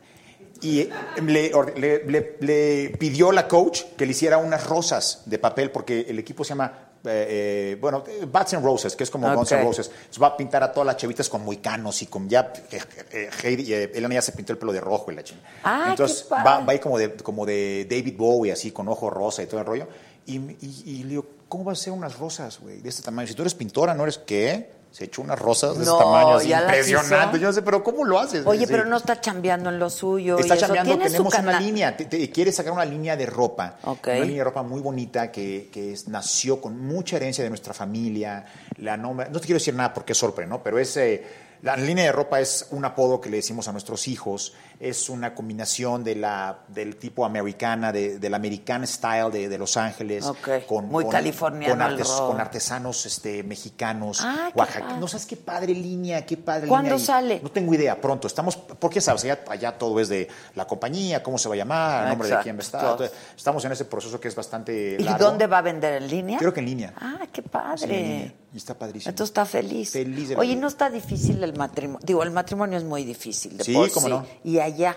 D: Y eh, le, or- le- le- le pidió la coach que le hiciera unas rosas de papel porque el equipo se llama, eh, eh, bueno, eh, Bats and Roses, que es como Guns N'
A: Ok.
D: Roses. Entonces va a pintar a todas las chavitas con moicanos y con ya. eh, eh, Heidi, eh, Elena ya se pintó el pelo de rojo y la chingada.
A: Ah, qué
D: Entonces
A: padre.
D: va, va ahí como de, como de David Bowie, así con ojo rosa y todo el rollo. Y, y- y le digo, ¿cómo vas a hacer unas rosas, güey, de este tamaño? Si tú eres pintora, ¿no eres qué? Se echó unas rosas de
A: No,
D: este tamaño, así,
A: ya las hizo.
D: impresionante. Yo no sé, pero ¿cómo lo haces?
A: Oye,
D: Sí.
A: pero no está chambeando en lo suyo.
D: Está
A: y eso.
D: chambeando,
A: Tiene su
D: tenemos una
A: canal.
D: línea, te- te- quiere sacar una línea de ropa,
A: Ok.
D: una línea de ropa muy bonita que, que es- nació con mucha herencia de nuestra familia, la nombra- no te quiero decir nada porque es sorpresa, ¿no? Pero es, eh, la línea de ropa es un apodo que le decimos a nuestros hijos, es una combinación de la, del tipo americana, de- del American style de, de Los Ángeles,
A: Ok, muy californiano
D: con,
A: el
D: artes-
A: rock.
D: con artesanos este, mexicanos,
A: Ah, qué
D: Oaxaca.
A: padre.
D: No sabes qué padre línea, qué padre
A: ¿Cuándo
D: línea. y-
A: sale?
D: No tengo idea, pronto. Estamos, porque sabes, allá, allá todo es de la compañía, cómo se va a llamar, el nombre de
A: Exacto.
D: quién va a estar. Entonces, estamos en ese proceso que es bastante
A: ¿Y
D: largo.
A: dónde va a vender? ¿En línea?
D: Creo que en línea.
A: Ah, qué
D: Sí, en
A: padre.
D: línea. Y está padrísimo.
A: Entonces está feliz.
D: Feliz de la
A: Oye,
D: vida.
A: no está difícil el matrimonio. Digo, el matrimonio es muy difícil. De
D: Sí,
A: por
D: cómo no.
A: Y allá.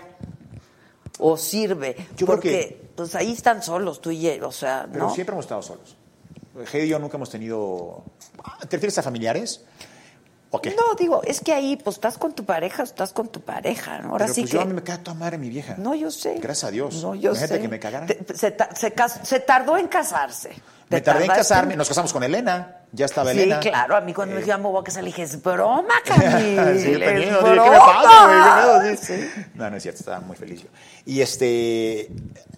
A: O sirve.
D: Yo creo
A: porque,
D: que-
A: pues ahí están solos tú y él. O sea,
D: Pero
A: ¿no?
D: siempre hemos estado solos. Heidi y yo nunca hemos tenido... Ah, ¿Te refieres a familiares? ¿O qué?
A: No, digo, es que ahí, pues estás con tu pareja, estás con tu pareja. ¿no? Ahora
D: Pero
A: sí
D: pues
A: que.
D: yo a mí me cae toda madre mi vieja.
A: No, yo sé.
D: Gracias a Dios.
A: No, yo
D: Imagínate
A: sé.
D: que me cagara.
A: Te- se, ta- se cas- se tardó en casarse.
D: Me
A: Te
D: tardé en
A: tardaste
D: casarme, nos casamos con Elena, ya estaba
A: Sí,
D: Elena. Eh.
A: claro, a mí cuando me dijeron, me voy a casar, le dije, es broma, Camil,
D: Sí, yo
A: es
D: también, dije,
A: broma.
D: ¿qué me pasa, güey? ¿Qué pedo? Sí. No, no es cierto, estaba muy feliz yo. Y este,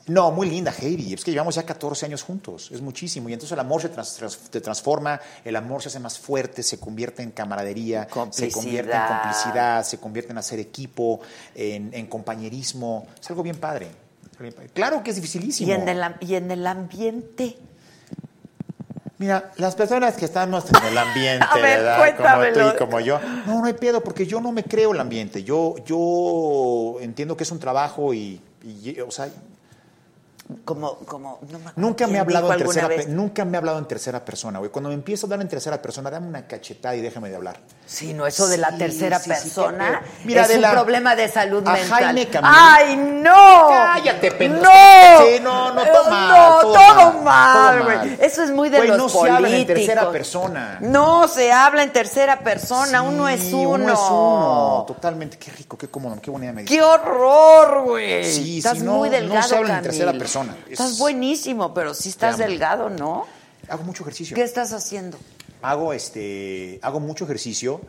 D: no, muy linda Heidi, es que llevamos ya 14 años juntos, es muchísimo, y entonces el amor se trans- trans- te transforma, el amor se hace más fuerte, se convierte en camaradería, se
A: Complicidad.
D: convierte en complicidad, se convierte en hacer equipo, en, en compañerismo, es algo bien padre. es algo bien padre. Claro que es dificilísimo.
A: Y en, el, am- y en el ambiente.
D: Mira, las personas que estamos en el ambiente,
A: A ver,
D: ¿verdad? Como tú
A: cuéntamelo.
D: y como yo. No, no hay pedo, porque yo no me creo el ambiente. Yo, yo entiendo que es un trabajo y, y, o sea,
A: Como, como, no me acuerdo
D: nunca me
A: quién
D: ha hablado en
A: dijo alguna
D: tercera, pe-
A: vez.
D: nunca me ha hablado en tercera persona, güey. Cuando me empiezo a hablar en tercera persona, dame una cachetada y déjame de hablar.
A: Sí, no, eso de la
D: Sí,
A: tercera
D: sí, sí,
A: persona
D: qué pedo. Mira,
A: es
D: Adela,
A: un problema de salud
D: a
A: mental.
D: Jaime Camil-
A: ¡Ay, no!
D: Cállate, pendejo.
A: ¡No!
D: Sí, no, no, todo
A: Eh,
D: mal,
A: No,
D: todo
A: todo
D: mal,
A: mal,
D: todo
A: güey.
D: mal.
A: Eso es muy de
D: Güey,
A: los
D: no se
A: políticos.
D: habla en tercera persona.
A: No, se habla en tercera persona.
D: Sí,
A: uno es uno.
D: Uno es uno. Totalmente. Qué rico, qué cómodo, qué bonita medicina.
A: ¡Qué horror, güey!
D: Sí,
A: estás
D: sí, no,
A: muy
D: no
A: delgado,
D: se habla en
A: Camil.
D: tercera persona.
A: Estás
D: Es-
A: buenísimo, pero sí estás
D: Te amo.
A: delgado, ¿no?
D: Hago mucho ejercicio.
A: ¿Qué estás haciendo?
D: hago este hago mucho ejercicio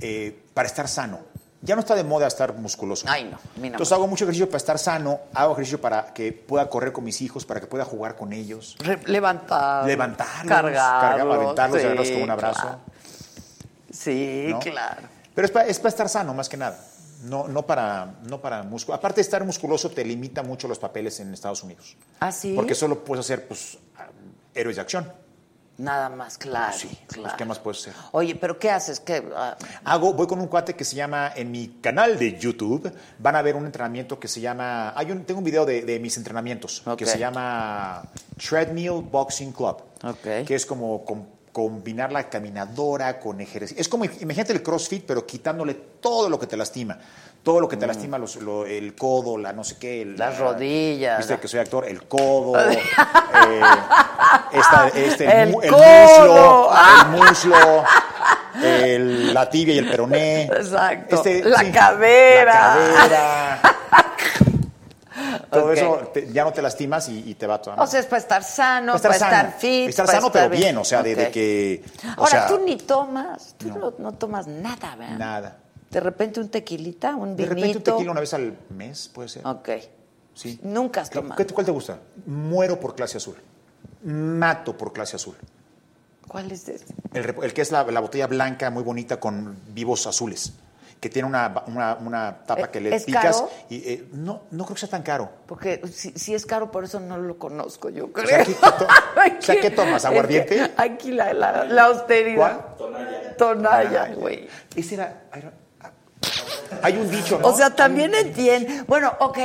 D: eh, para estar sano. Ya no está de moda estar musculoso.
A: Ay, no, a mí no.
D: Entonces hago mucho ejercicio para estar sano, hago ejercicio para que pueda correr con mis hijos, para que pueda jugar con ellos,
A: Re- levantar.
D: levantarlos,
A: Cargar.
D: cargar, aventarlos,
A: Ah, sí,
D: agarrarlos con un abrazo.
A: claro. Sí,
D: ¿no?
A: claro.
D: Pero es para, es para estar sano, más que nada. No, no para, no para músculo. Aparte de estar musculoso, te limita mucho los papeles en Estados Unidos.
A: ¿Ah, sí?
D: Porque solo puedes hacer, pues, ah, héroes de acción.
A: Nada más, claro.
D: Sí, pues,
A: claro.
D: ¿qué más puedes hacer?
A: Oye, ¿pero qué haces? ¿Qué? Ah,
D: Hago, voy con un cuate que se llama, en mi canal de YouTube, van a ver un entrenamiento que se llama, hay un, tengo un video de, de mis entrenamientos,
A: Ok.
D: que se llama Treadmill Boxing Club,
A: Ok.
D: que es como com- combinar la caminadora con ejercicio. Es como, imagínate el CrossFit, pero quitándole todo lo que te lastima. Todo lo que te lastima, los- lo- el codo, la no sé qué. el-
A: Mm. Las
D: la-
A: rodillas, ah,
D: Viste
A: la-
D: que soy actor, el codo, eh, esta- este, el,
A: El
D: mu- el
A: codo.
D: muslo, el muslo, el- la tibia y el peroné.
A: Exacto.
D: Este,
A: La
D: sí,
A: cadera.
D: La cadera. Todo
A: Ok.
D: eso te- ya no te lastimas y, y te va todo.
A: O sea, es para estar sano, para, estar, fit.
D: Estar
A: para
D: sano, pero
A: estar
D: bien. o sea, de, de
A: Ok.
D: que. o
A: Ahora,
D: sea,
A: tú ni tomas, tú
D: no.
A: no, no tomas nada, ¿verdad?
D: Nada.
A: De repente un tequilita, un
D: De
A: vinito.
D: repente un tequila una vez al mes, puede ser.
A: Ok.
D: Sí.
A: Nunca has tomado.
D: ¿Qué- ¿Cuál te gusta? Muero por clase azul. Mato por clase azul.
A: ¿Cuál es ese?
D: El, rep- el que es la, la botella blanca muy bonita con vivos azules, que tiene una, ba- una- una tapa que le
A: ¿Es
D: picas.
A: caro?
D: Y, eh, no, no creo que sea tan caro.
A: Porque si, si es caro, por eso no lo conozco, yo creo.
D: sea, ¿qué- qué to-
A: Aquí-
D: o sea, ¿qué tomas, aguardiente?
A: es que Aquí la, la, la austeridad. Tonalla. Tonalla, güey.
D: Ese era. era- ah, hay un dicho, ¿no?
A: O sea, también entiende. Bueno, ok,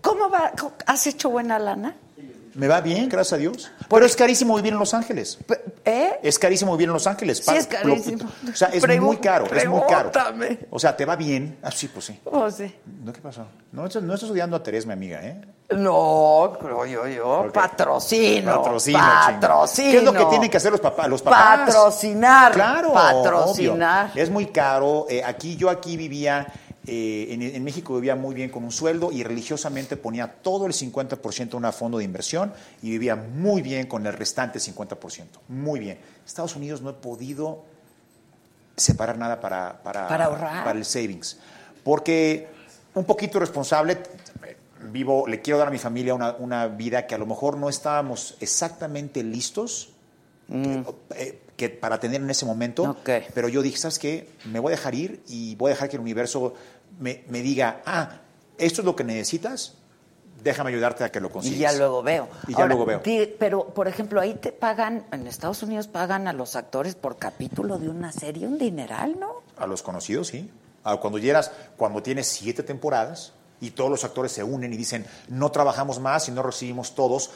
A: ¿cómo va? Co- ¿Has hecho buena lana?
D: Me va bien, gracias a Dios. Pero es carísimo vivir en Los Ángeles.
A: Pe- ¿Eh?
D: Es carísimo vivir en Los Ángeles.
A: Sí,
D: Pa-
A: es carísimo.
D: lo- o sea, es
A: Pregun-
D: muy caro, es muy caro.
A: pregúntame.
D: O sea, te va bien. Ah, sí, pues sí.
A: O sea,
D: ¿No qué pasó? No, esto- no estás odiando a Teresa, mi amiga, ¿eh?
A: no, creo yo, yo.
D: Ok.
A: Patrocino. Patrocino.
D: Patrocino, chingada. ¿Qué es lo que tienen que hacer los, papás? los papás?
A: Patrocinar.
D: Claro.
A: Patrocinar.
D: obvio. Es muy caro. Eh, aquí yo aquí vivía, eh, en, en México vivía muy bien con un sueldo y religiosamente ponía todo el 50% en un fondo de inversión y vivía muy bien con el restante 50%. Muy bien. Estados Unidos no he podido separar nada para, para,
A: Para ahorrar.
D: para el savings. Porque un poquito responsable, vivo, le quiero dar a mi familia una, una vida que a lo mejor no estábamos exactamente listos eh, que para tener en ese momento.
A: Ok.
D: Pero yo dije, ¿sabes qué? Me voy a dejar ir y voy a dejar que el universo me, me diga, ah, esto es lo que necesitas, déjame ayudarte a que lo consigas.
A: Y ya luego veo.
D: Y ya
A: Ahora,
D: luego veo.
A: di- pero, por ejemplo, ahí te pagan, en Estados Unidos pagan a los actores por capítulo de una serie un dineral, ¿no?
D: A los conocidos, sí. A cuando llegas, cuando tienes siete temporadas, y todos los actores se unen y dicen, no trabajamos más y no recibimos todos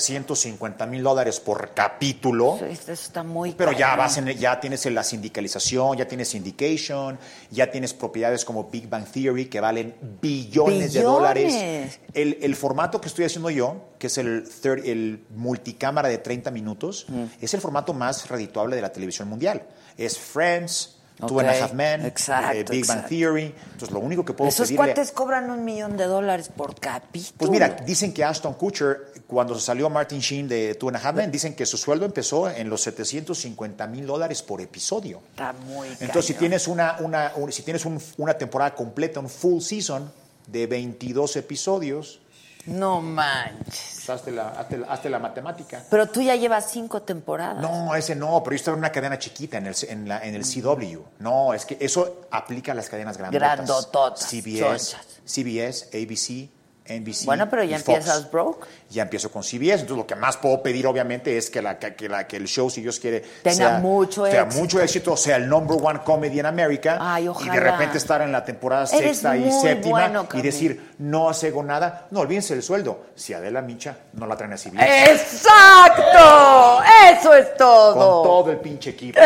D: 750 mil dólares por capítulo.
A: Esto está muy
D: Pero ya
A: cañón.
D: vas en, ya tienes la sindicalización, ya tienes syndication, ya tienes propiedades como Big Bang Theory que valen billones, de
A: Billones.
D: dólares. El, el formato que estoy haciendo yo, que es el, thir- el multicámara de 30 minutos,
A: Mm.
D: es el formato más redituable de la televisión mundial. Es Friends, Two and a
A: Ok,
D: Half Men,
A: exacto,
D: eh, Big
A: exacto.
D: Bang Theory. Entonces, lo único que puedo
A: Esos
D: pedirle...
A: cuates cobran un millón de dólares por capítulo.
D: Pues mira, dicen que Ashton Kutcher, cuando salió Martin Sheen de Two and a Half Men, dicen que su sueldo empezó en los 750 mil dólares por episodio.
A: Está muy
D: Entonces, si
A: cañón.
D: tienes, una, una- un- si tienes un- una temporada completa, un full season de 22 episodios,
A: No manches.
D: pues, hazte la, hazte la- hazte la matemática.
A: Pero tú ya llevas cinco temporadas.
D: No, ese no, pero yo estaba en una cadena chiquita, en el, C- en la- en el CW. No, es que eso aplica a las cadenas grandotas.
A: Grandototas,
D: CBS,
A: chonchas.
D: CBS, ABC, NBC.
A: Bueno, pero
D: y
A: ya
D: Fox.
A: empiezas broke.
D: Ya empiezo con CBS, entonces lo que más puedo pedir obviamente es que, la, que, que la- que el show, si Dios quiere,
A: Tenga mucho
D: sea
A: éxito.
D: mucho éxito, sea el number one comedy en América
A: Ay,
D: y de
A: ojalá.
D: repente estar en la temporada
A: Eres
D: sexta y
A: muy
D: séptima
A: bueno,
D: y
A: Camil.
D: decir, no hacego nada, no, olvídense del sueldo, si Adela Micha no la traen a CBS.
A: ¡Exacto! ¡Eso es todo!
D: Con todo el pinche equipo.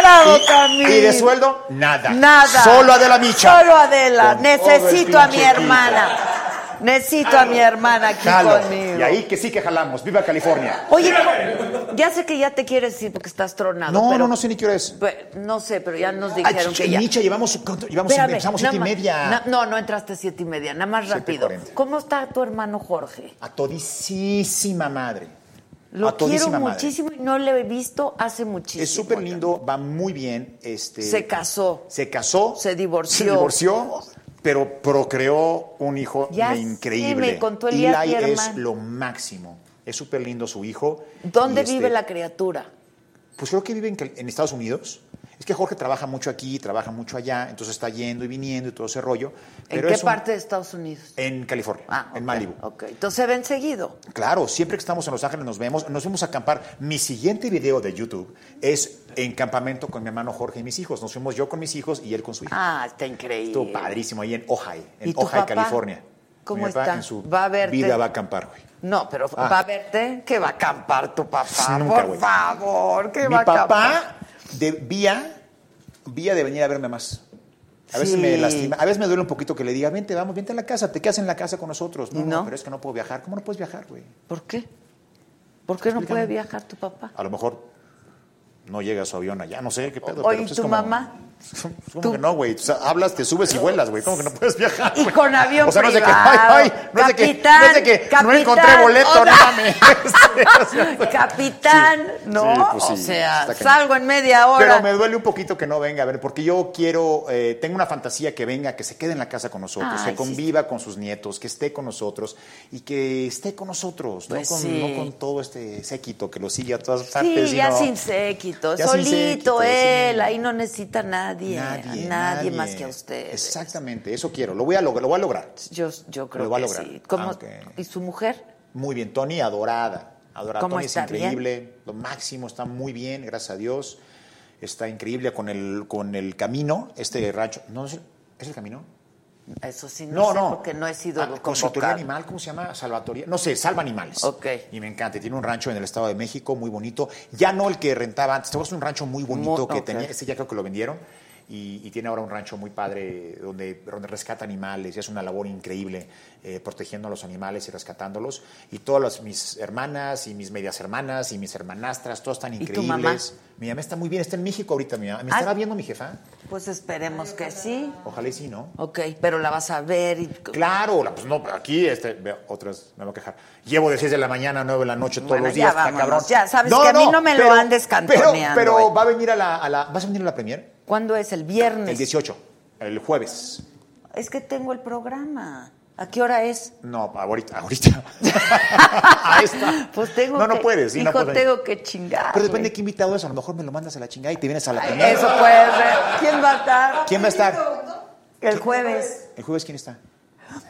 A: ¡Bravo,
D: Y-
A: Camil!
D: Y de sueldo, nada.
A: Nada.
D: Solo Adela Micha.
A: Solo Adela.
D: Con
A: Necesito
D: todo el
A: a mi
D: pinche
A: hermana. Necesito a mi hermana aquí
D: equipo. Jalo.
A: conmigo.
D: Y ahí que sí que jalamos. Viva California.
A: Oye, ¿cómo- ya sé que ya te quieres ir porque estás tronado.
D: No,
A: pero-
D: no, no sé ni qué hora es.
A: Pe- No sé, pero ya nos
D: Ay,
A: dijeron que
D: chiche,
A: ya.
D: Micha, llevamos, ¿cuánto? llevamos
A: Espérame,
D: empezamos
A: nada
D: siete y
A: más-
D: media.
A: na- no, no entraste siete y media, nada más
D: Siete
A: rápido.
D: cuarenta.
A: ¿Cómo está tu hermano Jorge?
D: A todísima madre.
A: Lo
D: a
A: quiero
D: todísima madre.
A: muchísimo y no le he visto hace muchísimo.
D: Es súper lindo, va muy bien. Este,
A: Se casó.
D: Se casó.
A: Se divorció.
D: Se divorció, pero procreó un hijo
A: Ya sé,
D: increíble.
A: me contó
D: Eli
A: Elías
D: es
A: Germán.
D: lo máximo. Es súper lindo su hijo.
A: ¿Dónde
D: Y, este,
A: vive la criatura?
D: Pues creo que vive en, Cal- en Estados Unidos. Es que Jorge trabaja mucho aquí, trabaja mucho allá, entonces está yendo y viniendo y todo ese rollo.
A: ¿En
D: pero
A: qué
D: es un-
A: parte de Estados Unidos?
D: En California,
A: Ah,
D: en
A: ok,
D: Malibu.
A: Ok, entonces se ven seguido.
D: Claro, siempre que estamos en Los Ángeles nos vemos, nos fuimos a acampar. Mi siguiente video de YouTube es en campamento con mi hermano Jorge y mis hijos. Nos fuimos yo con mis hijos y él con su hijo.
A: Ah, está increíble.
D: Estuvo padrísimo ahí en Ojai, en
A: ¿Y tu
D: Ojai,
A: papá?
D: California.
A: ¿Cómo
D: mi papá
A: está?
D: en su
A: ¿Va a verte?
D: vida va a acampar, güey.
A: No, pero
D: Ah.
A: va a verte que va a acampar tu papá.
D: Nunca,
A: por
D: güey.
A: favor, que
D: Mi
A: va a acampar.
D: papá debía, vía de venir a verme más. A veces
A: Sí.
D: me lastima, a veces me duele un poquito que le diga, vente, vamos, vente a la casa, te quedas en la casa con nosotros. No,
A: ¿Y
D: no,
A: no?
D: pero es que no puedo viajar. ¿Cómo no puedes viajar, güey?
A: ¿Por qué? ¿Por qué no
D: Explícame. Ah,
A: puede viajar tu papá?
D: A lo mejor no llega a su avión allá, no sé qué
A: Oye,
D: pedo. pero pues
A: ¿y
D: es
A: tu
D: como-
A: mamá?
D: ¿Cómo
A: ¿Tú?
D: que no, güey? O sea, hablas, te subes y vuelas, güey. ¿Cómo que no puedes viajar?
A: Y
D: güey?
A: con avión
D: O sea, no sé qué. Ay,
A: privado.
D: ay, no sé qué. No sé qué.
A: Capitán,
D: No encontré
A: capitán,
D: boleto,
A: o sea-
D: no mames. Sí, o sea,
A: Capitán,
D: Sí,
A: ¿no?
D: sí, pues sí,
A: o sea,
D: está cañón.
A: salgo en media hora.
D: Pero me duele un poquito que no venga, a ver, porque yo quiero, eh, tengo una fantasía que venga, que se quede en la casa con nosotros,
A: Ay,
D: que conviva con sus nietos, que esté con nosotros y que esté con nosotros,
A: Pues
D: no, con,
A: sí.
D: no con todo este séquito que lo sigue a todas partes.
A: Sí,
D: y
A: ya
D: no-
A: sin séquito,
D: Ya sin
A: solito
D: séquito,
A: él,
D: sí.
A: ahí no necesita a nadie, a nadie,
D: Nadie,
A: más que a usted.
D: Exactamente, eso quiero, lo voy a, log- lo voy a lograr.
A: Yo, yo creo
D: Lo va a
A: que
D: lograr, Ah,
A: sí. ¿Cómo-
D: aunque-
A: ¿Y su mujer?
D: Muy bien, Tony, adorada. Adorada.
A: ¿Cómo
D: Tony es
A: está? ¿Bien?
D: increíble, lo máximo, está muy bien, gracias a Dios. Está increíble con el, con el camino, este rancho. No, ¿es el- ¿Es el camino?
A: Eso sí, no,
D: No,
A: sé,
D: no.
A: porque no he sido
D: Ah, Consultoría
A: convocada.
D: animal, ¿cómo se llama? Salvatoría. No sé, salva animales.
A: Ok.
D: Y me encanta. Tiene un rancho en el Estado de México muy bonito. Ya no el que rentaba antes. Tenemos un rancho muy bonito
A: Muy-
D: que
A: ok.
D: tenía. Este ya creo que lo vendieron. Y, y tiene ahora un rancho muy padre donde, donde rescata animales y es una labor increíble eh, protegiendo a los animales y rescatándolos. Y todas las- mis hermanas y mis medias hermanas y mis hermanastras, todas están
A: tu
D: increíbles.
A: mamá?
D: Mi mamá está muy bien, está en México ahorita. Mi mamá. ¿Me
A: Ah.
D: estará viendo mi jefa?
A: Pues esperemos que sí.
D: Ojalá y sí, ¿no?
A: Ok, pero la vas a ver y...
D: Claro, la- pues no, aquí, este, veo, otras, me voy a quejar. Llevo de 6 de la mañana a 9 de la noche todos
A: Bueno,
D: los
A: ya
D: días, está
A: vámonos,
D: cabrón.
A: ya sabes que a mí no me lo andes
D: Pero,
A: cantoneando,
D: pero
A: eh.
D: va a venir a la, a la- ¿vas a venir a la premier?
A: ¿Cuándo es? El viernes.
D: El 18, el jueves.
A: Es que tengo el programa. ¿A qué hora es?
D: No, ahorita, ahorita. a esta.
A: Pues tengo
D: No, no
A: que-
D: puedes. sí, no
A: hijo,
D: puedes.
A: tengo que chingar.
D: Pero depende de qué invitado es, a lo mejor me lo mandas a la chingada y te vienes a la premier.
A: Eso puede ser. ¿Quién va a estar?
D: ¿Quién va a estar?
A: El jueves.
D: ¿El jueves quién está?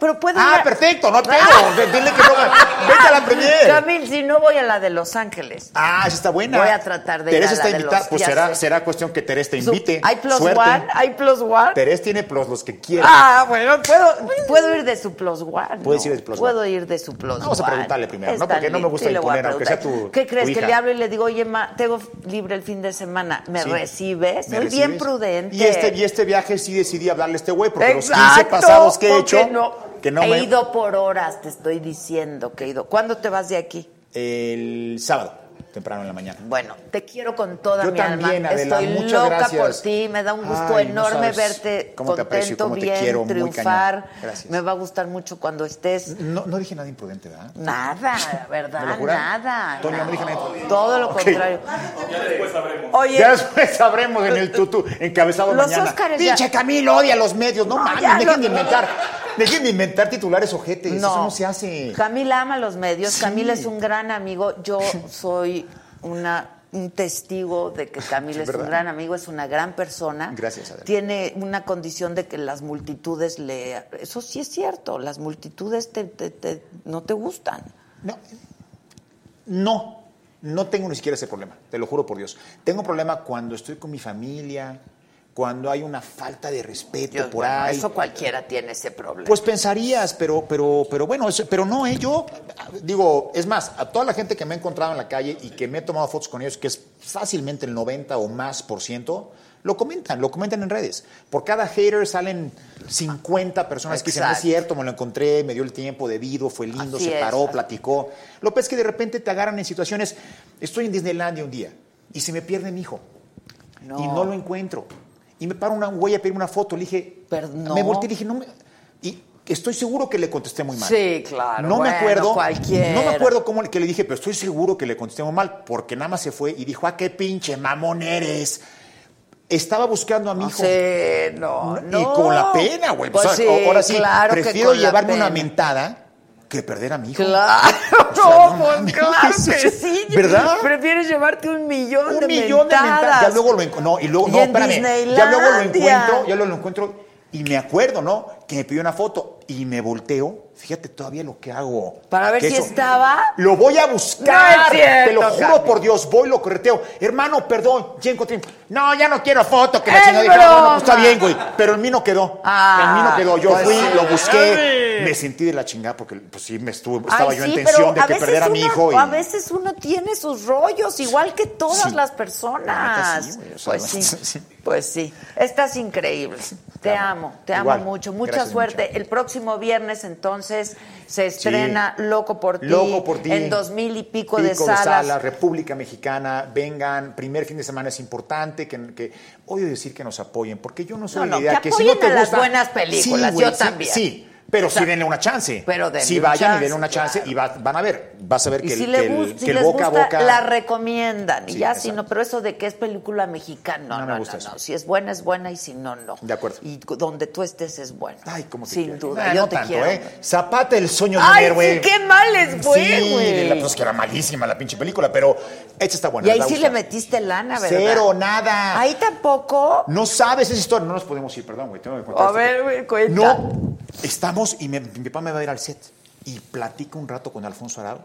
A: Pero puede
D: Ah,
A: ir a-
D: perfecto, no tengo. Dile que no. Vete a la premier.
A: Camil, si no voy a la de Los Ángeles.
D: Ah, esa está buena.
A: Voy a tratar de ir
D: Teresa
A: a la
D: está
A: de
D: invitada.
A: los-
D: pues
A: ya
D: será,
A: sé.
D: será cuestión que Teresa te
A: Su-
D: invite.
A: ¿Hay plus
D: Suerte.
A: one? ¿Hay plus one?
D: Teresa tiene plus los que quiera.
A: Ah, bueno, puedo, puedo ir de su plus one.
D: Puedes
A: ¿no?
D: ir de plus
A: Puedo
D: one.
A: ir de su plus
D: Vamos a
A: one.
D: preguntarle primero,
A: Es
D: ¿no? Porque
A: tan
D: no me
A: lindo.
D: gusta
A: le voy a
D: imponer, aunque sea
A: preguntar.
D: tu-
A: ¿Qué
D: tu
A: crees? Que
D: hija.
A: le hablo y le digo, oye, ma, tengo libre el fin de semana. ¿Me
D: Sí.
A: recibes?
D: ¿Me
A: Soy
D: recibes?
A: bien prudente.
D: Y este, y este viaje sí decidí hablarle a este güey, porque los 15
A: Exacto,
D: pasados que he
A: porque
D: hecho,
A: no-
D: que no
A: he
D: me-
A: ido por horas, te estoy diciendo que he ido. ¿Cuándo te vas de aquí?
D: El sábado, temprano en la mañana.
A: Bueno, te quiero con toda
D: Yo
A: mi
D: también,
A: alma.
D: Adela,
A: Estoy
D: muchas
A: loca
D: gracias.
A: por ti, me da un gusto
D: Ay, no
A: enorme
D: sabes
A: verte
D: cómo te
A: contento,
D: aprecio y cómo te
A: bien,
D: quiero, muy
A: triunfar.
D: cañón. Gracias.
A: Me va a gustar mucho cuando estés.
D: No, no dije nada imprudente, ¿verdad?
A: Nada, la
D: ¿Me lo
A: verdad,
D: juran?
A: nada.
D: Toño,
A: nada.
D: no dije nada.
A: Todo lo
D: Ok.
A: contrario. Oye,
D: Ya después sabremos en el tutu encabezado
A: Los
D: mañana.
A: Óscares ya-
D: Pinche Camilo odia los medios, no, mames,
A: ya
D: dejen
A: lo-
D: de inventar. Dejen de inventar titulares ojetes,
A: no.
D: eso no se hace.
A: Camila ama los medios,
D: Sí.
A: Camila es un gran amigo. Yo soy una un testigo de que Camila es un
D: ¿verdad?
A: gran amigo, es una gran persona.
D: Gracias, Adela.
A: Tiene una condición de que las multitudes le... Eso sí es cierto, las multitudes te- te- te- no te gustan.
D: No, no, no tengo ni siquiera ese problema, te lo juro por Dios. Tengo un problema cuando estoy con mi familia, cuando hay una falta de respeto
A: Yo-
D: por
A: bueno,
D: ahí.
A: Eso cualquiera tiene ese problema.
D: Pues pensarías, pero, pero, pero bueno, eso- pero no, ¿eh? yo digo, es más, a toda la gente que me he encontrado en la calle y que me he tomado fotos con ellos, que es fácilmente el 90 o más por ciento, lo comentan, lo comentan en redes. Por cada hater salen 50 personas que dicen, no es
A: Exacto.
D: cierto, me lo encontré, me dio el tiempo debido, fue lindo,
A: Así
D: se
A: es.
D: paró, platicó. Lo que es que de repente te agarran en situaciones, estoy en Disneylandia un día y se me pierde mi hijo
A: No.
D: y no lo encuentro. Y me para una huella a pedirme una foto. Le dije,
A: Pero no.
D: me volteé y le dije, no me. Y estoy seguro que le contesté muy mal.
A: Sí, claro.
D: No
A: Bueno,
D: me acuerdo.
A: cualquiera.
D: No me acuerdo cómo le- que le dije, pero estoy seguro que le contesté muy mal, porque nada más se fue y dijo, ah, qué pinche mamón eres. Estaba buscando a mi hijo.
A: Ah, Sí, no, no.
D: Y con la pena, güey.
A: Pues
D: O sea, ahora sí,
A: claro que
D: prefiero
A: con la
D: llevarme una
A: pena.
D: mentada que perder a mi hijo.
A: Claro,
D: O sea,
A: no,
D: no
A: pues
D: mames.
A: claro que sí.
D: ¿Verdad?
A: Prefieres llevarte un millón
D: un
A: de
D: millón de mentadas. Ya luego lo encuentro. No, y luego,
A: Y
D: no,
A: en
D: espérame. Ya luego lo
A: Disneylandia.
D: encuentro, ya luego lo encuentro. Y me acuerdo, ¿no? Que me pidió una foto y me volteo. Fíjate todavía lo que hago.
A: Para ver
D: Que
A: si estaba.
D: Lo voy a buscar.
A: No es cierto,
D: Te lo juro
A: Cami.
D: por Dios, voy, lo correteo. Hermano, perdón, ya encontré. No, ya no quiero foto, que la
A: ¡Es
D: chingada dije, "Ah, bueno, pues está
A: broma!
D: bien, güey. Pero en mí no quedó.
A: Ah,
D: en mí no quedó. Yo
A: pues
D: fui,
A: sí.
D: lo busqué.
A: Ay.
D: Me sentí de la chingada porque pues sí me estuvo, estaba
A: Ay,
D: yo
A: sí,
D: en
A: pero
D: tensión de
A: a
D: que
A: veces
D: perder a mi
A: uno-
D: hijo. y-
A: A veces uno tiene sus rollos, igual que todas las
D: Sí. La neta
A: personas.
D: sí, güey, o sea,
A: pues
D: la neta
A: sí,
D: sí.
A: pues sí. Estás increíble. Te amo, te amo
D: Igual.
A: mucho. Mucha
D: Gracias,
A: suerte.
D: mucha.
A: El próximo viernes, entonces, se estrena Loco por ti.
D: Loco por ti.
A: En dos mil y pico, de
D: Pico
A: salas.
D: República Mexicana, vengan, primer fin de semana es importante, que, que odio decir que nos apoyen, porque yo no soy
A: No,
D: de
A: no,
D: la idea
A: que
D: que, si no
A: apoyen
D: te
A: a las
D: gusta-
A: buenas películas,
D: güey,
A: yo también.
D: Sí, pero
A: O sea,
D: sí denle una chance.
A: pero denle
D: sí
A: una
D: vayan
A: chance,
D: y denle una chance
A: claro.
D: y va- van a ver, vas a ver
A: Y
D: que, el-
A: si,
D: que
A: le
D: el,
A: gust- si
D: que el
A: les
D: boca
A: gusta,
D: a boca
A: la recomiendan. Y
D: Sí,
A: ya si no,
D: exacto.
A: pero eso de que es película mexicana, no, no,
D: No me
A: no,
D: gusta
A: no.
D: eso.
A: Si es buena, es buena y si no, no.
D: De acuerdo.
A: Y cu- donde tú estés es bueno.
D: Ay, cómo te
A: Sin
D: quiero.
A: duda,
D: Nah,
A: yo
D: no
A: te
D: tanto,
A: quiero.
D: ¿eh? Zapata el sueño de un
A: Ay,
D: héroe.
A: sí, qué mal les fue,
D: Sí,
A: güey.
D: la- pues que era malísima la pinche película, pero esta está buena.
A: Y ahí
D: les va a
A: sí le
D: gustar.
A: metiste lana, ¿verdad?
D: Cero, nada.
A: Ahí tampoco.
D: No sabes esa historia. No nos podemos ir, perdón, güey. Tengo que contar
A: A
D: esto.
A: ver, güey, cuenta.
D: pues, No, estamos y me- mi papá me va a ir al set y platico un rato con Alfonso Arau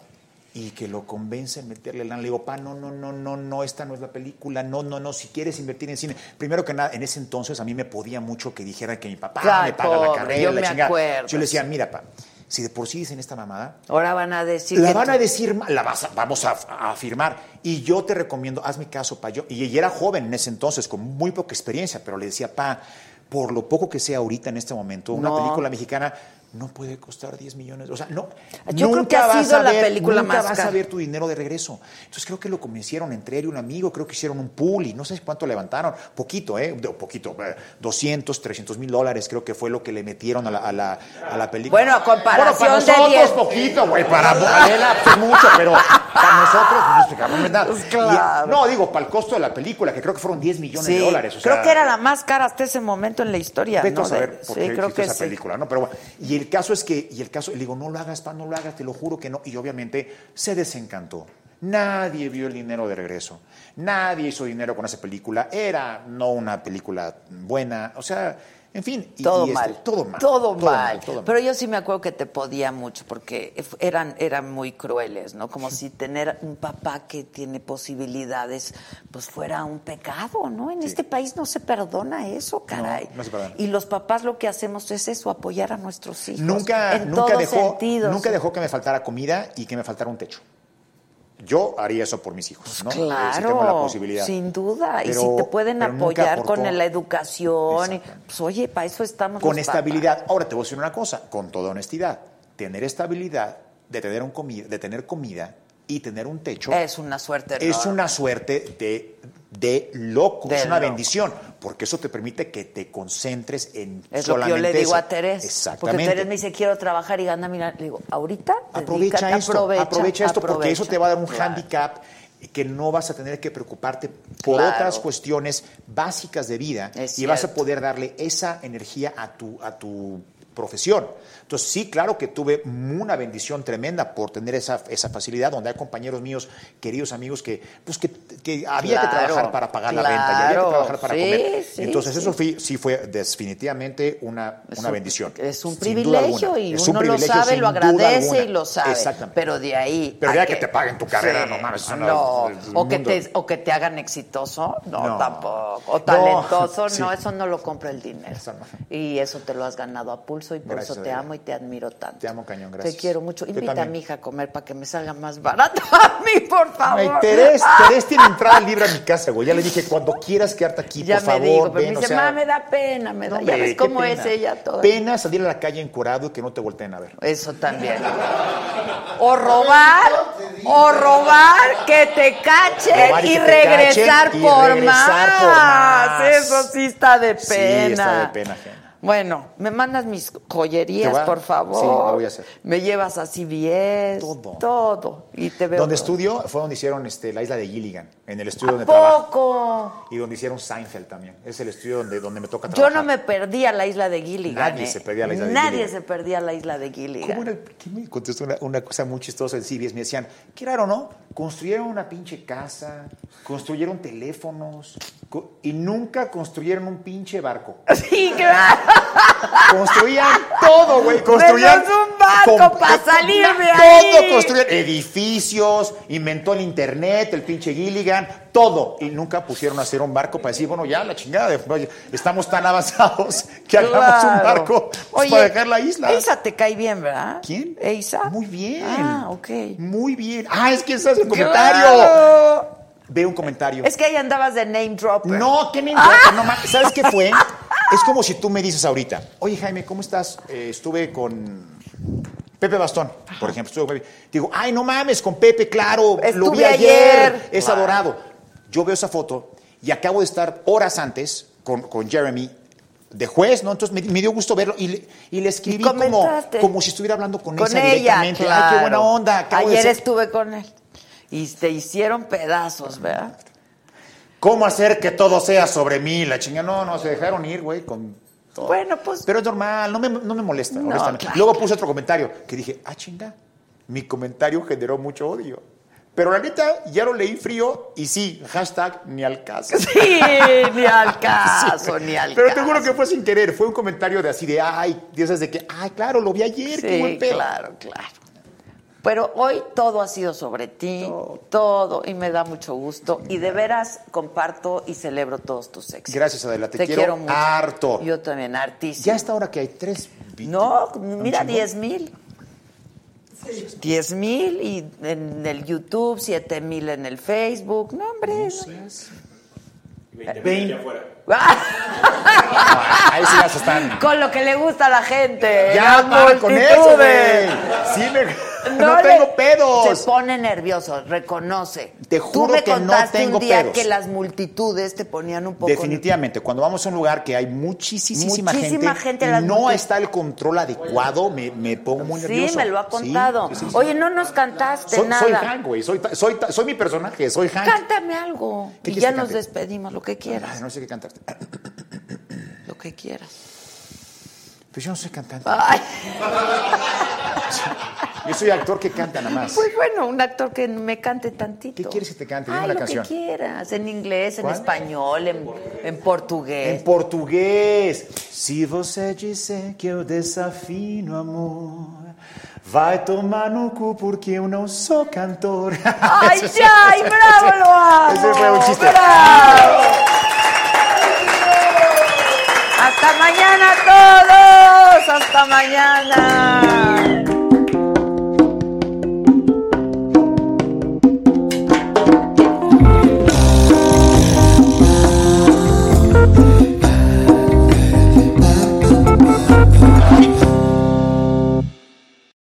D: y que lo convence en meterle lana. Le digo, pa, no, no, no, no, no, esta no es la película, no, no, no, si quieres invertir en cine. Primero que nada, en ese entonces a mí me podía mucho que dijera que mi papá
A: Claro,
D: me paga la
A: pobre,
D: carrera,
A: yo
D: la
A: me
D: chingada.
A: acuerdo.
D: Yo le decía, mira, pa, si de por sí dicen esta mamada,
A: Ahora van a decir
D: la
A: que
D: van
A: tú-
D: a decir, ma- la vas a- vamos a, a afirmar. Y yo te recomiendo, hazme caso, pa. Yo, y ella era joven en ese entonces, con muy poca experiencia, pero le decía, pa, por lo poco que sea ahorita en este momento, una
A: No.
D: película mexicana no puede costar 10 millones. O sea, no.
A: Yo creo que ha
D: vas
A: sido
D: a
A: la
D: ver-
A: película
D: nunca
A: más
D: vas
A: cara.
D: a ver tu dinero de regreso. Entonces creo que lo convencieron entre él y un amigo, creo que hicieron un pool y no sé cuánto levantaron. Poquito, ¿eh? De- Poquito. eh, 200, 300 mil dólares creo que fue lo que le metieron a la, a la, a la película.
A: Bueno, a comparación
D: para
A: de
D: nosotros,
A: 10.
D: poquito, güey. Para Adela, pues, mucho, pero para nosotros, pues, nos pegamos, ¿verdad?
A: Pues, claro.
D: Y- no, digo, para el costo de la película, que creo que fueron 10 millones de
A: Sí,
D: dólares. o
A: creo
D: sea,
A: que era la más cara hasta ese momento en la historia.
D: Vete
A: ¿no?
D: a saber por
A: sí,
D: qué
A: creo
D: existe
A: que
D: esa
A: sí.
D: película, ¿no? Pero bueno, y el caso es que, y el caso, le digo, no lo hagas, pa, no lo hagas, te lo juro que no. Y obviamente se desencantó. Nadie vio el dinero de regreso. Nadie hizo dinero con esa película. Era no una película buena. O sea, En fin, y-
A: Todo
D: y este,
A: mal.
D: todo mal.
A: Todo mal.
D: todo mal.
A: Pero yo sí me acuerdo que te podía mucho porque f- eran, eran muy crueles, ¿no? Como si tener un papá que tiene posibilidades, pues fuera un pecado, ¿no? En este país no se perdona eso, caray.
D: no se perdona.
A: Y los papás lo que hacemos es eso, apoyar a nuestros hijos.
D: nunca,
A: Pues, en
D: nunca,
A: todos
D: dejó,
A: sentidos.
D: nunca dejó que me faltara comida y que me faltara un techo. Yo haría eso por mis hijos, ¿no? Eh, si tengo la
A: Pues Claro,
D: posibilidad.
A: sin duda. y
D: Pero-
A: si te pueden
D: pero nunca
A: apoyar
D: aportó
A: con la educación, y,
D: Exactamente.
A: pues oye, para eso estamos.
D: con
A: los
D: estabilidad. Ahora te voy a decir una cosa, con toda honestidad, tener estabilidad de tener, un comi- de tener comida y tener un techo
A: papás. Es una suerte.
D: es
A: enorme.
D: una suerte de, de loco,
A: De
D: es una
A: loco.
D: bendición, porque eso te permite que te concentres en
A: Es lo que
D: solamente
A: yo le digo
D: eso.
A: a Teresa. Porque
D: Exactamente.
A: Teresa me dice, quiero trabajar y ganar. Mira, le digo, ahorita.
D: aprovecha
A: dedícate,
D: esto, aprovecha, esto porque eso
A: aprovecha".
D: te va a dar un
A: Claro.
D: handicap que no vas a tener que preocuparte por
A: Claro.
D: otras cuestiones básicas de vida
A: Es
D: y vas a
A: cierto.
D: poder darle esa energía a tu a tu profesión. Entonces sí, claro que tuve una bendición tremenda por tener esa, esa facilidad donde hay compañeros míos, queridos amigos que pues que, que había que
A: Claro,
D: trabajar para pagar la renta, y había
A: claro,
D: que trabajar para
A: sí,
D: comer.
A: sí,
D: Entonces
A: sí.
D: eso fui- sí fue definitivamente una,
A: Es
D: una
A: un-
D: bendición.
A: Es un
D: sin duda
A: privilegio
D: alguna.
A: y
D: Es un
A: uno
D: privilegio,
A: lo sabe,
D: sin
A: lo
D: duda
A: agradece
D: alguna.
A: y lo sabe.
D: Exactamente.
A: Pero de ahí.
D: Pero
A: a
D: ya que te paguen tu carrera, no mames, eso no-
A: no.
D: es un
A: O que,
D: mundo.
A: te, o que te hagan exitoso, no,
D: No.
A: tampoco. O
D: No,
A: talentoso, no,
D: sí.
A: eso no lo compra el dinero.
D: Eso no.
A: Y eso te lo has ganado a pulso y por
D: Gracias,
A: eso te
D: Adela.
A: amo y te admiro tanto.
D: Te amo, cañón, gracias.
A: Te quiero mucho.
D: Yo
A: Invita a
D: también.
A: mi hija a comer para que me salga más barato a mí, por
D: Ay,
A: favor.
D: Terés, Terés tiene entrada libre a mi casa, güey. Ya le dije, cuando quieras quedarte aquí,
A: Ya
D: por
A: me
D: favor,
A: digo, pero
D: ven,
A: me
D: o
A: dice,
D: sea,
A: "Ma, me da pena, me da.
D: no,
A: ya
D: hombre,
A: ves
D: qué
A: cómo
D: pena.
A: es ella toda.
D: Pena salir a la calle encurado y que no te volteen a ver.
A: Eso también. O robar, o robar, que te cachen
D: Robar y
A: y,
D: que te
A: regresar,
D: cachen y
A: por,
D: regresar
A: más.
D: por más.
A: Eso sí está de pena.
D: Sí, está de pena ajena.
A: Bueno, me mandas mis joyerías,
D: Te va-
A: por favor.
D: sí, lo voy a hacer.
A: Me llevas a CBS.
D: Todo.
A: Todo. Y te veo.
D: Donde
A: todo.
D: estudio fue donde hicieron este, la isla de Gilligan, en el estudio
A: ¿A
D: donde trabajo.
A: poco?
D: Y donde hicieron Seinfeld también. Es el estudio donde, donde me toca
A: Yo
D: trabajar.
A: no me perdía la isla de Gilligan.
D: Nadie
A: ¿eh?
D: se perdía la isla de
A: Nadie
D: Gilligan.
A: se perdía la isla de Gilligan.
D: ¿Cómo era el- qué me contestó una, una cosa muy chistosa en CBS? Me decían, qué raro, ¿no? Construyeron una pinche casa, construyeron teléfonos co- y nunca construyeron un pinche barco.
A: Sí, claro.
D: Construían todo, güey. Construían.
A: Menos un barco
D: com-
A: pa' salir de ahí.
D: Todo construían. Edificios, inventó el internet, el pinche Gilligan, todo. Y nunca pusieron a hacer un barco para decir, bueno, ya la chingada, de- estamos tan avanzados que hagamos un
A: Claro.
D: barco pues,
A: Oye,
D: para dejar la isla.
A: Eisa te cae bien, ¿verdad?
D: ¿Quién?
A: Eisa.
D: Muy bien.
A: Ah, ok.
D: Muy bien. Ah, es que ese es el comentario.
A: Claro.
D: Ve un comentario.
A: Es Ah. que ahí andabas de name dropper.
D: No, ¿qué me importa? No, ma- ¿Sabes qué fue? Es como si tú me dices ahorita, oye Jaime, ¿cómo estás? Eh, estuve con Pepe Bastón, por ejemplo. Estuve con Pepe. Digo, ay, no mames, con Pepe, claro, lo vi
A: Estuve
D: ayer,
A: ayer.
D: es
A: Claro.
D: adorado. Yo veo esa foto y acabo de estar horas antes con, con Jeremy de juez, ¿no? Entonces me, me dio gusto verlo y le, y le escribí como,
A: comentaste.
D: como si estuviera hablando con,
A: Con
D: ella
A: ella.
D: directamente.
A: claro.
D: Ay, qué buena onda. acabo de
A: Ayer
D: ser-
A: estuve con él. Y te hicieron pedazos, ¿verdad?
D: ¿Cómo hacer que todo sea sobre mí? La chinga, no, no, se dejaron ir, güey, con todo.
A: Bueno, pues-
D: Pero es normal, no me, no me molesta,
A: No,
D: honestamente.
A: claro.
D: Luego puse otro comentario que dije, ah, chinga, mi comentario generó mucho odio. Pero la neta, ya lo leí frío y sí, hashtag ni al caso.
A: Sí, ni al caso, ni al
D: Pero
A: caso.
D: te juro que fue sin querer, fue un comentario de así de, ay, de esas de que, ay, claro, lo vi ayer, qué
A: Sí,
D: buen pedo.
A: claro, claro. Pero hoy todo ha sido sobre ti, todo. y me da mucho gusto. Y de veras comparto y celebro todos tus éxitos.
D: Gracias, Adela, te quiero harto.
A: Yo también, hartísimo.
D: Ya hasta ahora que hay tres. vi-
A: No,
D: un
A: mira,
D: chingo.
A: 10 mil. 10 mil y en el YouTube, 7 mil en el Facebook. No, hombre. no.
D: Ah, Ahí sí las están.
A: Ah, Con lo que le gusta a la gente.
D: Ya
A: las
D: para con eso, güey.
A: multitudes.
D: Sí me, no,
A: No le-
D: tengo pedos.
A: Se pone nervioso, reconoce.
D: Te juro
A: Tú me
D: que no
A: contaste
D: tengo
A: un día
D: pedos.
A: que las multitudes te ponían un poco.
D: Definitivamente, cuando vamos a un lugar que hay muchísima,
A: Muchísima gente,
D: gente,
A: las
D: y no
A: multi-
D: está el control adecuado, me, me pongo muy nervioso.
A: Sí, me lo ha
D: Sí,
A: contado.
D: sí, sí, sí.
A: Oye, no nos cantaste
D: soy,
A: nada.
D: soy Hank, güey. Soy, ta- soy, ta- soy mi personaje, soy Hank.
A: Cántame algo.
D: ¿Qué
A: Y
D: quieres
A: ya
D: que
A: nos
D: cante?
A: despedimos, lo que
D: Ay,
A: quieras.
D: no sé qué cantarte.
A: Lo que quieras.
D: Pues yo no soy cantante.
A: Ay,
D: Yo soy actor que canta nada más.
A: Pues bueno, un actor que me cante tantito.
D: ¿Qué quieres que te cante? Dime
A: Ay,
D: la
A: lo
D: canción.
A: que quieras, en inglés, en
D: ¿Cuál?
A: español, en, en portugués.
D: En português. Se você disser que eu desafino amor, vai tomar no cu porque eu não sou cantor.
A: ¡Ay, ya! ¡Ay, bravo, lo amo!
D: Ese fue un chiste.
A: ¡Bravo! ¡Hasta mañana a todos! ¡Hasta mañana!